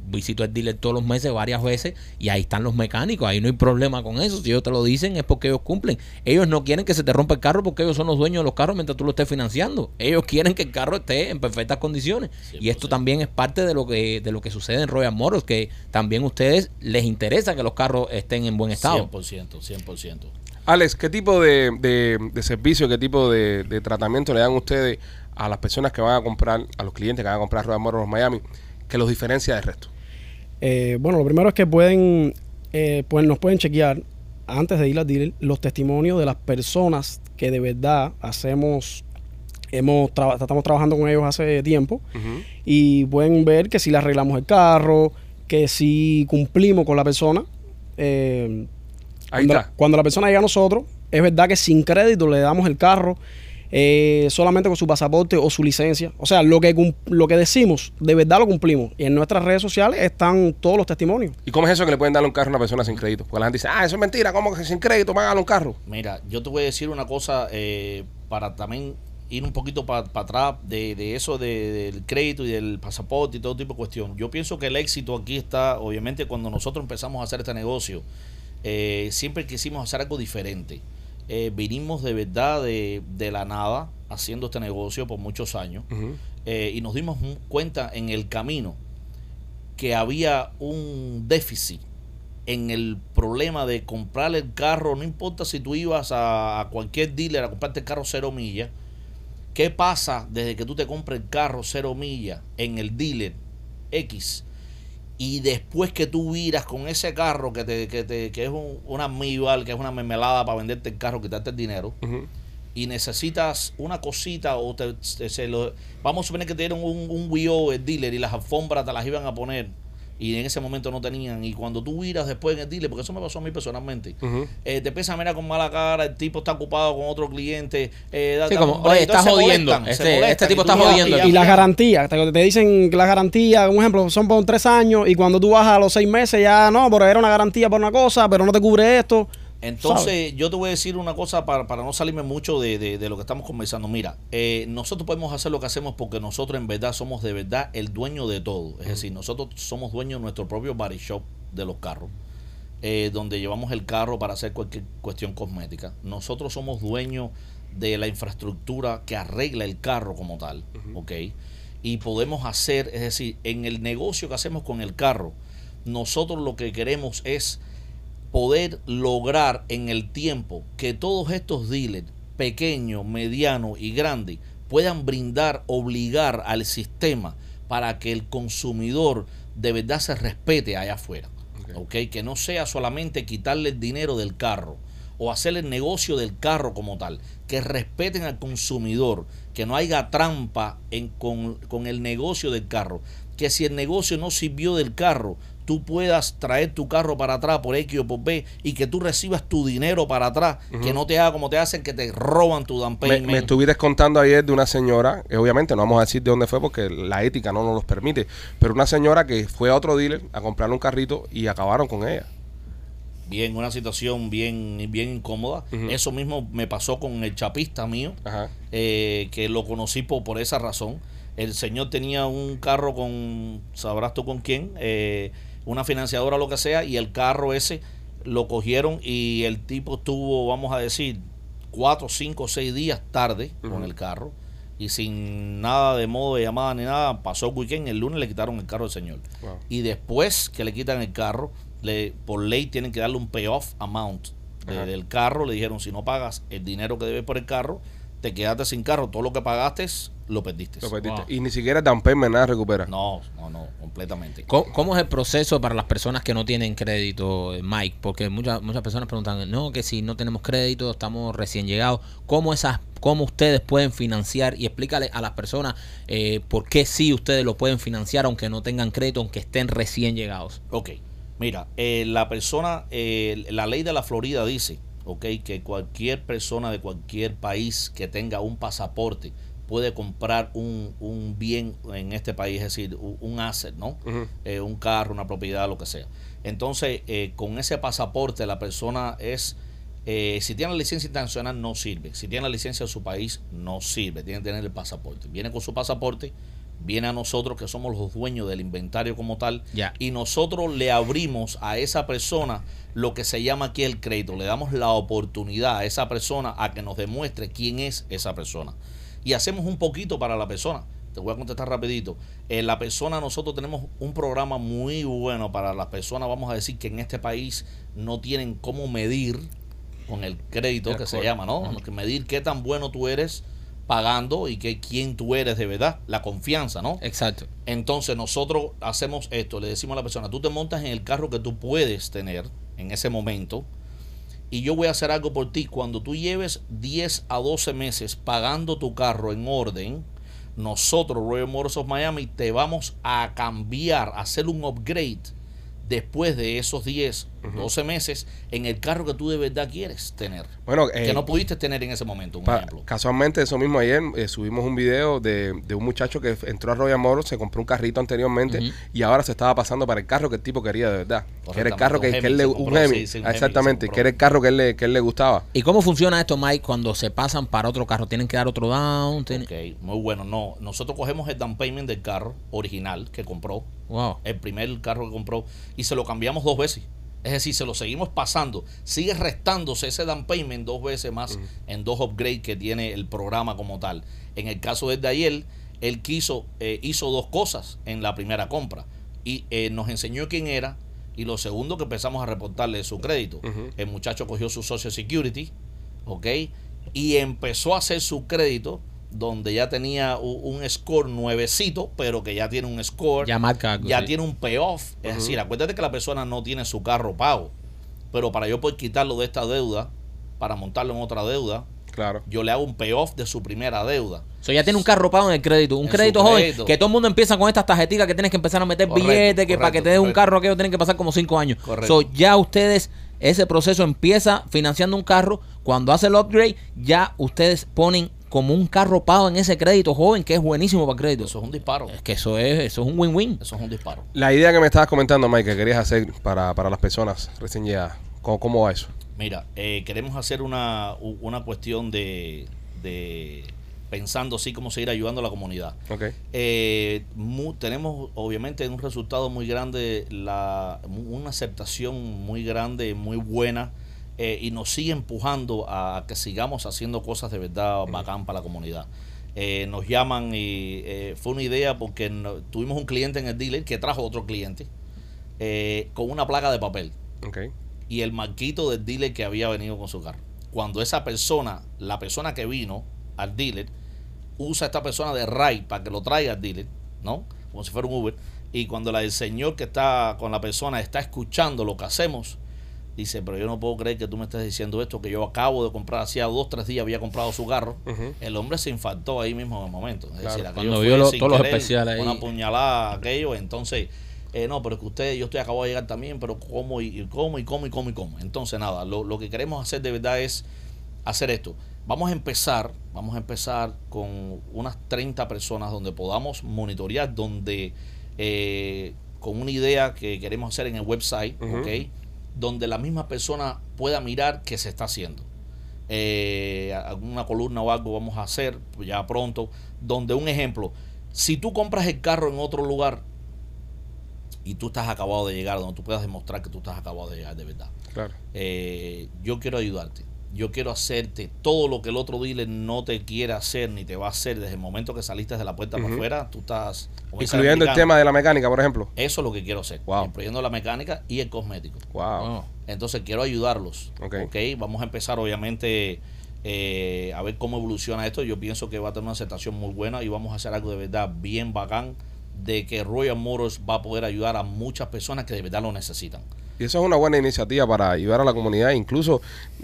[SPEAKER 6] visito el dealer todos los meses varias veces y ahí están los mecánicos, ahí no hay problema con eso, si ellos te lo dicen es porque ellos cumplen, ellos no quieren que se te rompa el carro porque ellos son los dueños de los carros mientras tú lo estés financiando, ellos quieren que el carro esté en perfectas condiciones y esto también es parte de lo que de lo que sucede en Royal Motors, que también a ustedes les interesa que los carros estén en buen estado.
[SPEAKER 7] 100%, 100%.
[SPEAKER 1] Alex, ¿qué tipo de, de- de servicio, qué tipo de, de tratamiento le dan ustedes a las personas que van a comprar, a los clientes que van a comprar Royal Motors Miami, que los diferencia del resto?
[SPEAKER 8] Eh, bueno, lo primero es que pueden, eh, pues nos pueden chequear antes de ir al dealer los testimonios de las personas que de verdad hacemos, hemos traba- estamos trabajando con ellos hace tiempo y pueden ver que si le arreglamos el carro, que si cumplimos con la persona. eh,
[SPEAKER 1] Ahí
[SPEAKER 8] cuando,
[SPEAKER 1] está.
[SPEAKER 8] cuando la persona llega a nosotros, es verdad que sin crédito le damos el carro eh, solamente con su pasaporte o su licencia. O sea, lo que, cum- lo que decimos, de verdad lo cumplimos. Y en nuestras redes sociales están todos los testimonios.
[SPEAKER 1] ¿Y cómo es eso que le pueden dar un carro a una persona sin crédito? Porque la gente dice, ah, eso es mentira, ¿cómo que sin crédito van a dar un carro?
[SPEAKER 7] Mira, yo te voy a decir una cosa eh, para también ir un poquito para atrás de, de eso de- del crédito y del pasaporte y todo tipo de cuestión. Yo pienso que el éxito aquí está, obviamente, cuando nosotros empezamos a hacer este negocio, eh, siempre quisimos hacer algo diferente. Eh, vinimos de verdad de, de la nada haciendo este negocio por muchos años
[SPEAKER 1] Ujú.
[SPEAKER 7] eh, y nos dimos un- cuenta en el camino que había un déficit en el problema de comprar el carro, no importa si tú ibas a, a cualquier dealer a comprarte el carro cero millas, ¿qué pasa desde que tú te compras el carro cero millas en el dealer X? Y después que tú viras con ese carro que, te, que, te- que es un, una amival, que es una mermelada para venderte el carro, quitarte el dinero,
[SPEAKER 1] Ujú.
[SPEAKER 7] y necesitas una cosita o te, se- se lo- vamos a suponer que te dieron un, un WIO el dealer y las alfombras te las iban a poner y en ese momento no tenían y cuando tú miras después en el dealer porque eso me pasó a mí personalmente
[SPEAKER 1] Ujú.
[SPEAKER 7] eh, te empiezan a mirar con mala cara el tipo está ocupado con otro cliente eh, da-
[SPEAKER 6] Sí,
[SPEAKER 7] da-
[SPEAKER 6] como,
[SPEAKER 7] hombre,
[SPEAKER 6] oye,
[SPEAKER 7] entonces
[SPEAKER 6] está
[SPEAKER 7] se
[SPEAKER 6] jodiendo,
[SPEAKER 7] molestan, se
[SPEAKER 6] este-
[SPEAKER 7] molestan,
[SPEAKER 6] este tipo
[SPEAKER 7] y tú "Ah,
[SPEAKER 6] está
[SPEAKER 7] miras,
[SPEAKER 6] jodiendo.
[SPEAKER 7] ya
[SPEAKER 8] Y las
[SPEAKER 7] miras,
[SPEAKER 8] garantías, te, te dicen que las garantías, un ejemplo, son por tres años y cuando tú vas a los seis meses ya no, pero era una garantía por una cosa, pero no te cubre esto.
[SPEAKER 7] Entonces,
[SPEAKER 8] ¿Sabe?
[SPEAKER 7] yo te voy a decir una cosa para, para no salirme mucho de, de- de lo que estamos conversando. Mira, eh, nosotros podemos hacer lo que hacemos porque nosotros en verdad somos de verdad el dueño de todo. Es decir, nosotros somos dueños de nuestro propio body shop de los carros, eh, donde llevamos el carro para hacer cualquier cuestión cosmética. Nosotros somos dueños de la infraestructura que arregla el carro como tal, ¿ok? Y podemos hacer, es decir, en el negocio que hacemos con el carro, nosotros lo que queremos es poder lograr en el tiempo que todos estos dealers, pequeños, medianos y grandes, puedan brindar, obligar al sistema para que el consumidor de verdad se respete allá afuera. ¿ok? Que no sea solamente quitarle el dinero del carro o hacer el negocio del carro como tal. Que respeten al consumidor, que no haya trampa en, con, con el negocio del carro. Que si el negocio no sirvió del carro, tú puedas traer tu carro para atrás por X o por B y que tú recibas tu dinero para atrás. Que no te haga como te hacen, que te roban tu down
[SPEAKER 1] Me,
[SPEAKER 7] payment.
[SPEAKER 1] me estuviste contando ayer de una señora, que obviamente no vamos a decir de dónde fue porque la ética no nos los permite, pero una señora que fue a otro dealer a comprarle un carrito y acabaron con ella.
[SPEAKER 7] bien, una situación bien, bien incómoda.
[SPEAKER 1] Ujú.
[SPEAKER 7] Eso mismo me pasó con el chapista mío,
[SPEAKER 1] Ajá.
[SPEAKER 7] eh, que lo conocí por, por esa razón. El señor tenía un carro con, sabrás tú con quién, eh, una financiadora o lo que sea, y el carro ese lo cogieron y el tipo estuvo, vamos a decir, cuatro, cinco, seis días tarde con
[SPEAKER 1] Ujú.
[SPEAKER 7] el carro. Y sin nada de modo de llamada ni nada, pasó el weekend, el lunes le quitaron el carro al señor
[SPEAKER 1] Wow.
[SPEAKER 7] y después que le quitan el carro, le, por ley tienen que darle un payoff amount de-
[SPEAKER 1] Ajá.
[SPEAKER 7] del carro. Le dijeron, si no pagas el dinero que debes por el carro, te quedaste sin carro. Todo lo que pagaste, lo perdiste.
[SPEAKER 1] Lo perdiste.
[SPEAKER 6] Wow.
[SPEAKER 1] Y ni siquiera down payment nada recupera.
[SPEAKER 7] No, no, no, completamente.
[SPEAKER 6] ¿Cómo, cómo es el proceso para las personas que no tienen crédito, eh, Mike? Porque muchas muchas personas preguntan, no, que si no tenemos crédito, estamos recién llegados. ¿Cómo esas cómo ustedes pueden financiar? Y explícale a las personas eh, por qué sí ustedes lo pueden financiar aunque no tengan crédito, aunque estén recién llegados.
[SPEAKER 7] Ok, mira, eh, la persona, eh, la ley de la Florida dice, ok, que cualquier persona de cualquier país que tenga un pasaporte puede comprar un, un bien en este país, es decir, un, un asset, ¿no?
[SPEAKER 1] Ujú.
[SPEAKER 7] eh, un carro, una propiedad, lo que sea. Entonces, eh, con ese pasaporte la persona es, eh, si tiene la licencia internacional no sirve, si tiene la licencia de su país no sirve, tiene que tener el pasaporte. Viene con su pasaporte, viene a nosotros que somos los dueños del inventario como tal
[SPEAKER 6] Ya.
[SPEAKER 7] y nosotros le abrimos a esa persona lo que se llama aquí el crédito, le damos la oportunidad a esa persona a que nos demuestre quién es esa persona y hacemos un poquito para la persona. Te voy a contestar rapidito. Eh, la persona, nosotros tenemos un programa muy bueno para las personas, vamos a decir, que en este país no tienen cómo medir con el crédito que se llama, ¿no? Que Medir qué tan bueno tú eres pagando y qué, quién tú eres de verdad, la confianza, ¿no?
[SPEAKER 6] Exacto.
[SPEAKER 7] Entonces nosotros hacemos esto, le decimos a la persona, tú te montas en el carro que tú puedes tener en ese momento y yo voy a hacer algo por ti. Cuando tú lleves 10 a 12 meses pagando tu carro en orden, nosotros, Royal Motors of Miami, te vamos a cambiar, a hacer un upgrade después de esos 10, 12 meses en el carro que tú de verdad quieres tener.
[SPEAKER 1] Bueno, eh,
[SPEAKER 7] que no pudiste tener en ese momento, un
[SPEAKER 1] Pa-
[SPEAKER 7] ejemplo.
[SPEAKER 1] casualmente, eso mismo ayer eh, subimos un video de, de un muchacho que f- entró a Royal Motors, se compró un carrito anteriormente
[SPEAKER 6] Ujú.
[SPEAKER 1] y ahora se estaba pasando para el carro que el tipo quería de verdad. Que era el carro que,
[SPEAKER 7] Correctamente,
[SPEAKER 1] que él le
[SPEAKER 7] un Hemi,
[SPEAKER 1] un
[SPEAKER 7] se
[SPEAKER 1] Hemi,
[SPEAKER 7] compró, sí, sí, un Hemi,
[SPEAKER 1] exactamente,
[SPEAKER 7] se compró.
[SPEAKER 1] que era el carro que él le, que él le gustaba.
[SPEAKER 6] ¿Y cómo funciona esto, Mike, cuando se pasan para otro carro? ¿Tienen que dar otro down? ¿Tienen-
[SPEAKER 7] Ok, muy bueno. No, nosotros cogemos el down payment del carro original que compró,
[SPEAKER 6] Wow.
[SPEAKER 7] el primer carro que compró, y se lo cambiamos dos veces. Es decir, se lo seguimos pasando. Sigue restándose ese down payment dos veces más en dos upgrades que tiene el programa como tal. En el caso del de ayer, él quiso, eh, hizo dos cosas en la primera compra. Y eh, nos enseñó quién era. Y lo segundo que empezamos a reportarle su crédito. El muchacho cogió su Social Security, ¿ok? Y empezó a hacer su crédito donde ya tenía u- un score nuevecito, pero que ya tiene un score
[SPEAKER 6] Ya marca algo,
[SPEAKER 7] ya
[SPEAKER 6] sí.
[SPEAKER 7] tiene un payoff. Es decir, acuérdate que la persona no tiene su carro pago. Pero para yo poder quitarlo de esta deuda, para montarlo en otra deuda,
[SPEAKER 1] Claro.
[SPEAKER 7] yo le hago un payoff de su primera deuda.
[SPEAKER 6] So, ya tiene un carro pago en el crédito, un
[SPEAKER 7] En su
[SPEAKER 6] crédito joven,
[SPEAKER 7] crédito.
[SPEAKER 6] que todo el mundo empieza con estas tarjeticas que tienes que empezar a meter
[SPEAKER 7] Correcto,
[SPEAKER 6] billetes, que para que
[SPEAKER 7] correcto,
[SPEAKER 6] te des un
[SPEAKER 7] correcto.
[SPEAKER 6] carro aquello tienen que pasar como cinco años.
[SPEAKER 7] Correcto.
[SPEAKER 6] So, ya ustedes, ese proceso empieza financiando un carro, cuando hace el upgrade, ya ustedes ponen como un carro pago en ese crédito joven, que es buenísimo para el crédito.
[SPEAKER 7] Eso es un disparo.
[SPEAKER 6] es que eso es, eso es un win-win.
[SPEAKER 7] Eso es un disparo.
[SPEAKER 1] La idea que me estabas comentando, Mike, que querías hacer para, para las personas recién llegadas, ¿cómo, cómo va eso?
[SPEAKER 7] Mira, eh, queremos hacer una, u- una cuestión de, de pensando así cómo seguir ayudando a la comunidad.
[SPEAKER 1] Ok.
[SPEAKER 7] Eh, mu- tenemos obviamente un resultado muy grande, la, mu- una aceptación muy grande, muy buena, eh, y nos sigue empujando a que sigamos haciendo cosas de verdad bacán para la comunidad. Eh, nos llaman y eh, fue una idea porque no- tuvimos un cliente en el dealer que trajo otro cliente eh, con una placa de papel
[SPEAKER 1] Ok.
[SPEAKER 7] y el marquito del dealer que había venido con su carro. Cuando esa persona, la persona que vino al dealer, usa a esta persona de ride para que lo traiga al dealer, ¿no? Como si fuera un Uber. Y cuando la, el señor que está con la persona está escuchando lo que hacemos, dice, pero yo no puedo creer que tú me estés diciendo esto, que yo acabo de comprar, hacía dos, tres días había comprado su carro.
[SPEAKER 1] Ujú.
[SPEAKER 7] El hombre se infartó ahí mismo en el momento. Es decir, aquello
[SPEAKER 6] Cuando
[SPEAKER 7] fue
[SPEAKER 6] vio lo-
[SPEAKER 7] sin
[SPEAKER 6] todos los
[SPEAKER 7] querer,
[SPEAKER 6] especiales ahí.
[SPEAKER 7] Una puñalada, aquello, entonces... eh, no, pero es que usted, yo estoy acabado de llegar también, pero cómo y y cómo y cómo y cómo y cómo. Entonces, nada, lo, lo que queremos hacer de verdad es hacer esto. Vamos a empezar, vamos a empezar con unas 30 personas donde podamos monitorear, donde eh, con una idea que queremos hacer en el website,
[SPEAKER 1] Ujú.
[SPEAKER 7] ¿ok? Donde la misma persona pueda mirar qué se está haciendo. Eh, alguna columna o algo vamos a hacer ya pronto, donde un ejemplo, si tú compras el carro en otro lugar y tú estás acabado de llegar, donde tú puedas demostrar que tú estás acabado de llegar de verdad
[SPEAKER 1] Claro.
[SPEAKER 7] eh, yo quiero ayudarte. Yo quiero hacerte todo lo que el otro dealer no te quiere hacer ni te va a hacer desde el momento que saliste de la puerta para afuera. Tú estás como dice
[SPEAKER 1] Incluyendo el
[SPEAKER 7] americano,
[SPEAKER 1] tema de la mecánica, por ejemplo.
[SPEAKER 7] Eso es lo que quiero hacer,
[SPEAKER 1] Wow.
[SPEAKER 7] incluyendo la mecánica y el cosmético.
[SPEAKER 1] Wow.
[SPEAKER 6] Oh.
[SPEAKER 7] Entonces quiero ayudarlos.
[SPEAKER 1] Ok.
[SPEAKER 7] ok, vamos a empezar obviamente eh, a ver cómo evoluciona esto. Yo pienso que va a tener una aceptación muy buena y vamos a hacer algo de verdad bien bacán de que Royal Motors va a poder ayudar a muchas personas que de verdad lo necesitan.
[SPEAKER 1] Y eso es una buena iniciativa para ayudar a la comunidad. Incluso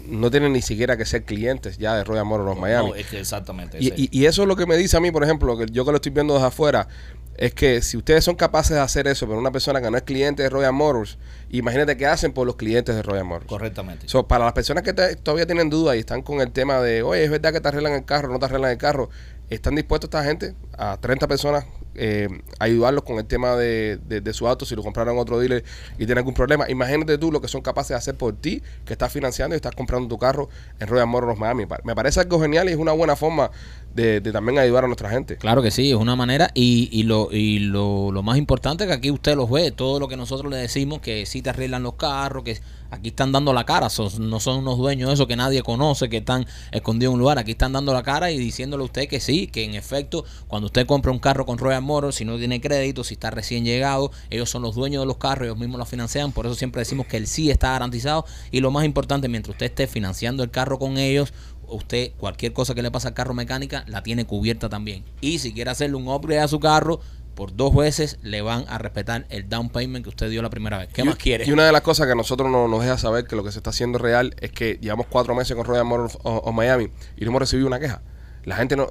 [SPEAKER 1] no tienen ni siquiera que ser clientes ya de Royal Motors of Miami.
[SPEAKER 7] No, este es que exactamente.
[SPEAKER 1] Y,
[SPEAKER 7] ese-
[SPEAKER 1] y- y eso es lo que me dice a mí, por ejemplo, que yo que lo estoy viendo desde afuera, es que si ustedes son capaces de hacer eso, pero una persona que no es cliente de Royal Motors, imagínate qué hacen por los clientes de Royal Motors.
[SPEAKER 7] correctamente.
[SPEAKER 1] So, para las personas que te- todavía tienen dudas y están con el tema de, oye, es verdad que te arreglan el carro, no te arreglan el carro, ¿están dispuestos esta gente, a 30 personas, eh, a ayudarlos con el tema de, de- de su auto si lo compraron en otro dealer y tienen algún problema? Imagínate tú lo que son capaces de hacer por ti, que estás financiando y estás comprando tu carro en Royal Motors Miami. Pa- Me parece algo genial y es una buena forma de, de también ayudar a nuestra gente.
[SPEAKER 6] Claro que sí, es una manera y, y lo, y lo, lo más importante es que aquí usted los ve, todo lo que nosotros le decimos, que sí te arreglan los carros, que aquí están dando la cara, son- no son unos dueños de eso que nadie conoce, que están escondidos en un lugar, aquí están dando la cara y diciéndole a usted que sí, que en efecto cuando usted compra un carro con Royal Motors, si no tiene crédito, si está recién llegado, ellos son los dueños de los carros, ellos mismos los financian, por eso siempre decimos que el sí está garantizado y lo más importante, mientras usted esté financiando el carro con ellos, usted cualquier cosa que le pasa al carro mecánica la tiene cubierta también. Y si quiere hacerle un upgrade a su carro, por dos veces le van a respetar el down payment que usted dio la primera vez. ¿Qué
[SPEAKER 1] Y-
[SPEAKER 6] más quiere?
[SPEAKER 1] Y una de las cosas que a nosotros no- nos deja saber que lo que se está haciendo real es que llevamos cuatro meses con Royal Motors o, o Miami y no hemos recibido una queja. La gente, no,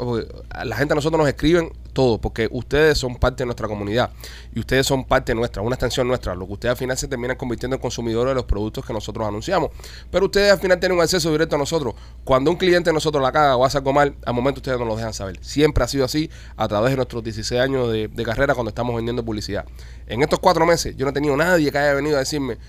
[SPEAKER 1] a la gente a nosotros nos escriben todo porque ustedes son parte de nuestra comunidad y ustedes son parte nuestra, una extensión nuestra. Lo que ustedes al final se terminan convirtiendo en consumidores de los productos que nosotros anunciamos. Pero ustedes al final tienen un acceso directo a nosotros. Cuando un cliente de nosotros la caga o hace algo mal, al momento ustedes nos lo dejan saber. Siempre ha sido así a través de nuestros 16 años de, de carrera cuando estamos vendiendo publicidad. En estos cuatro meses yo no he tenido nadie que haya venido a decirme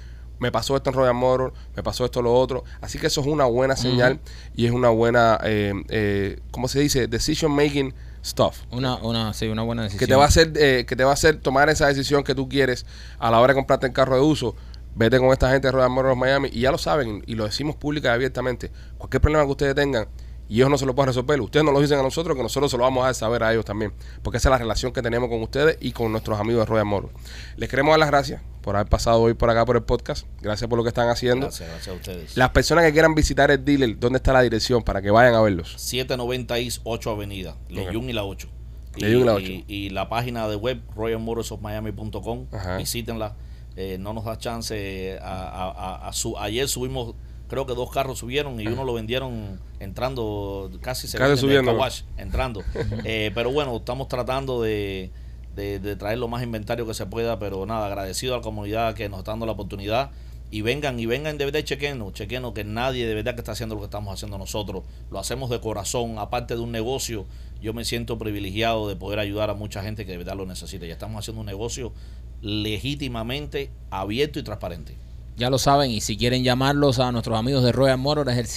[SPEAKER 1] me pasó esto en Royal Motors, me pasó esto lo otro. Así que eso es una buena señal y es una buena, eh, eh, ¿cómo se dice? Decision making stuff.
[SPEAKER 6] Una, una, sí, una buena decisión.
[SPEAKER 1] Que te, va a hacer, eh, que te va a hacer tomar esa decisión que tú quieres a la hora de comprarte el carro de uso. Vete con esta gente de Royal Motors Miami y ya lo saben y lo decimos pública y abiertamente. Cualquier problema que ustedes tengan y ellos no se lo pueden resolver, ustedes no lo dicen a nosotros que nosotros se lo vamos a dar saber a ellos también. Porque esa es la relación que tenemos con ustedes y con nuestros amigos de Royal Motors. Les queremos dar las gracias por haber pasado hoy por acá por el podcast. Gracias por lo que están haciendo.
[SPEAKER 7] Gracias, gracias a ustedes.
[SPEAKER 1] Las personas que quieran visitar el dealer, ¿dónde está la dirección para que vayan a verlos?
[SPEAKER 7] 790 East 8 Avenida, Leyun y la 8.
[SPEAKER 1] Leyun y la 8.
[SPEAKER 7] Y, y la página de web royalmotorsofmiami.com.
[SPEAKER 1] Ajá.
[SPEAKER 7] Visítenla. Eh, no nos da chance. A, a- a- a su, ayer subimos, creo que dos carros subieron y uno lo vendieron entrando, casi se
[SPEAKER 1] Casi
[SPEAKER 7] venden de
[SPEAKER 1] subiendo.
[SPEAKER 7] Kawash, entrando. Eh, pero bueno, estamos tratando de, de, de traer lo más inventario que se pueda. Pero nada, agradecido a la comunidad que nos está dando la oportunidad. Y vengan, y vengan de verdad, chequenos, chequenos que nadie de verdad que está haciendo lo que estamos haciendo nosotros. Lo hacemos de corazón, aparte de un negocio. Yo me siento privilegiado de poder ayudar a mucha gente que de verdad lo necesita. Ya estamos haciendo un negocio legítimamente abierto y transparente.
[SPEAKER 6] Ya lo saben, y si quieren llamarlos a nuestros amigos de Royal Motors es el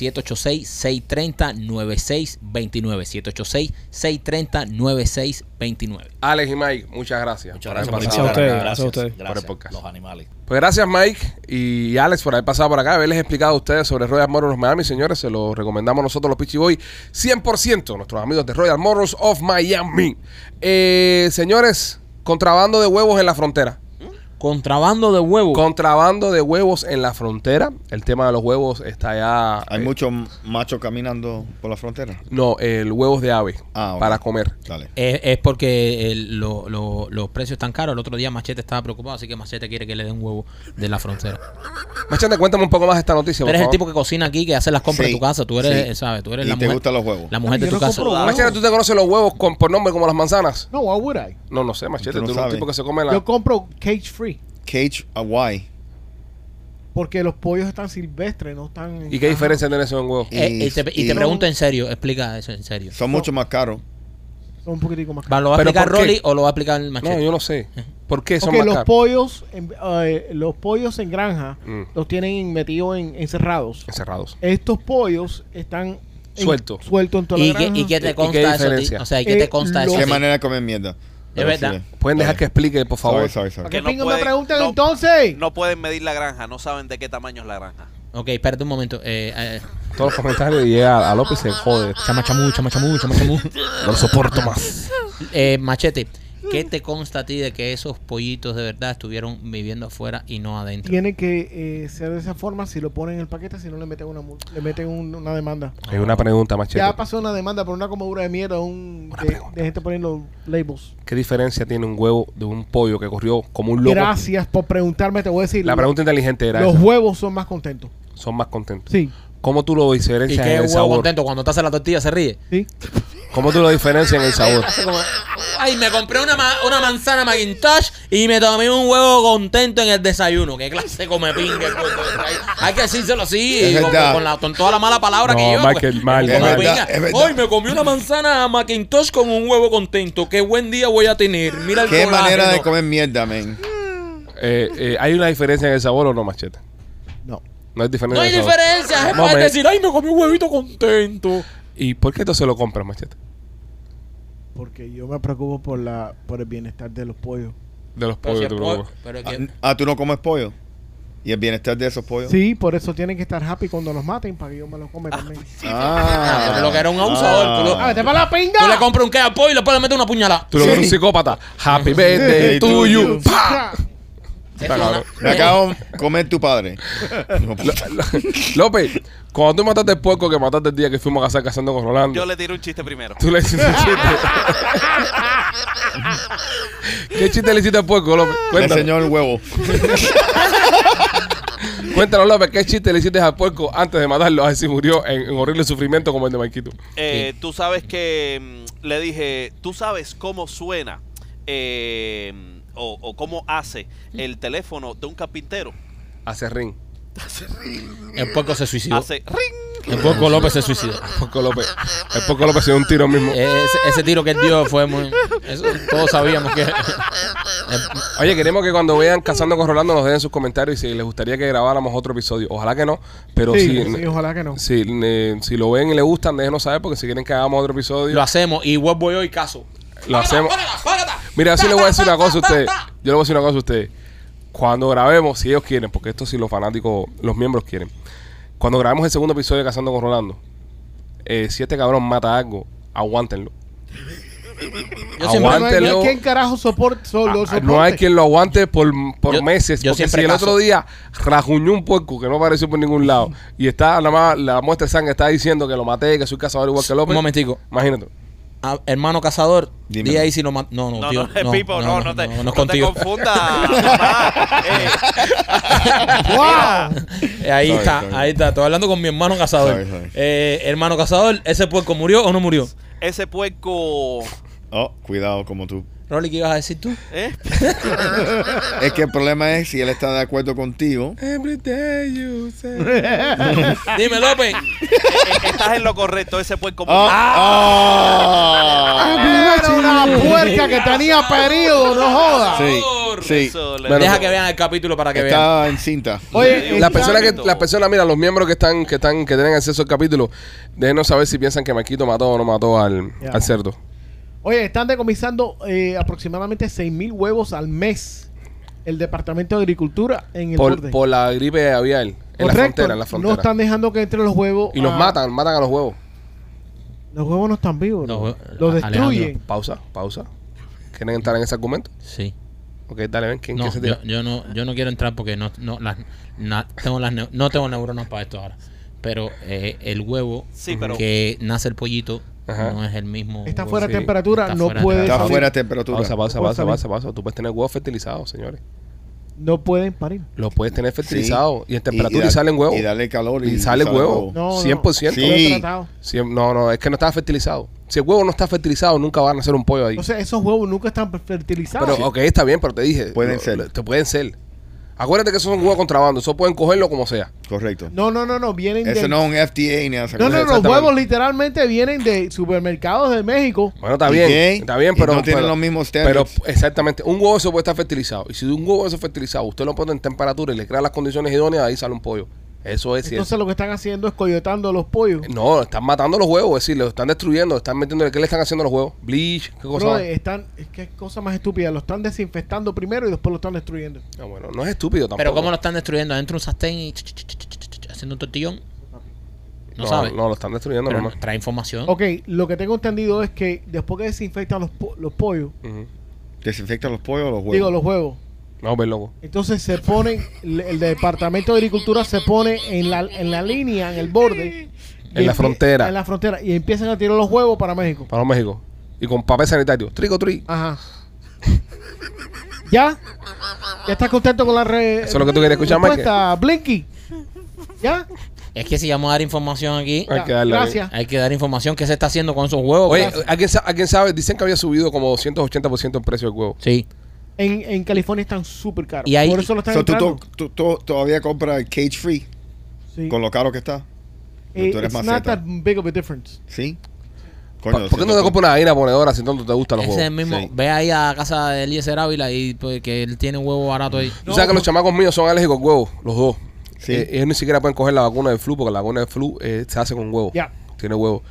[SPEAKER 6] 786-630-9629. 786-630-9629.
[SPEAKER 1] Alex y Mike, muchas gracias.
[SPEAKER 7] Muchas
[SPEAKER 1] por haber
[SPEAKER 7] gracias por
[SPEAKER 1] pasado por
[SPEAKER 8] invitarme. ustedes,
[SPEAKER 1] acá.
[SPEAKER 8] gracias a ustedes.
[SPEAKER 1] por el podcast.
[SPEAKER 7] Los animales.
[SPEAKER 1] Pues gracias Mike y Alex por haber pasado por acá, haberles explicado a ustedes sobre Royal Motors of Miami, señores, se lo recomendamos nosotros los Pitchy Boy 100%, nuestros amigos de Royal Motors of Miami. Eh, señores, contrabando de huevos en la frontera.
[SPEAKER 6] Contrabando de
[SPEAKER 3] Uh.
[SPEAKER 6] huevos.
[SPEAKER 1] Contrabando de huevos en la frontera. El tema de los huevos está ya.
[SPEAKER 3] Hay
[SPEAKER 1] eh,
[SPEAKER 3] muchos machos caminando por la frontera.
[SPEAKER 1] No, el huevos de ave
[SPEAKER 3] Ah, ok.
[SPEAKER 1] para comer.
[SPEAKER 3] Dale.
[SPEAKER 6] Es, es porque el- lo- lo- los precios están caros. El otro día Machete estaba preocupado, así que Machete quiere que le den huevo de la frontera.
[SPEAKER 1] Machete, cuéntame un poco más de esta noticia.
[SPEAKER 6] Tú
[SPEAKER 1] por
[SPEAKER 6] eres el
[SPEAKER 1] favor.
[SPEAKER 6] tipo que cocina aquí, que hace las compras
[SPEAKER 3] Sí,
[SPEAKER 6] en tu casa. Tú eres,
[SPEAKER 3] sí.
[SPEAKER 6] eh, ¿sabes? Tú eres
[SPEAKER 3] Y
[SPEAKER 6] la
[SPEAKER 3] te
[SPEAKER 6] mujer.
[SPEAKER 3] gustan los huevos.
[SPEAKER 6] La mujer
[SPEAKER 4] Yo
[SPEAKER 6] de tu
[SPEAKER 4] no
[SPEAKER 6] casa.
[SPEAKER 4] compro huevos.
[SPEAKER 1] Machete, ¿tú te conoces los huevos con- por nombre como las manzanas?
[SPEAKER 4] No, why would I?
[SPEAKER 1] No, no sé, Machete.
[SPEAKER 3] Tú
[SPEAKER 1] Tú
[SPEAKER 3] no
[SPEAKER 1] eres un
[SPEAKER 3] sabes.
[SPEAKER 1] tipo que se come la.
[SPEAKER 4] Yo compro cage free
[SPEAKER 3] Cage Hawaii.
[SPEAKER 4] porque los pollos están silvestres, no están. en
[SPEAKER 1] ¿Y qué
[SPEAKER 4] caja.
[SPEAKER 1] diferencia tiene eso en huevo?
[SPEAKER 6] Eh, y, te, y
[SPEAKER 3] Y-
[SPEAKER 6] te pregunto en serio, explica eso en serio.
[SPEAKER 3] Son mucho más caros.
[SPEAKER 4] Son un poquitico más
[SPEAKER 6] Va,
[SPEAKER 4] caros.
[SPEAKER 6] ¿Lo va a
[SPEAKER 1] ¿Pero
[SPEAKER 6] explicar
[SPEAKER 1] por qué?
[SPEAKER 6] Rolly o lo va a explicar el Machete?
[SPEAKER 1] No, yo no sé. ¿Por qué son
[SPEAKER 4] Porque
[SPEAKER 1] más
[SPEAKER 4] los
[SPEAKER 1] caros?
[SPEAKER 4] pollos, en, eh, los pollos en granja
[SPEAKER 1] Mm.
[SPEAKER 4] los tienen metidos en, encerrados.
[SPEAKER 1] Encerrados.
[SPEAKER 4] Estos pollos están en-
[SPEAKER 1] Suelto.
[SPEAKER 4] suelto en toda la
[SPEAKER 6] ¿Y qué, ¿Y
[SPEAKER 4] granja.
[SPEAKER 6] qué
[SPEAKER 1] ¿Y- y
[SPEAKER 6] te
[SPEAKER 1] qué
[SPEAKER 6] consta eso? a ti?
[SPEAKER 1] diferencia?
[SPEAKER 6] O sea, ¿y qué
[SPEAKER 4] Eh,
[SPEAKER 6] te consta
[SPEAKER 4] lo-
[SPEAKER 6] eso? a
[SPEAKER 3] Qué
[SPEAKER 6] ti?
[SPEAKER 3] manera de comer mierda. Pero
[SPEAKER 6] verdad.
[SPEAKER 3] sí,
[SPEAKER 1] Pueden dejar que
[SPEAKER 3] Dale.
[SPEAKER 1] explique, por favor.
[SPEAKER 3] Sorry, sorry, sorry.
[SPEAKER 4] ¿Para qué
[SPEAKER 5] no
[SPEAKER 4] pinga me
[SPEAKER 5] pueden-
[SPEAKER 4] preguntan
[SPEAKER 5] no-
[SPEAKER 4] entonces?
[SPEAKER 5] No pueden medir la granja, no saben de qué tamaño es la granja.
[SPEAKER 6] Ok, espérate un momento. Eh, eh,
[SPEAKER 1] Todos los comentarios y a, a López se jode.
[SPEAKER 6] chama chamú, chama chamú, chama chamú.
[SPEAKER 1] No lo soporto más.
[SPEAKER 6] Eh, machete, ¿qué te consta a ti de que esos pollitos de verdad estuvieron viviendo afuera y no adentro?
[SPEAKER 4] Tiene que eh, ser de esa forma si lo ponen en el paquete, si no le meten una mul- le meten un- una demanda.
[SPEAKER 1] Hay una pregunta, Machete.
[SPEAKER 4] Ya pasó una demanda por una comodura de mierda un,
[SPEAKER 1] Una
[SPEAKER 4] de,
[SPEAKER 1] pregunta.
[SPEAKER 4] de gente poniendo labels.
[SPEAKER 1] ¿Qué diferencia tiene un huevo de un pollo que corrió como un loco?
[SPEAKER 4] Gracias por preguntarme, te voy a decir.
[SPEAKER 1] La pregunta inteligente era
[SPEAKER 4] los
[SPEAKER 1] esa.
[SPEAKER 4] huevos son más contentos.
[SPEAKER 1] Son más contentos.
[SPEAKER 4] Sí,
[SPEAKER 1] ¿Cómo tú lo
[SPEAKER 6] ¿Y
[SPEAKER 1] diferencias
[SPEAKER 6] qué
[SPEAKER 1] en el
[SPEAKER 6] huevo
[SPEAKER 1] sabor?
[SPEAKER 6] contento cuando te hace la tortilla se ríe?
[SPEAKER 4] sí.
[SPEAKER 1] ¿Cómo tú lo diferencias en el sabor?
[SPEAKER 6] Ay, me compré una, ma- una manzana Macintosh y me tomé un huevo contento en el desayuno. Qué clase come pingue. Hay que decírselo así,
[SPEAKER 3] Es
[SPEAKER 6] con,
[SPEAKER 3] verdad.
[SPEAKER 6] con la- con toda la mala palabra
[SPEAKER 1] No,
[SPEAKER 6] que lleva.
[SPEAKER 1] Michael,
[SPEAKER 6] porque-
[SPEAKER 1] mal,
[SPEAKER 6] come
[SPEAKER 1] mal.
[SPEAKER 6] pinga.
[SPEAKER 3] Es verdad, es verdad.
[SPEAKER 6] Hoy me comí una manzana Macintosh con un huevo contento. Qué buen día voy a tener. Mira el
[SPEAKER 3] Qué manera de
[SPEAKER 6] colágeno.
[SPEAKER 3] comer mierda, men.
[SPEAKER 1] Eh, eh, ¿Hay una diferencia en el sabor o no, Machete?
[SPEAKER 4] No.
[SPEAKER 1] No hay diferencia.
[SPEAKER 6] No hay
[SPEAKER 1] en el sabor.
[SPEAKER 6] diferencia. Es más
[SPEAKER 1] Moment.
[SPEAKER 6] decir, ay, me comí un huevito contento.
[SPEAKER 1] ¿Y por qué entonces lo compras, Machete?
[SPEAKER 4] Porque yo me preocupo por la por el bienestar de los pollos.
[SPEAKER 1] De los
[SPEAKER 6] Pero,
[SPEAKER 1] pollos.
[SPEAKER 6] si
[SPEAKER 1] te
[SPEAKER 6] es pollo-
[SPEAKER 1] preocupas.
[SPEAKER 6] pero es
[SPEAKER 3] Ah,
[SPEAKER 6] que-
[SPEAKER 3] Ah, tú no comes pollo. Y el bienestar de esos pollos.
[SPEAKER 4] Sí, por eso tienen que estar happy cuando los maten para que yo me los come también.
[SPEAKER 3] Ah,
[SPEAKER 6] Ah, pero lo que era un abusador, tú lo-
[SPEAKER 4] ¡Ah, vete para la pinga!
[SPEAKER 6] Tú le compras un queso pollo y después le metes una puñalada.
[SPEAKER 1] Tú lo que eres un psicópata. Happy birthday
[SPEAKER 3] Sí,
[SPEAKER 1] to
[SPEAKER 3] to
[SPEAKER 1] you.
[SPEAKER 3] you.
[SPEAKER 1] ¡Pah!
[SPEAKER 6] Eso
[SPEAKER 1] Está
[SPEAKER 6] es una-
[SPEAKER 1] cabrón.
[SPEAKER 3] Me acabo de comer tu padre. No,
[SPEAKER 1] López, cuando tú mataste el puerco que mataste el día que fuimos a cazar cazando con Rolando,
[SPEAKER 5] Yo le tiré un chiste primero.
[SPEAKER 1] tú le hiciste un chiste. ¿Qué chiste le hiciste al puerco, López?
[SPEAKER 3] le
[SPEAKER 1] Cuéntalo,
[SPEAKER 3] enseñó el huevo.
[SPEAKER 1] Cuéntanos, López, ¿qué chiste le hiciste al puerco antes de matarlo? A ver si murió en, en horrible sufrimiento como el de Maikito.
[SPEAKER 5] Eh, Tú sabes que mm, le dije, tú sabes cómo suena eh, o, o cómo hace el teléfono de un carpintero.
[SPEAKER 1] Hace ring.
[SPEAKER 6] El puerco se suicidó.
[SPEAKER 5] Hace ring.
[SPEAKER 6] El puerco López se suicidó.
[SPEAKER 1] Puerco López. El puerco López se dio un tiro mismo.
[SPEAKER 6] E- Ese, ese tiro que él dio fue muy. eso todos sabíamos que.
[SPEAKER 1] Oye, queremos que cuando vean Cazando con Rolando nos den sus comentarios y si les gustaría que grabáramos otro episodio. Ojalá que no, pero
[SPEAKER 4] Sí,
[SPEAKER 1] si,
[SPEAKER 4] sí, ojalá que no.
[SPEAKER 1] si, eh, si lo ven y les gustan, déjenos saber porque si quieren que hagamos otro episodio,
[SPEAKER 6] Lo hacemos y vuelvo yo y caso.
[SPEAKER 1] lo hacemos. Mira, así les voy a decir una cosa a ustedes. Yo les voy a decir una cosa a ustedes. Cuando grabemos, si ellos quieren, porque esto si los fanáticos, los miembros quieren. Cuando grabemos el segundo episodio de Cazando con Rolando, eh, si este cabrón mata algo, aguántenlo.
[SPEAKER 6] Yo siempre-
[SPEAKER 4] Pero no hay- no
[SPEAKER 1] Aguántenlo.
[SPEAKER 4] hay quien carajo soporte,
[SPEAKER 1] Ah,
[SPEAKER 4] solo soporte.
[SPEAKER 1] no hay quien lo aguante por, por
[SPEAKER 6] Yo-
[SPEAKER 1] meses.
[SPEAKER 6] yo
[SPEAKER 1] porque si
[SPEAKER 6] siempre
[SPEAKER 1] el
[SPEAKER 6] caso.
[SPEAKER 1] otro día rajuñó un puerco que no apareció por ningún lado y está nada más la muestra de sangre está diciendo que lo maté, que soy cazador igual que López.
[SPEAKER 6] Un momentico.
[SPEAKER 1] Imagínate.
[SPEAKER 6] Ah, hermano cazador,
[SPEAKER 3] Dime.
[SPEAKER 6] di ahí si no ma- No, no,
[SPEAKER 5] No,
[SPEAKER 6] tío,
[SPEAKER 5] no, no, Pipo, no, no, te,
[SPEAKER 6] no, no es
[SPEAKER 5] no te
[SPEAKER 6] contigo.
[SPEAKER 5] confundas. Ah, eh,
[SPEAKER 4] ¡Wow!
[SPEAKER 6] Eh, ahí
[SPEAKER 3] Sorry,
[SPEAKER 6] está,
[SPEAKER 3] sorry.
[SPEAKER 6] ahí está. Estoy hablando con mi hermano cazador.
[SPEAKER 3] Sorry, sorry.
[SPEAKER 6] Eh, hermano cazador, ¿ese puerco murió o no murió?
[SPEAKER 5] ese puerco.
[SPEAKER 3] Oh, cuidado como tú.
[SPEAKER 6] Rolly, ¿qué ibas a decir tú?
[SPEAKER 5] ¿eh?
[SPEAKER 3] Es que el problema es si él está de acuerdo contigo.
[SPEAKER 6] Dime, López.
[SPEAKER 5] Eh, estás en lo correcto, ese puerco.
[SPEAKER 3] Oh,
[SPEAKER 6] Ah.
[SPEAKER 3] oh.
[SPEAKER 4] Era una puerca que tenía periodo, no joda.
[SPEAKER 3] Sí, sí.
[SPEAKER 5] Eso le-
[SPEAKER 1] Bueno,
[SPEAKER 6] Deja que vean el capítulo para que vean.
[SPEAKER 3] Está en cinta.
[SPEAKER 4] Oye,
[SPEAKER 1] Las
[SPEAKER 4] está-
[SPEAKER 1] personas que,
[SPEAKER 5] Exacto.
[SPEAKER 1] las personas, mira, los miembros que están, que están, que tienen acceso al capítulo, déjenos saber si piensan que Maquito mató o no mató al,
[SPEAKER 4] Ya.
[SPEAKER 1] al cerdo.
[SPEAKER 4] Oye, están decomisando eh, aproximadamente 6 mil huevos al mes el Departamento de Agricultura en el
[SPEAKER 1] Por,
[SPEAKER 4] borde.
[SPEAKER 1] por la gripe aviar. En la
[SPEAKER 4] Correcto,
[SPEAKER 1] frontera, en la
[SPEAKER 4] No
[SPEAKER 1] frontera.
[SPEAKER 4] están Ah. dejando que entren los huevos.
[SPEAKER 1] y los
[SPEAKER 4] a-
[SPEAKER 1] matan, matan a los huevos.
[SPEAKER 4] Los huevos no están vivos.
[SPEAKER 6] Los
[SPEAKER 4] ¿no?
[SPEAKER 6] huevos-
[SPEAKER 4] Los
[SPEAKER 6] Alejandro.
[SPEAKER 4] destruyen.
[SPEAKER 1] Pausa, pausa. ¿Quieren entrar en ese argumento?
[SPEAKER 6] Sí.
[SPEAKER 1] Ok, dale, ven, ¿quién,
[SPEAKER 6] No,
[SPEAKER 1] quién se tira?
[SPEAKER 6] yo, yo no, yo no quiero entrar porque no, no, las, na- tengo las neu- no tengo neuronas para esto ahora. Pero eh, el huevo
[SPEAKER 5] Sí, pero-
[SPEAKER 6] que nace el pollito
[SPEAKER 1] Ajá.
[SPEAKER 6] no es el mismo.
[SPEAKER 4] Está
[SPEAKER 6] huevo.
[SPEAKER 4] fuera de
[SPEAKER 1] Sí.
[SPEAKER 4] temperatura,
[SPEAKER 6] Está
[SPEAKER 4] no
[SPEAKER 6] fuera de
[SPEAKER 4] puede
[SPEAKER 3] Está
[SPEAKER 6] temperatura.
[SPEAKER 4] salir.
[SPEAKER 3] fuera de temperatura.
[SPEAKER 1] Pausa, pausa,
[SPEAKER 4] Puedes
[SPEAKER 1] pausa,
[SPEAKER 4] salir.
[SPEAKER 1] pausa, pausa. Tú puedes tener huevos fertilizados, señores.
[SPEAKER 4] No pueden parir.
[SPEAKER 1] Los puedes tener
[SPEAKER 3] Sí.
[SPEAKER 1] fertilizados y en temperatura y,
[SPEAKER 3] da-
[SPEAKER 1] salen huevos.
[SPEAKER 3] Y darle calor.
[SPEAKER 1] Y sale huevo.
[SPEAKER 4] No, no.
[SPEAKER 1] 100%.
[SPEAKER 4] Lo he
[SPEAKER 3] Sí.
[SPEAKER 4] tratado.
[SPEAKER 1] Sí, no, no, es que no está fertilizado. Si el huevo no está fertilizado, nunca van a hacer un pollo ahí.
[SPEAKER 4] O sea, esos huevos nunca están fertilizados.
[SPEAKER 1] pero, ok, está bien, pero te dije.
[SPEAKER 3] Pueden
[SPEAKER 1] lo-
[SPEAKER 3] ser.
[SPEAKER 1] lo- Te pueden ser. Acuérdate que esos son huevos contrabando. Eso pueden cogerlo como sea.
[SPEAKER 3] Correcto.
[SPEAKER 4] No, no, no, no, vienen
[SPEAKER 3] Eso
[SPEAKER 4] de...
[SPEAKER 3] no es un FDA ni nada.
[SPEAKER 4] no, no, no, los
[SPEAKER 1] Exactamente.
[SPEAKER 4] huevos literalmente vienen de supermercados de México.
[SPEAKER 1] Bueno, está
[SPEAKER 3] ¿Y
[SPEAKER 1] bien.
[SPEAKER 3] qué?
[SPEAKER 1] Está bien,
[SPEAKER 3] Y
[SPEAKER 1] pero.
[SPEAKER 3] no tienen
[SPEAKER 1] pero-
[SPEAKER 3] los mismos
[SPEAKER 1] Pero,
[SPEAKER 3] standards.
[SPEAKER 1] exactamente. Un huevo eso puede estar fertilizado. Y si un huevo eso es fertilizado, usted lo pone en temperatura y le crea las condiciones idóneas, ahí sale un pollo. Eso es
[SPEAKER 4] Entonces
[SPEAKER 1] cierto.
[SPEAKER 4] lo que están haciendo es coyotando los pollos.
[SPEAKER 1] No, están matando los huevos, es decir, los están destruyendo, están metiéndole. ¿Qué le están haciendo a los huevos? Bleach, qué cosa.
[SPEAKER 4] Bro,
[SPEAKER 3] eh.
[SPEAKER 1] más?
[SPEAKER 4] están, es que es cosa más estúpida. Lo están desinfectando primero y después lo están destruyendo.
[SPEAKER 1] Ah, bueno, no es estúpido tampoco.
[SPEAKER 6] Pero cómo lo están destruyendo adentro de un sartén y ch- ch- ch- ch- ch- ch- haciendo un tortillón. No, sabe.
[SPEAKER 1] No, lo están destruyendo,
[SPEAKER 6] Pero
[SPEAKER 1] mamá.
[SPEAKER 6] no- trae información.
[SPEAKER 4] Ok, lo que tengo entendido es que después que desinfectan los, po- los pollos,
[SPEAKER 1] Ujú.
[SPEAKER 3] Desinfecta los pollos o los huevos.
[SPEAKER 4] digo los huevos,
[SPEAKER 1] No, ve loco.
[SPEAKER 4] entonces se ponen, el, el Departamento de Agricultura se pone en la, en la línea, en el borde. y
[SPEAKER 1] En la
[SPEAKER 4] empie-
[SPEAKER 1] frontera.
[SPEAKER 4] En la frontera. Y empiezan a tirar los huevos para México.
[SPEAKER 1] Para México. Y con papel sanitario. Trigo, tri.
[SPEAKER 4] Ajá. ¿Ya? ¿Ya estás contento con la re
[SPEAKER 1] Eso es lo que tú querías escuchar, Mike.
[SPEAKER 4] respuesta, Blinky? ¿Ya?
[SPEAKER 6] Es que si vamos a dar información aquí,
[SPEAKER 1] Hay que darle.
[SPEAKER 4] Gracias.
[SPEAKER 6] hay que dar información que se está haciendo con esos huevos.
[SPEAKER 1] Ah. Oye,
[SPEAKER 6] Gracias.
[SPEAKER 1] ¿a quién, sa- a quién sabe? Dicen que había subido como 280% el precio del huevo.
[SPEAKER 6] sí.
[SPEAKER 4] En, en California están súper caros.
[SPEAKER 6] Y ahí-
[SPEAKER 4] Por eso lo están
[SPEAKER 3] So, tú,
[SPEAKER 4] entrando.
[SPEAKER 3] to- tú- tú todavía compras cage free
[SPEAKER 4] Sí.
[SPEAKER 3] con lo caro que está.
[SPEAKER 4] Eh,
[SPEAKER 3] tú eres
[SPEAKER 4] it's
[SPEAKER 3] maceta.
[SPEAKER 4] not that big of a difference.
[SPEAKER 3] ¿Sí?
[SPEAKER 1] Pa- ¿Por qué no te compras una harina ponedora si tanto te gustan los
[SPEAKER 6] Ese es el
[SPEAKER 1] huevos?
[SPEAKER 6] mismo.
[SPEAKER 3] Sí.
[SPEAKER 6] Ve ahí a casa de Eliezer Ávila y pues, que él tiene un huevo barato ahí.
[SPEAKER 1] Tú sabes que los chamacos míos son alérgicos al huevo, los dos.
[SPEAKER 3] Sí.
[SPEAKER 1] Eh, ellos ni siquiera pueden coger la vacuna del flu porque la vacuna del flu eh, se hace con huevo.
[SPEAKER 4] Ya.
[SPEAKER 1] Tiene huevo.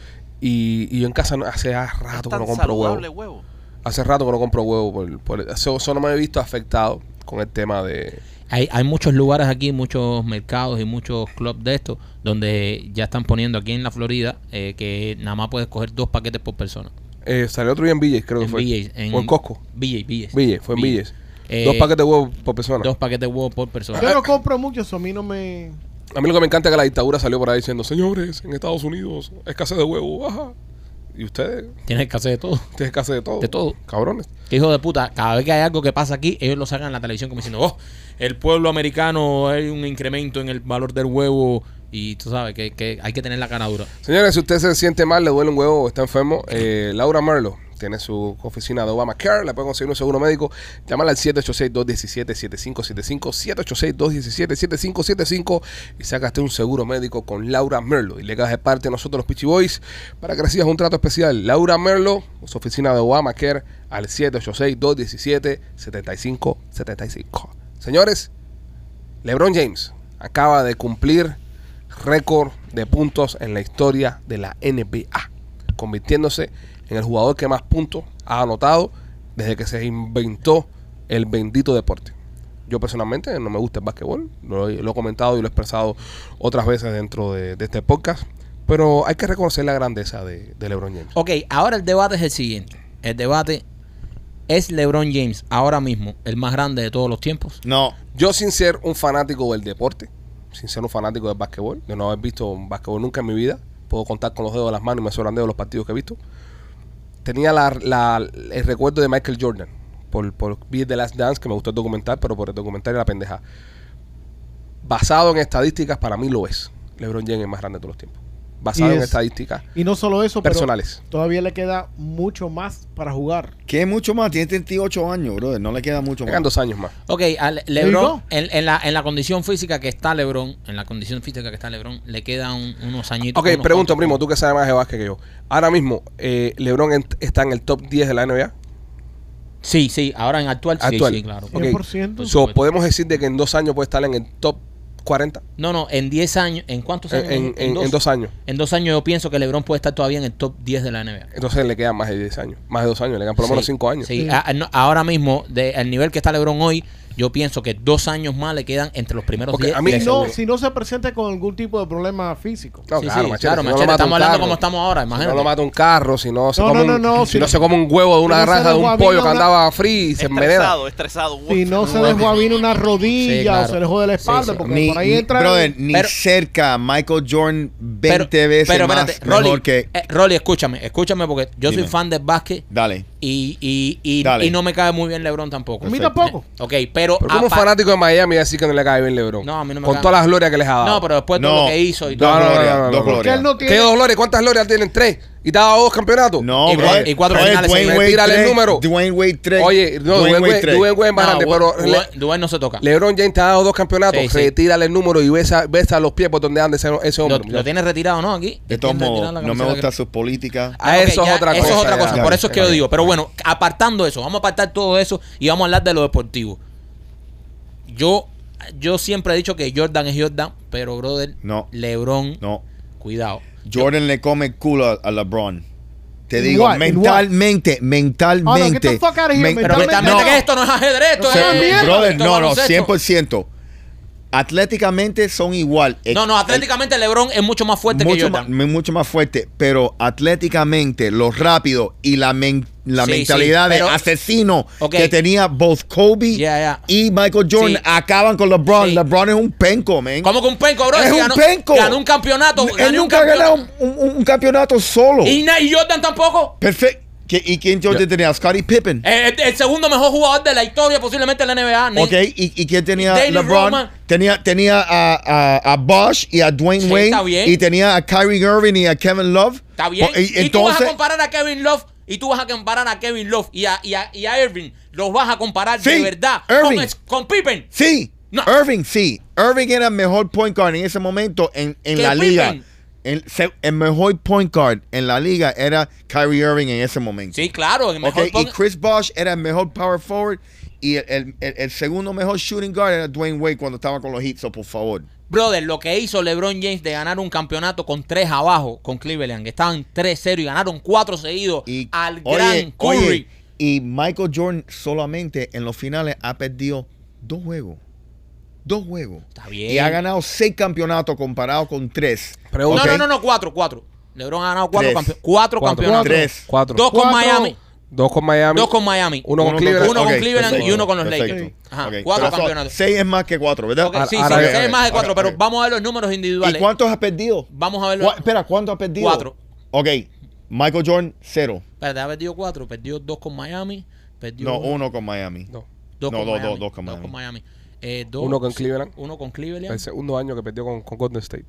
[SPEAKER 1] Y, y yo en casa no- hace ah, rato que no compro huevo.
[SPEAKER 5] huevo.
[SPEAKER 1] Hace rato que no compro huevo. Por, por- so- solo me he visto afectado con el tema de...
[SPEAKER 6] Hay, hay muchos lugares aquí, muchos mercados y muchos clubs de estos, donde ya están poniendo aquí en la Florida eh, que nada más puedes coger dos paquetes por persona.
[SPEAKER 1] Eh, salió otro día en Villas, creo que
[SPEAKER 6] en
[SPEAKER 1] fue.
[SPEAKER 6] Villas. En,
[SPEAKER 1] o en Costco.
[SPEAKER 6] Villas, Villas.
[SPEAKER 1] Villas, fue en Villas.
[SPEAKER 6] Villas. Eh,
[SPEAKER 1] dos paquetes de huevo por persona.
[SPEAKER 6] Dos paquetes de huevos por persona.
[SPEAKER 4] Yo no compro mucho, eso a mí no me...
[SPEAKER 1] A mí lo que me encanta es que la dictadura salió por ahí diciendo, señores, en Estados Unidos, escasez de huevo, ajá. Y ustedes,
[SPEAKER 6] Tienes que hacer de todo.
[SPEAKER 1] ustedes escasez de todo.
[SPEAKER 6] De todo.
[SPEAKER 1] Cabrones.
[SPEAKER 6] Que hijo de puta, cada vez que hay algo que pasa aquí, ellos lo sacan en la televisión como diciendo, oh, el pueblo americano hay un incremento en el valor del huevo. Y tú sabes que, que hay que tener la cara dura.
[SPEAKER 1] Señores, si usted se siente mal, le duele un huevo o está enfermo, eh, Laura Merlo tiene su oficina de Obamacare, le puede conseguir un seguro médico. Llámala al 786-217-7575, 786-217-7575 y sacaste un seguro médico con Laura Merlo. Y le das de parte de nosotros los Pitchy Boys para que recibas un trato especial. Laura Merlo, su oficina de Obamacare, al 786-217-7575. Señores, LeBron James acaba de cumplir récord de puntos en la historia de la NBA, convirtiéndose en el jugador que más puntos ha anotado desde que se inventó el bendito deporte. Yo personalmente no me gusta el básquetbol, lo, he- lo he comentado y lo he expresado otras veces dentro de, de este podcast, pero hay que reconocer la grandeza de, de LeBron James.
[SPEAKER 6] Ok, ahora el debate es el siguiente. El debate es LeBron James ahora mismo el más grande de todos los tiempos.
[SPEAKER 3] No.
[SPEAKER 1] Yo sin ser un fanático del deporte, sin ser un fanático del básquetbol, de no haber visto un básquetbol nunca en mi vida, puedo contar con los dedos de las manos y me sobran dedos los partidos que he visto, tenía la- la- el recuerdo de Michael Jordan, por, por vi The Last Dance, que me gustó el documental, pero por el documental era la pendeja. Basado en estadísticas, para mí lo es. LeBron James es más grande de todos los tiempos. Basado
[SPEAKER 4] Y
[SPEAKER 1] en
[SPEAKER 4] es-
[SPEAKER 1] estadísticas.
[SPEAKER 4] Y no solo eso,
[SPEAKER 1] Personales.
[SPEAKER 4] pero todavía le queda mucho más para jugar.
[SPEAKER 3] ¿Qué mucho más? Tiene 38 años, brother. No le queda mucho
[SPEAKER 1] Llegan
[SPEAKER 3] más.
[SPEAKER 1] dos años más.
[SPEAKER 6] Ok, a Le-
[SPEAKER 4] go.
[SPEAKER 6] LeBron, en, en la, en la condición física que está LeBron, en la condición física que está LeBron, le quedan un- unos añitos.
[SPEAKER 1] Ok,
[SPEAKER 6] unos
[SPEAKER 1] pregunto,
[SPEAKER 6] cuantos-
[SPEAKER 1] primo, tú que sabes más de básquet que yo. Ahora mismo, eh, LeBron en- está en el top 10 de la NBA.
[SPEAKER 6] Sí, sí, ahora en actual, sí,
[SPEAKER 1] Actual.
[SPEAKER 6] Sí, claro.
[SPEAKER 1] Ok.
[SPEAKER 4] 100%.
[SPEAKER 1] So, podemos decir de que en dos años puede estar en el top 40.
[SPEAKER 6] No, no, en 10 años, ¿en cuántos años?
[SPEAKER 1] En, en- en dos. años.
[SPEAKER 6] En dos años yo pienso que LeBron puede estar todavía en el top 10 de la NBA.
[SPEAKER 1] Entonces le quedan más de 10 años. Más de dos años. Le quedan por lo menos
[SPEAKER 6] Sí,
[SPEAKER 1] cinco años.
[SPEAKER 6] sí. Ah, no, ahora mismo, de, el nivel que está LeBron hoy, Yo pienso que dos años más le quedan entre los primeros
[SPEAKER 1] Porque
[SPEAKER 6] diez
[SPEAKER 1] a mí
[SPEAKER 6] de
[SPEAKER 1] no-
[SPEAKER 6] seguro.
[SPEAKER 4] No, si no se presenta con algún tipo de problema físico.
[SPEAKER 1] No,
[SPEAKER 6] Sí,
[SPEAKER 1] claro,
[SPEAKER 6] sí,
[SPEAKER 1] machete,
[SPEAKER 6] claro,
[SPEAKER 1] si no lo
[SPEAKER 6] machete,
[SPEAKER 1] mata un
[SPEAKER 6] estamos hablando
[SPEAKER 1] carro,
[SPEAKER 6] como estamos ahora,
[SPEAKER 1] Si
[SPEAKER 6] imagínate.
[SPEAKER 1] no lo mata un carro, si no se,
[SPEAKER 4] No,
[SPEAKER 1] come,
[SPEAKER 4] no,
[SPEAKER 1] un,
[SPEAKER 4] no, no,
[SPEAKER 1] si
[SPEAKER 4] si
[SPEAKER 1] no
[SPEAKER 4] no-
[SPEAKER 1] se come un huevo de una
[SPEAKER 4] si no se
[SPEAKER 1] granja de
[SPEAKER 4] dejó
[SPEAKER 1] un
[SPEAKER 4] a mí
[SPEAKER 1] pollo que
[SPEAKER 4] una-
[SPEAKER 1] andaba free y se envenena.
[SPEAKER 5] Estresado, estresado. Uf.
[SPEAKER 4] Si no se dejó a vino una rodilla
[SPEAKER 6] Sí, claro.
[SPEAKER 4] o se dejó de la
[SPEAKER 6] Sí,
[SPEAKER 4] espalda,
[SPEAKER 6] sí.
[SPEAKER 4] porque
[SPEAKER 3] Ni,
[SPEAKER 4] por ahí
[SPEAKER 3] ni-
[SPEAKER 4] entra.
[SPEAKER 3] brother, ni
[SPEAKER 6] Pero-
[SPEAKER 3] cerca Michael Jordan 20
[SPEAKER 6] Pero-
[SPEAKER 3] veces
[SPEAKER 6] pero
[SPEAKER 3] más
[SPEAKER 6] espérate,
[SPEAKER 3] mejor
[SPEAKER 6] Rolly,
[SPEAKER 3] que...
[SPEAKER 6] eh, Rolly, escúchame, escúchame porque yo
[SPEAKER 3] Dime.
[SPEAKER 6] soy fan del básquet
[SPEAKER 3] Dale.
[SPEAKER 6] y, y, y,
[SPEAKER 3] Dale.
[SPEAKER 6] y no me cae muy bien LeBron tampoco.
[SPEAKER 4] a mí
[SPEAKER 3] Perfecto.
[SPEAKER 4] tampoco.
[SPEAKER 6] Ok, pero...
[SPEAKER 1] Pero como
[SPEAKER 6] apa-
[SPEAKER 1] fanático de Miami así que no le cae bien LeBron.
[SPEAKER 6] Ah, No, a mí no me
[SPEAKER 1] Con
[SPEAKER 6] cae.
[SPEAKER 1] todas las glorias que les ha dado.
[SPEAKER 6] No, pero después de
[SPEAKER 3] No,
[SPEAKER 6] todo lo que hizo y
[SPEAKER 1] no,
[SPEAKER 6] todo.
[SPEAKER 3] Dos
[SPEAKER 1] no, no,
[SPEAKER 3] glorias,
[SPEAKER 1] no, no, no.
[SPEAKER 3] dos
[SPEAKER 4] Porque él
[SPEAKER 3] glorias.
[SPEAKER 4] no
[SPEAKER 1] ¿Qué dos
[SPEAKER 4] tiene.
[SPEAKER 1] glorias? ¿Cuántas glorias tienen? ¿Tres? ¿Y te ha dado dos campeonatos?
[SPEAKER 3] No,
[SPEAKER 6] Y
[SPEAKER 3] brother.
[SPEAKER 6] cuatro- y cuatro
[SPEAKER 3] Brother,
[SPEAKER 6] finales
[SPEAKER 3] Dwayne
[SPEAKER 6] seguidas.
[SPEAKER 3] Wade
[SPEAKER 1] Tírale el
[SPEAKER 3] tres,
[SPEAKER 1] número.
[SPEAKER 3] Dwayne Wade 3.
[SPEAKER 1] Oye, no, Dwayne Wade, Dwayne Wade es más
[SPEAKER 6] No,
[SPEAKER 1] grande,
[SPEAKER 6] Dwayne-
[SPEAKER 1] pero
[SPEAKER 6] Dwayne-
[SPEAKER 1] Le-
[SPEAKER 6] Dwayne no se toca.
[SPEAKER 1] LeBron James te ha dado dos campeonatos.
[SPEAKER 6] Sí, sí.
[SPEAKER 1] Retírale el número y besa, besa los pies por donde anda ese, ese
[SPEAKER 6] lo,
[SPEAKER 1] hombre.
[SPEAKER 6] lo tiene retirado, ¿no? Aquí.
[SPEAKER 3] De todos
[SPEAKER 6] Tiene retirada
[SPEAKER 3] modos,
[SPEAKER 6] la
[SPEAKER 3] no me
[SPEAKER 6] camiseta
[SPEAKER 3] gusta
[SPEAKER 6] que-
[SPEAKER 3] sus políticas.
[SPEAKER 1] Ah,
[SPEAKER 6] ok,
[SPEAKER 1] eso es
[SPEAKER 6] ya,
[SPEAKER 1] otra
[SPEAKER 6] Eso es
[SPEAKER 1] cosa,
[SPEAKER 6] otra
[SPEAKER 1] ya.
[SPEAKER 6] cosa.
[SPEAKER 3] Ya,
[SPEAKER 6] Por eso es que
[SPEAKER 3] ya,
[SPEAKER 6] yo
[SPEAKER 3] ya.
[SPEAKER 6] digo. Pero bueno, apartando eso, vamos a apartar todo eso y vamos a hablar de lo deportivo. Yo, yo siempre he dicho que Jordan es Jordan, pero brother,
[SPEAKER 3] No.
[SPEAKER 6] LeBron,
[SPEAKER 3] No.
[SPEAKER 6] cuidado.
[SPEAKER 3] Jordan le come el culo a, a LeBron. Te digo,
[SPEAKER 4] What?
[SPEAKER 3] mentalmente,
[SPEAKER 4] Oh, no,
[SPEAKER 3] mentalmente.
[SPEAKER 4] get the fuck out of here,
[SPEAKER 3] men-
[SPEAKER 6] Pero
[SPEAKER 4] Mentalmente
[SPEAKER 6] mentalmente
[SPEAKER 4] no.
[SPEAKER 6] que esto no es ajedrez, esto
[SPEAKER 4] O sea,
[SPEAKER 6] es
[SPEAKER 4] mierda,
[SPEAKER 6] esto
[SPEAKER 3] brother,
[SPEAKER 6] es
[SPEAKER 3] no, no,
[SPEAKER 6] baloncesto.
[SPEAKER 3] 100%. Atléticamente son igual. Eh,
[SPEAKER 6] No, no, atléticamente LeBron es mucho más fuerte que
[SPEAKER 3] mucho
[SPEAKER 6] Jordan.
[SPEAKER 3] más, mucho más fuerte, pero atléticamente, lo rápido y la, men- la
[SPEAKER 6] Sí,
[SPEAKER 3] mentalidad
[SPEAKER 6] sí,
[SPEAKER 3] de
[SPEAKER 6] pero-
[SPEAKER 3] asesino
[SPEAKER 6] Ok.
[SPEAKER 3] que tenía both Kobe
[SPEAKER 6] Yeah, yeah.
[SPEAKER 3] y Michael Jordan
[SPEAKER 6] Sí.
[SPEAKER 3] acaban con LeBron.
[SPEAKER 6] Sí.
[SPEAKER 3] LeBron es un penco, man.
[SPEAKER 6] ¿Cómo que un penco, bro?
[SPEAKER 3] Es
[SPEAKER 6] Si
[SPEAKER 3] un
[SPEAKER 6] ganó,
[SPEAKER 3] penco.
[SPEAKER 6] Ganó un campeonato.
[SPEAKER 3] Él
[SPEAKER 6] ganó un
[SPEAKER 3] nunca ha
[SPEAKER 6] campeonato.
[SPEAKER 3] ganado un, un- un campeonato solo.
[SPEAKER 6] Y, na- y Jordan tampoco.
[SPEAKER 3] Perfecto. ¿Qué- ¿Y quién Jordan tenía? Scottie Pippen.
[SPEAKER 6] Eh, El, el segundo mejor jugador de la historia, posiblemente de la NBA. ni-
[SPEAKER 3] Ok, ¿Y, y quién tenía
[SPEAKER 6] David
[SPEAKER 3] LeBron?
[SPEAKER 6] Roman.
[SPEAKER 3] Tenía, tenía a, a, a Bosh y a Dwayne
[SPEAKER 6] Sí, está
[SPEAKER 3] Wayne.
[SPEAKER 6] bien.
[SPEAKER 3] Y tenía a Kyrie Irving y a Kevin Love.
[SPEAKER 6] Está bien.
[SPEAKER 3] Po- Pues, y-
[SPEAKER 6] y tú vas a
[SPEAKER 3] entonces-
[SPEAKER 6] comparar a Kevin Love. Y tú vas a comparar a Kevin Love y a, y a, y a Irving. Los vas a comparar
[SPEAKER 3] Sí,
[SPEAKER 6] de verdad
[SPEAKER 3] Irving.
[SPEAKER 6] con, es- con Pippen.
[SPEAKER 3] Sí.
[SPEAKER 6] No.
[SPEAKER 3] Irving, sí. Irving era el mejor point guard en ese momento en, en
[SPEAKER 6] ¿Qué
[SPEAKER 3] la
[SPEAKER 6] Pippen?
[SPEAKER 3] liga. El, se- el mejor point guard en la liga era Kyrie Irving en ese momento.
[SPEAKER 6] Sí, claro. el mejor
[SPEAKER 3] Ok,
[SPEAKER 6] pon-
[SPEAKER 3] Y Chris Bosh era el mejor power forward. Y el, el- el- el segundo mejor shooting guard era Dwayne Wade cuando estaba con los Heat. So, por favor.
[SPEAKER 6] Brother, lo que hizo LeBron James de ganar un campeonato con tres abajo con Cleveland. que Estaban 3-0 y ganaron cuatro seguidos
[SPEAKER 3] Y,
[SPEAKER 6] al
[SPEAKER 3] oye,
[SPEAKER 6] gran Curry.
[SPEAKER 3] oye, y Michael Jordan solamente en los finales ha perdido dos juegos. Dos juegos.
[SPEAKER 6] Está bien.
[SPEAKER 3] Y ha ganado seis campeonatos comparado con tres.
[SPEAKER 1] Pregunta.
[SPEAKER 6] No,
[SPEAKER 3] Ok.
[SPEAKER 6] no, no, no, cuatro, cuatro. LeBron ha ganado cuatro,
[SPEAKER 3] Tres.
[SPEAKER 6] campe- cuatro,
[SPEAKER 1] Cuatro.
[SPEAKER 6] campeonatos.
[SPEAKER 3] Tres.
[SPEAKER 1] Cuatro.
[SPEAKER 6] Dos con
[SPEAKER 4] Cuatro.
[SPEAKER 6] Miami.
[SPEAKER 1] Dos con Miami.
[SPEAKER 6] Dos con Miami.
[SPEAKER 1] Uno con
[SPEAKER 3] Uno
[SPEAKER 1] Cleveland.
[SPEAKER 6] Uno
[SPEAKER 3] Ok,
[SPEAKER 6] con Cleveland
[SPEAKER 3] perfecto,
[SPEAKER 6] y uno con los
[SPEAKER 3] perfecto.
[SPEAKER 6] Lakers. Ajá,
[SPEAKER 3] Ok,
[SPEAKER 6] cuatro
[SPEAKER 3] pero son-
[SPEAKER 6] campeonatos.
[SPEAKER 3] Seis es más que cuatro, ¿verdad?
[SPEAKER 6] Ok, sí, sí,
[SPEAKER 1] ahora-
[SPEAKER 6] seis es más de
[SPEAKER 3] ok,
[SPEAKER 6] cuatro,
[SPEAKER 3] ok.
[SPEAKER 6] pero vamos a ver los números
[SPEAKER 3] ¿Y
[SPEAKER 6] individuales.
[SPEAKER 3] cuántos has perdido?
[SPEAKER 6] Vamos a ver los.
[SPEAKER 3] Gua- Espera, ¿cuántos has perdido?
[SPEAKER 6] Cuatro.
[SPEAKER 3] Ok, Michael Jordan, cero.
[SPEAKER 6] Espérate, ha perdido cuatro. Perdió dos con Miami. Perdió
[SPEAKER 3] No, uno con Miami.
[SPEAKER 1] No.
[SPEAKER 6] Dos
[SPEAKER 3] no,
[SPEAKER 6] con
[SPEAKER 3] dos,
[SPEAKER 6] Miami.
[SPEAKER 3] dos, dos con Miami.
[SPEAKER 6] Eh, dos-
[SPEAKER 1] Uno con Cleveland.
[SPEAKER 6] Uno con Cleveland.
[SPEAKER 1] El segundo año que perdió con, con Golden State.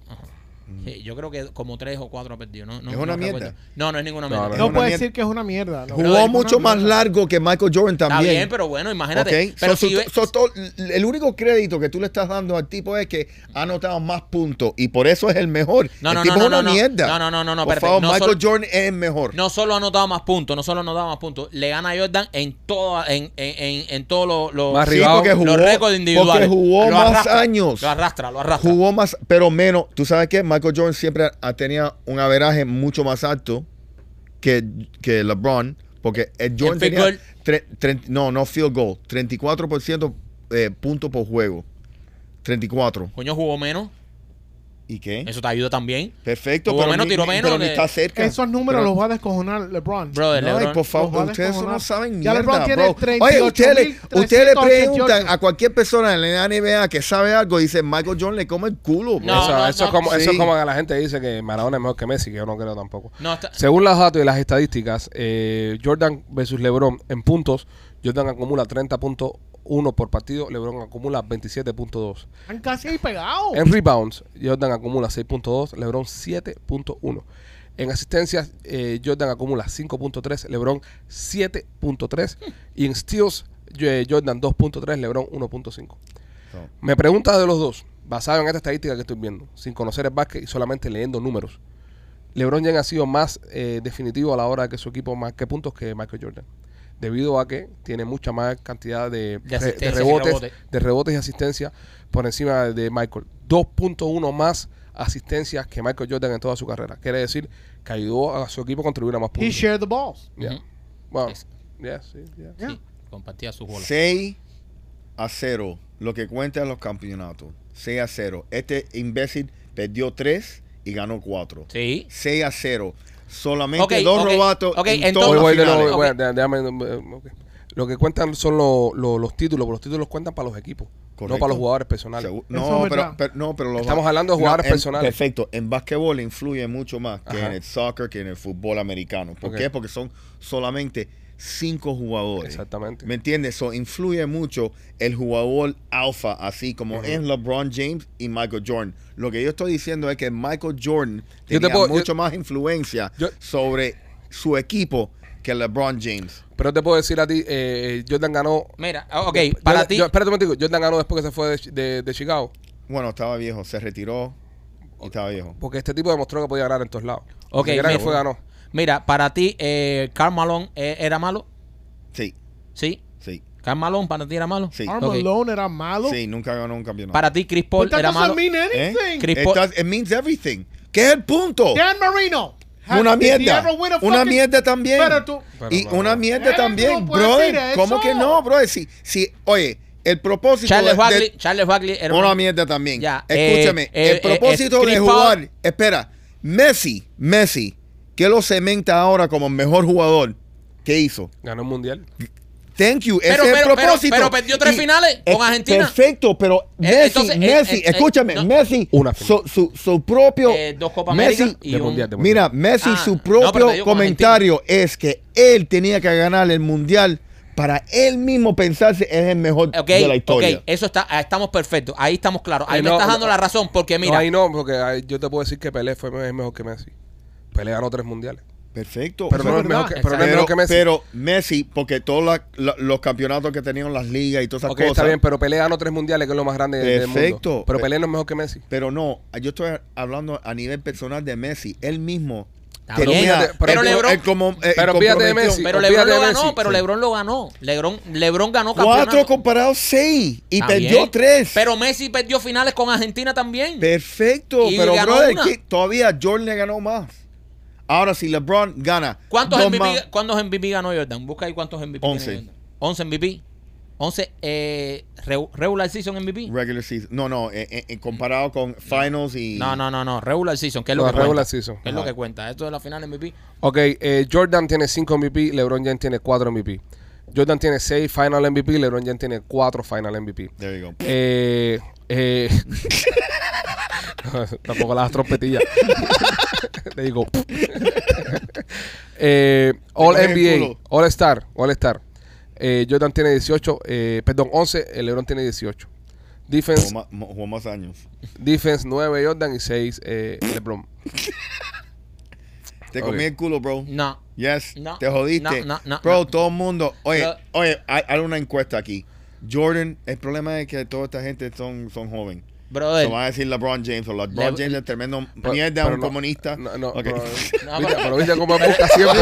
[SPEAKER 6] Sí, yo creo que como tres o cuatro ha perdido. No, no,
[SPEAKER 3] ¿Es una
[SPEAKER 6] no
[SPEAKER 3] mierda?
[SPEAKER 6] recuerdo. No, no es ninguna
[SPEAKER 1] No,
[SPEAKER 6] mierda.
[SPEAKER 1] no,
[SPEAKER 4] No
[SPEAKER 3] una
[SPEAKER 4] puede
[SPEAKER 3] mierda.
[SPEAKER 4] decir que es una mierda. no.
[SPEAKER 3] Jugó mucho
[SPEAKER 4] Una
[SPEAKER 3] más
[SPEAKER 4] mierda.
[SPEAKER 3] largo que Michael Jordan
[SPEAKER 6] Está
[SPEAKER 3] también.
[SPEAKER 6] bien, pero bueno, imagínate.
[SPEAKER 3] Ok,
[SPEAKER 6] Pero
[SPEAKER 3] so,
[SPEAKER 6] si
[SPEAKER 3] tú-
[SPEAKER 6] ve-
[SPEAKER 3] so, to- el único crédito que tú le estás dando al tipo es que ha anotado más puntos y por eso es el mejor.
[SPEAKER 6] No,
[SPEAKER 3] el
[SPEAKER 6] no,
[SPEAKER 3] tipo
[SPEAKER 6] no,
[SPEAKER 3] es
[SPEAKER 6] no,
[SPEAKER 3] una
[SPEAKER 6] no.
[SPEAKER 3] mierda.
[SPEAKER 6] No, no, no, no, no,
[SPEAKER 3] Por
[SPEAKER 6] espérate,
[SPEAKER 3] favor,
[SPEAKER 6] no
[SPEAKER 3] Michael
[SPEAKER 6] solo-
[SPEAKER 3] Jordan es el mejor.
[SPEAKER 6] No solo ha anotado más puntos, no solo ha anotado más puntos. Le gana a Jordan en todo, en, en, en, en todos los- los-
[SPEAKER 1] Más
[SPEAKER 3] Sí,
[SPEAKER 1] arribado,
[SPEAKER 3] porque jugó,
[SPEAKER 6] los récords individuales.
[SPEAKER 3] porque jugó
[SPEAKER 6] Lo
[SPEAKER 3] más
[SPEAKER 6] arrastra,
[SPEAKER 3] años.
[SPEAKER 6] Lo arrastra, lo arrastra.
[SPEAKER 3] Jugó más, pero menos. ¿Tú sabes qué? Michael Jordan siempre ha- tenía un averaje mucho más alto que, que LeBron. Porque el
[SPEAKER 6] field
[SPEAKER 3] Jordan tenía
[SPEAKER 6] goal?
[SPEAKER 3] tre- tre- no, no field goal. 34% eh, puntos por juego. 34.
[SPEAKER 6] Coño, jugó menos.
[SPEAKER 3] ¿Y qué?
[SPEAKER 6] Eso te ayuda también.
[SPEAKER 3] Perfecto,
[SPEAKER 6] Jugó
[SPEAKER 3] pero,
[SPEAKER 6] menos,
[SPEAKER 3] ni-
[SPEAKER 6] tiró
[SPEAKER 3] ni-
[SPEAKER 6] menos,
[SPEAKER 3] pero ni
[SPEAKER 6] que-
[SPEAKER 3] está cerca.
[SPEAKER 4] Esos números
[SPEAKER 3] Pero-
[SPEAKER 4] los va a descojonar LeBron.
[SPEAKER 6] Brother,
[SPEAKER 3] No,
[SPEAKER 6] LeBron.
[SPEAKER 3] por
[SPEAKER 4] Los va
[SPEAKER 3] favor,
[SPEAKER 4] a
[SPEAKER 3] ustedes eso no
[SPEAKER 4] descojonar.
[SPEAKER 3] saben
[SPEAKER 4] Ya
[SPEAKER 3] mierda,
[SPEAKER 4] LeBron tiene
[SPEAKER 3] bro. Oye, ustedes, le- ustedes le
[SPEAKER 4] 38.388.
[SPEAKER 3] preguntan a cualquier persona en la NBA que sabe algo y dice Michael Jordan le come el culo, bro.
[SPEAKER 6] No,
[SPEAKER 1] eso,
[SPEAKER 6] no,
[SPEAKER 1] eso
[SPEAKER 6] no.
[SPEAKER 1] Es como, eso
[SPEAKER 3] Sí.
[SPEAKER 1] es como que la gente dice que Maradona es mejor que Messi, que yo no creo tampoco.
[SPEAKER 6] No, está-
[SPEAKER 1] Según los datos y las estadísticas, eh, Jordan versus LeBron en puntos, Jordan acumula 30.1 por partido, LeBron acumula 27.2.
[SPEAKER 4] Están casi ahí pegados.
[SPEAKER 1] En rebounds, Jordan acumula 6.2, LeBron 7.1. En asistencias, eh, Jordan acumula 5.3, LeBron 7.3. Y en steals, eh, Jordan 2.3, LeBron 1.5.
[SPEAKER 3] No.
[SPEAKER 1] Me preguntas de los dos, basado en esta estadística que estoy viendo, sin conocer el básquet y solamente leyendo números. LeBron James ha sido más eh, definitivo a la hora de que su equipo marque puntos que Michael Jordan. Debido a que tiene mucha más cantidad de, re- de
[SPEAKER 6] asistencias y
[SPEAKER 1] rebotes,
[SPEAKER 6] rebotes.
[SPEAKER 1] de rebotes y asistencia por encima de Michael. 2.1 más asistencias que Michael Jordan en toda su carrera. Quiere decir que ayudó a su equipo a contribuir a más
[SPEAKER 4] He
[SPEAKER 1] puntos.
[SPEAKER 4] shared the balls.
[SPEAKER 1] Yeah.
[SPEAKER 6] Ujú.
[SPEAKER 1] Bueno,
[SPEAKER 6] Es-
[SPEAKER 1] yeah, sí, yeah.
[SPEAKER 6] Sí, compartía sus bolas.
[SPEAKER 3] Seis a 0 lo que cuenta en los campeonatos. 6 a 0. Este imbécil perdió 3 y ganó 4.
[SPEAKER 6] Sí.
[SPEAKER 3] 6 a 0. Solamente
[SPEAKER 6] Ok,
[SPEAKER 3] dos
[SPEAKER 6] ok,
[SPEAKER 3] robatos
[SPEAKER 6] ok,
[SPEAKER 3] en
[SPEAKER 6] entonces-
[SPEAKER 1] Voy,
[SPEAKER 3] todas
[SPEAKER 1] voy,
[SPEAKER 3] las
[SPEAKER 1] de nuevo,
[SPEAKER 3] finales.
[SPEAKER 1] voy, de- déjame, eh, ok. Lo que cuentan son lo- lo- los títulos, pero los títulos cuentan para los equipos, no
[SPEAKER 3] Correcto.
[SPEAKER 1] para los jugadores personales.
[SPEAKER 3] Segu-
[SPEAKER 4] Eso
[SPEAKER 3] No,
[SPEAKER 4] es
[SPEAKER 3] pero,
[SPEAKER 4] verdad.
[SPEAKER 3] pero- no, pero los-
[SPEAKER 1] Estamos hablando de
[SPEAKER 3] no,
[SPEAKER 1] jugadores
[SPEAKER 3] en-
[SPEAKER 1] personales.
[SPEAKER 3] Perfecto. En básquetbol influye mucho más que
[SPEAKER 1] Ajá.
[SPEAKER 3] en el soccer, que en el fútbol americano. ¿Por
[SPEAKER 1] Ok.
[SPEAKER 3] qué? Porque son solamente cinco jugadores.
[SPEAKER 1] Exactamente.
[SPEAKER 3] ¿Me entiendes? Eso influye mucho el jugador alfa, así como
[SPEAKER 1] Ujú.
[SPEAKER 3] es LeBron James y Michael Jordan. Lo que yo estoy diciendo es que Michael Jordan
[SPEAKER 1] Yo te
[SPEAKER 3] tenía
[SPEAKER 1] puedo- yo-
[SPEAKER 3] mucho más influencia
[SPEAKER 1] Yo-
[SPEAKER 3] sobre su equipo que LeBron James.
[SPEAKER 1] Pero te puedo decir a ti, eh, eh, Jordan ganó.
[SPEAKER 6] Mira, ah, ok,
[SPEAKER 1] Yo-
[SPEAKER 6] para
[SPEAKER 1] yo-
[SPEAKER 6] ti.
[SPEAKER 1] yo- espérate un momentico, Jordan ganó después que se fue de, Chi- de- de Chicago.
[SPEAKER 3] Bueno, estaba viejo, se retiró y estaba viejo.
[SPEAKER 1] Porque este tipo demostró que podía ganar en todos lados.
[SPEAKER 6] ok,
[SPEAKER 1] Ni siquiera que
[SPEAKER 6] mira,
[SPEAKER 1] fue ganó.
[SPEAKER 6] mira, para ti, eh, Karl Malone eh, era malo.
[SPEAKER 3] Sí,
[SPEAKER 6] Sí.
[SPEAKER 3] sí,
[SPEAKER 6] Karl Malone para ti era malo.
[SPEAKER 3] sí.
[SPEAKER 4] Karl
[SPEAKER 6] Ok.
[SPEAKER 4] Malone era malo.
[SPEAKER 3] Sí, nunca ganó un campeonato.
[SPEAKER 6] Para ti, Chris
[SPEAKER 4] But
[SPEAKER 6] Paul
[SPEAKER 4] that
[SPEAKER 6] era
[SPEAKER 4] doesn't
[SPEAKER 6] malo.
[SPEAKER 4] mean
[SPEAKER 3] ¿Eh?
[SPEAKER 4] anything.
[SPEAKER 6] Chris
[SPEAKER 3] It
[SPEAKER 6] Paul-
[SPEAKER 3] does- it means everything. ¿Qué es el punto?
[SPEAKER 4] Dan Marino. had-
[SPEAKER 3] Una
[SPEAKER 4] did he
[SPEAKER 3] mierda.
[SPEAKER 4] ever win a
[SPEAKER 3] Una
[SPEAKER 4] fucking-
[SPEAKER 3] mierda también.
[SPEAKER 4] Pero tú-
[SPEAKER 3] Y
[SPEAKER 1] Pero no,
[SPEAKER 3] una
[SPEAKER 1] no.
[SPEAKER 3] mierda
[SPEAKER 4] Eh,
[SPEAKER 3] también,
[SPEAKER 4] no puedes
[SPEAKER 3] brother.
[SPEAKER 4] decir
[SPEAKER 3] ¿Cómo
[SPEAKER 4] eso.
[SPEAKER 3] que no, brother? Si, si, oye, el propósito
[SPEAKER 6] Charles
[SPEAKER 3] de-
[SPEAKER 6] Bagley,
[SPEAKER 3] de-
[SPEAKER 6] Charles Bagley era
[SPEAKER 3] una
[SPEAKER 6] un-
[SPEAKER 3] mierda también.
[SPEAKER 6] Ya,
[SPEAKER 3] Escúchame,
[SPEAKER 6] eh, eh,
[SPEAKER 3] el propósito
[SPEAKER 6] eh,
[SPEAKER 3] de
[SPEAKER 6] Chris
[SPEAKER 3] jugar,
[SPEAKER 6] Paul-
[SPEAKER 3] espera, Messi, Messi, que lo cementa ahora como el mejor jugador que hizo.
[SPEAKER 1] Ganó el mundial.
[SPEAKER 3] Thank you,
[SPEAKER 6] Pero-
[SPEAKER 3] ese es el
[SPEAKER 6] pero- pero-
[SPEAKER 3] propósito.
[SPEAKER 6] pero perdió tres finales
[SPEAKER 3] es
[SPEAKER 6] con Argentina.
[SPEAKER 3] Perfecto, pero Messi,
[SPEAKER 6] entonces, eh,
[SPEAKER 3] Messi,
[SPEAKER 6] eh, eh,
[SPEAKER 3] escúchame,
[SPEAKER 6] no.
[SPEAKER 3] Messi,
[SPEAKER 1] Una
[SPEAKER 3] su, su, su propio
[SPEAKER 6] eh, dos Copa
[SPEAKER 3] Messi-
[SPEAKER 6] América y
[SPEAKER 1] De
[SPEAKER 6] un-
[SPEAKER 1] mundial, de mundial.
[SPEAKER 3] Mira, Messi,
[SPEAKER 6] Ah,
[SPEAKER 3] su
[SPEAKER 6] no, pero te
[SPEAKER 3] propio
[SPEAKER 6] digo con
[SPEAKER 3] comentario es que él tenía que ganar el mundial para él mismo pensarse es el mejor
[SPEAKER 6] Ok,
[SPEAKER 3] de la historia.
[SPEAKER 6] ok, eso está, ah, estamos perfectos, ahí estamos claros, ahí
[SPEAKER 1] Eh,
[SPEAKER 6] me
[SPEAKER 1] no,
[SPEAKER 6] estás
[SPEAKER 1] no,
[SPEAKER 6] dando la razón, porque
[SPEAKER 1] No,
[SPEAKER 6] Eh, mira,
[SPEAKER 1] ahí no, porque ahí yo te puedo decir que Pelé fue me- mejor que Messi. Pelé ganó tres mundiales.
[SPEAKER 3] Perfecto.
[SPEAKER 1] Pero no
[SPEAKER 3] Pero-
[SPEAKER 1] es mejor que, pero no es
[SPEAKER 6] Exacto.
[SPEAKER 1] mejor que Messi.
[SPEAKER 3] pero Messi, porque todos la- la- los campeonatos que tenían las ligas y todas esas
[SPEAKER 1] ok,
[SPEAKER 3] cosas.
[SPEAKER 1] está bien, pero Pelé ganó tres mundiales, que es lo más grande del mundo.
[SPEAKER 3] Perfecto.
[SPEAKER 1] Pero Pelé no es mejor que Messi.
[SPEAKER 3] Pero no, yo estoy hablando a nivel personal de Messi. Él mismo.
[SPEAKER 6] Está bien,
[SPEAKER 1] pero- pero
[SPEAKER 3] él
[SPEAKER 6] LeBron-
[SPEAKER 3] como- eh, él
[SPEAKER 1] pero fíjate de
[SPEAKER 3] comprometió
[SPEAKER 1] Messi.
[SPEAKER 6] pero
[SPEAKER 1] olvídate
[SPEAKER 6] Lebron lo
[SPEAKER 1] de
[SPEAKER 6] ganó,
[SPEAKER 1] Messi,
[SPEAKER 6] pero
[SPEAKER 1] sí.
[SPEAKER 6] Lebron lo ganó, Lebron, Lebron ganó
[SPEAKER 3] Cuatro
[SPEAKER 6] campeonato.
[SPEAKER 3] comparados seis y
[SPEAKER 6] Está
[SPEAKER 3] perdió
[SPEAKER 6] bien,
[SPEAKER 3] tres.
[SPEAKER 6] Pero Messi perdió finales con Argentina también.
[SPEAKER 3] Perfecto,
[SPEAKER 6] Y
[SPEAKER 3] pero
[SPEAKER 6] ganó
[SPEAKER 3] brother,
[SPEAKER 6] una.
[SPEAKER 3] ¿qué? todavía Jordan le ganó más. Ahora si LeBron gana.
[SPEAKER 6] ¿Cuántos
[SPEAKER 3] dos
[SPEAKER 6] MVP,
[SPEAKER 3] más-
[SPEAKER 6] cuántos MVP ganó Jordan? Busca ahí cuántos MVP.
[SPEAKER 3] Once.
[SPEAKER 6] tiene Jordan. 11 MVP. 11 eh, re- regular season MVP.
[SPEAKER 3] Regular season. No, no, eh, eh, eh, comparado con finals y.
[SPEAKER 6] no, no, no, no, regular season, que es lo
[SPEAKER 1] No,
[SPEAKER 6] que
[SPEAKER 1] regular
[SPEAKER 6] cuenta.
[SPEAKER 1] season.
[SPEAKER 6] Que es lo
[SPEAKER 3] Ajá.
[SPEAKER 6] que cuenta. Esto de la final MVP.
[SPEAKER 1] Ok, eh, Jordan tiene 5 MVP, LeBron James tiene 4 MVP. Jordan tiene 6 Final MVP, LeBron James tiene 4 Final MVP.
[SPEAKER 3] There you go.
[SPEAKER 1] Eh, eh, tampoco las trompetillas. Le digo. Eh, all
[SPEAKER 3] coges el
[SPEAKER 1] NBA,
[SPEAKER 3] culo.
[SPEAKER 1] All Star, All Star. Eh, Jordan tiene 18, eh, perdón, 11, el LeBron tiene 18.
[SPEAKER 3] Jugó
[SPEAKER 1] Defense,
[SPEAKER 3] más, mo- jugó más años.
[SPEAKER 1] defense 9 Jordan y 6 eh, LeBron.
[SPEAKER 3] Te
[SPEAKER 1] Ok.
[SPEAKER 3] comí el culo, bro.
[SPEAKER 6] No.
[SPEAKER 3] Yes.
[SPEAKER 6] No,
[SPEAKER 3] Te jodiste.
[SPEAKER 6] no, no, no,
[SPEAKER 3] bro,
[SPEAKER 6] no.
[SPEAKER 3] todo el mundo. Oye,
[SPEAKER 6] Pero-
[SPEAKER 3] oye, hay, hay una encuesta aquí. Jordan, el problema es que toda esta gente son, son joven.
[SPEAKER 6] Brother.
[SPEAKER 3] Te van a decir LeBron James o LeBron
[SPEAKER 6] Le-
[SPEAKER 3] James es tremendo
[SPEAKER 1] Pero-
[SPEAKER 3] mierda,
[SPEAKER 1] pero
[SPEAKER 3] un
[SPEAKER 1] no,
[SPEAKER 3] comunista.
[SPEAKER 1] No, no,
[SPEAKER 3] Ok.
[SPEAKER 1] pero,
[SPEAKER 6] No,
[SPEAKER 1] viste,
[SPEAKER 6] pero-
[SPEAKER 1] pero viste cómo él busca siempre.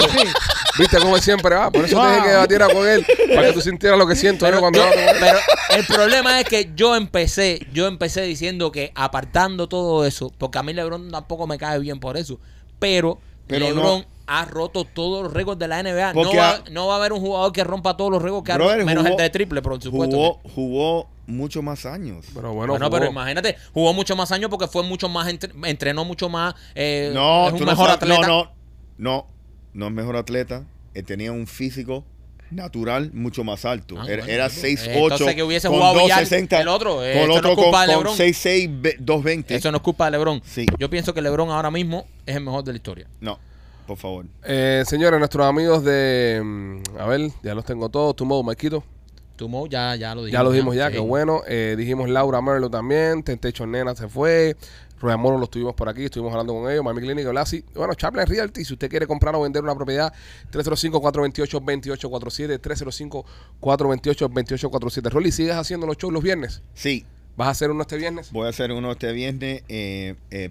[SPEAKER 1] Viste cómo él siempre va. Por eso te dije que debatiera con él. Para que tú sintieras lo que siento yo cuando hablo con él.
[SPEAKER 6] Pero el problema es que yo empecé, yo empecé diciendo que apartando todo eso, porque a mí LeBron tampoco me cae bien por eso, pero,
[SPEAKER 3] Pero
[SPEAKER 6] LeBron
[SPEAKER 3] no.
[SPEAKER 6] ha roto todos los récords de la NBA. No
[SPEAKER 3] Porque
[SPEAKER 6] va,
[SPEAKER 3] a-
[SPEAKER 6] no va a haber un jugador que rompa todos los récords que ha roto,
[SPEAKER 3] Brother,
[SPEAKER 6] menos
[SPEAKER 3] jugó-
[SPEAKER 6] el de triple, por supuesto.
[SPEAKER 3] Jugó, jugó mucho más años.
[SPEAKER 1] Pero bueno,
[SPEAKER 6] Bueno, pero
[SPEAKER 1] jugó.
[SPEAKER 6] imagínate, jugó mucho más años porque fue mucho más, entre- entrenó mucho más, eh,
[SPEAKER 3] No,
[SPEAKER 6] es un
[SPEAKER 3] tú no
[SPEAKER 6] mejor
[SPEAKER 3] sabes-
[SPEAKER 6] atleta.
[SPEAKER 3] No, no, no, no es mejor atleta. Él tenía un físico natural mucho más alto.
[SPEAKER 6] Ah,
[SPEAKER 3] era
[SPEAKER 6] bueno,
[SPEAKER 3] era
[SPEAKER 6] bueno.
[SPEAKER 3] 6'8.
[SPEAKER 6] Entonces, que hubiese jugado Villar, el otro, eh,
[SPEAKER 3] con
[SPEAKER 6] eso no
[SPEAKER 3] otro
[SPEAKER 6] es culpa de
[SPEAKER 3] con,
[SPEAKER 6] LeBron.
[SPEAKER 3] con 6'6, ve- 220.
[SPEAKER 6] Eso no es culpa de LeBron.
[SPEAKER 3] Sí.
[SPEAKER 6] Yo pienso que LeBron ahora mismo es el mejor de la historia.
[SPEAKER 3] No, por favor.
[SPEAKER 1] Eh, señores, nuestros amigos de. mm, A ver, ya los tengo todos. Tumo, Maquito.
[SPEAKER 6] Tumo ya, ya lo dijimos.
[SPEAKER 1] Ya los dimos ya,
[SPEAKER 6] Sí.
[SPEAKER 1] que bueno. Eh, dijimos Laura Merlo también. Tentecho Nena se fue. Roy Moro los tuvimos por aquí, estuvimos hablando con ellos. Mami Clinic, Blasi. Bueno, Chaplin Realty, si usted quiere comprar o vender una propiedad, 305-428-2847, 305-428-2847. Rolly, ¿sigues haciendo los shows los viernes?
[SPEAKER 3] Sí,
[SPEAKER 1] ¿Vas a hacer uno este viernes?
[SPEAKER 3] voy a hacer uno este viernes. eh, eh,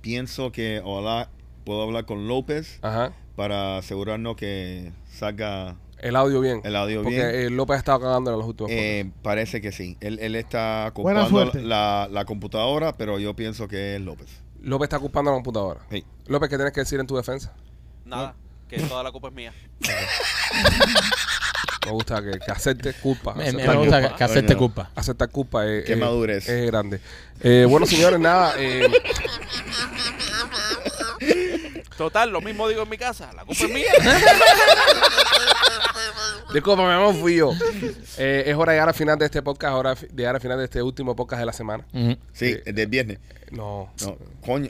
[SPEAKER 3] pienso que ojalá puedo hablar con López
[SPEAKER 1] Ajá.
[SPEAKER 3] para asegurarnos que salga.
[SPEAKER 1] El audio bien.
[SPEAKER 3] El audio
[SPEAKER 1] Porque,
[SPEAKER 3] bien.
[SPEAKER 1] eh, López ha estado cagando en los últimos.
[SPEAKER 3] eh, parece que sí. Él, él está
[SPEAKER 4] Buena
[SPEAKER 3] comprando
[SPEAKER 4] suerte.
[SPEAKER 3] la, la computadora, pero yo pienso que es López.
[SPEAKER 1] podcasts. López está ocupando la computadora.
[SPEAKER 3] Sí.
[SPEAKER 1] López, ¿qué tienes que decir en tu defensa?
[SPEAKER 5] Nada, que toda la culpa es mía.
[SPEAKER 1] Me gusta que, que acepte culpa.
[SPEAKER 6] Me, me
[SPEAKER 1] aceptar
[SPEAKER 6] gusta
[SPEAKER 1] culpa.
[SPEAKER 6] que, que hacerte
[SPEAKER 3] Coño.
[SPEAKER 6] culpa.
[SPEAKER 1] Aceptar culpa es,
[SPEAKER 3] Qué
[SPEAKER 1] es-
[SPEAKER 3] madurez.
[SPEAKER 1] es grande. Eh, bueno, señores, nada. eh,
[SPEAKER 5] Total, lo mismo digo en mi casa. La culpa es mía.
[SPEAKER 1] disculpa, mi amor, fui yo. Eh, es hora de llegar al final de este podcast, hora de llegar al final de este último podcast de la semana.
[SPEAKER 6] Ujú.
[SPEAKER 3] Sí, del viernes.
[SPEAKER 1] No,
[SPEAKER 3] No, coño.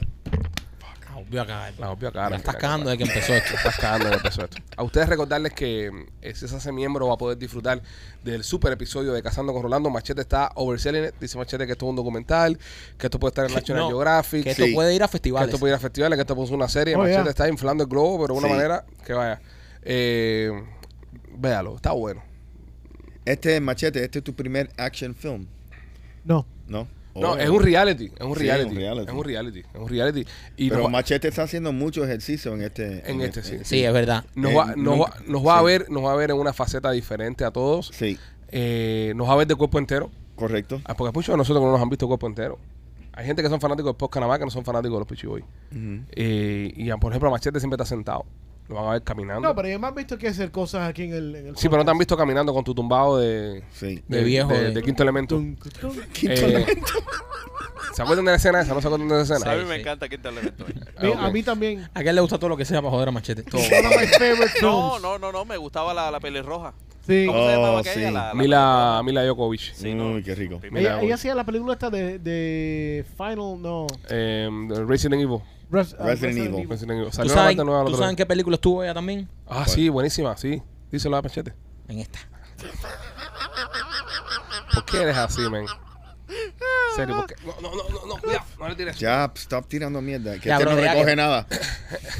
[SPEAKER 6] Ah, obvio acá.
[SPEAKER 1] la obvia cara.
[SPEAKER 6] Me estás cagando de que empezó esto.
[SPEAKER 1] Estás cagando en el peso esto. A ustedes recordarles que mm, eh, si se hace miembro va a poder disfrutar del super episodio de Cazando con Rolando. Machete está overselling it. Dice Machete que esto es un documental, que esto puede estar en National
[SPEAKER 6] No,
[SPEAKER 1] Geographic,
[SPEAKER 6] Que
[SPEAKER 1] que,
[SPEAKER 6] esto
[SPEAKER 3] Sí.
[SPEAKER 6] puede ir a
[SPEAKER 1] esto
[SPEAKER 6] festivales.
[SPEAKER 1] puede ir a festivales, que esto puede ser una serie.
[SPEAKER 4] Oh,
[SPEAKER 1] Machete
[SPEAKER 4] yeah.
[SPEAKER 1] está inflando el globo, pero de una
[SPEAKER 3] Sí.
[SPEAKER 1] manera que vaya. Eh, véalo, está bueno.
[SPEAKER 3] Este es Machete, este es tu primer action film,
[SPEAKER 4] No.
[SPEAKER 3] ¿no?
[SPEAKER 1] No,
[SPEAKER 3] Oh.
[SPEAKER 1] es un reality, es un
[SPEAKER 3] Sí,
[SPEAKER 1] reality,
[SPEAKER 3] un reality.
[SPEAKER 1] es un reality, es un reality. Y
[SPEAKER 3] Pero
[SPEAKER 1] nos va-
[SPEAKER 3] Machete está haciendo mucho ejercicio en este.
[SPEAKER 1] En este, sí.
[SPEAKER 6] Sí, es verdad.
[SPEAKER 1] nos
[SPEAKER 3] eh,
[SPEAKER 1] va, nos va-
[SPEAKER 3] nunca-
[SPEAKER 1] nos va a
[SPEAKER 3] sí.
[SPEAKER 1] ver, nos va a ver en una faceta diferente a todos.
[SPEAKER 3] Sí,
[SPEAKER 1] Eh, nos va a ver de cuerpo entero.
[SPEAKER 3] correcto.
[SPEAKER 1] Ah, porque muchos de nosotros no nos han visto cuerpo entero. Hay gente que son fanáticos de podcast nada más que no son fanáticos de los Pichiboy.
[SPEAKER 3] Ujú.
[SPEAKER 1] Eh, y por ejemplo, Machete siempre está sentado. Lo van a ver caminando.
[SPEAKER 4] No, pero ya me han visto que hacer cosas aquí en el. en el
[SPEAKER 1] sí, pero no te han
[SPEAKER 4] podcast.
[SPEAKER 1] visto caminando con tu tumbado de.
[SPEAKER 3] Sí.
[SPEAKER 6] De viejo,
[SPEAKER 1] De,
[SPEAKER 6] de-
[SPEAKER 1] de quinto elemento.
[SPEAKER 4] Tum, tum, tum.
[SPEAKER 1] Eh, ¿Se acuerdan de la escena esa? ¿No se acuerdan de la
[SPEAKER 5] a mí
[SPEAKER 1] escena?
[SPEAKER 5] me
[SPEAKER 6] sí.
[SPEAKER 5] encanta Quinto Elemento. eh.
[SPEAKER 1] Ah,
[SPEAKER 4] Mira,
[SPEAKER 1] ok.
[SPEAKER 4] A mí también.
[SPEAKER 6] ¿A qué le gusta todo lo que sea para joder a machete? Todo.
[SPEAKER 4] One of my favorite
[SPEAKER 5] No,
[SPEAKER 4] films.
[SPEAKER 5] no, no, no. Me gustaba la, la pelirroja.
[SPEAKER 4] Sí.
[SPEAKER 5] ¿Cómo se
[SPEAKER 3] Oh,
[SPEAKER 5] llamaba aquella?
[SPEAKER 3] sí.
[SPEAKER 5] La, la-
[SPEAKER 1] Mila, Mila Jokovic.
[SPEAKER 5] Sí, no.
[SPEAKER 3] Uy, qué rico.
[SPEAKER 5] Primera
[SPEAKER 4] Ella,
[SPEAKER 1] Mira,
[SPEAKER 4] ella hacía la película esta de, de Final, no.
[SPEAKER 1] Eh, Resident Evil.
[SPEAKER 4] Res- ah,
[SPEAKER 3] Resident Evil.
[SPEAKER 1] Resident Evil.
[SPEAKER 6] ¿Tú
[SPEAKER 1] Salió una
[SPEAKER 6] sabes,
[SPEAKER 1] parte nueva el
[SPEAKER 6] ¿tú
[SPEAKER 1] otro
[SPEAKER 6] sabes en
[SPEAKER 1] día.
[SPEAKER 6] qué película estuvo ella también?
[SPEAKER 1] Ah, sí, buenísima, sí. Díselo a Machete.
[SPEAKER 6] En esta.
[SPEAKER 1] ¿Por qué eres así, men? En serio, ¿por qué? No, no, no, no, no, cuidado, no le tires.
[SPEAKER 3] Ya, stop tirando mierda. Que
[SPEAKER 6] Ya,
[SPEAKER 3] este
[SPEAKER 6] bro,
[SPEAKER 3] no
[SPEAKER 6] ya
[SPEAKER 3] recoge
[SPEAKER 6] que-
[SPEAKER 3] nada.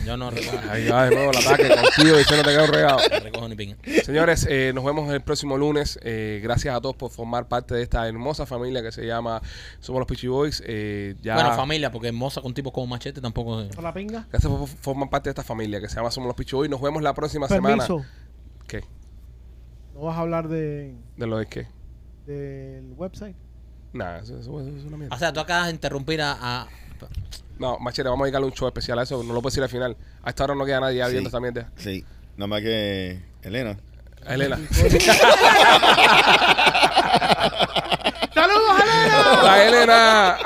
[SPEAKER 6] Yo no recojo,
[SPEAKER 1] Ahí va de nuevo el ataque contigo diciéndote que es un regalo.
[SPEAKER 6] no recojo ni pinga.
[SPEAKER 1] Señores, eh, nos vemos el próximo lunes. Eh, gracias a todos por formar parte de esta hermosa familia que se llama Somos los Peachy Boys. Eh, ya,
[SPEAKER 6] Bueno, familia, porque hermosa con tipos como machete tampoco.
[SPEAKER 4] Con la pinga.
[SPEAKER 1] Gracias por formar parte de esta familia que se llama Somos los Peachy Boys. Nos vemos la próxima
[SPEAKER 4] Permiso.
[SPEAKER 1] semana. ¿Qué?
[SPEAKER 4] No vas a hablar de
[SPEAKER 1] ¿De lo de qué?
[SPEAKER 4] del website.
[SPEAKER 1] Nada, eso, eso- eso es una mierda.
[SPEAKER 6] O sea, tú acabas de interrumpir a. a-
[SPEAKER 1] No, machete, vamos a dedicarle un show especial a eso. No lo puedo decir al final. A esta hora no queda nadie ya
[SPEAKER 3] Sí.
[SPEAKER 1] viendo esta mierda.
[SPEAKER 3] Sí. Nada más que Elena.
[SPEAKER 1] Elena.
[SPEAKER 4] ¡Saludos, Elena!
[SPEAKER 1] ¡La Elena!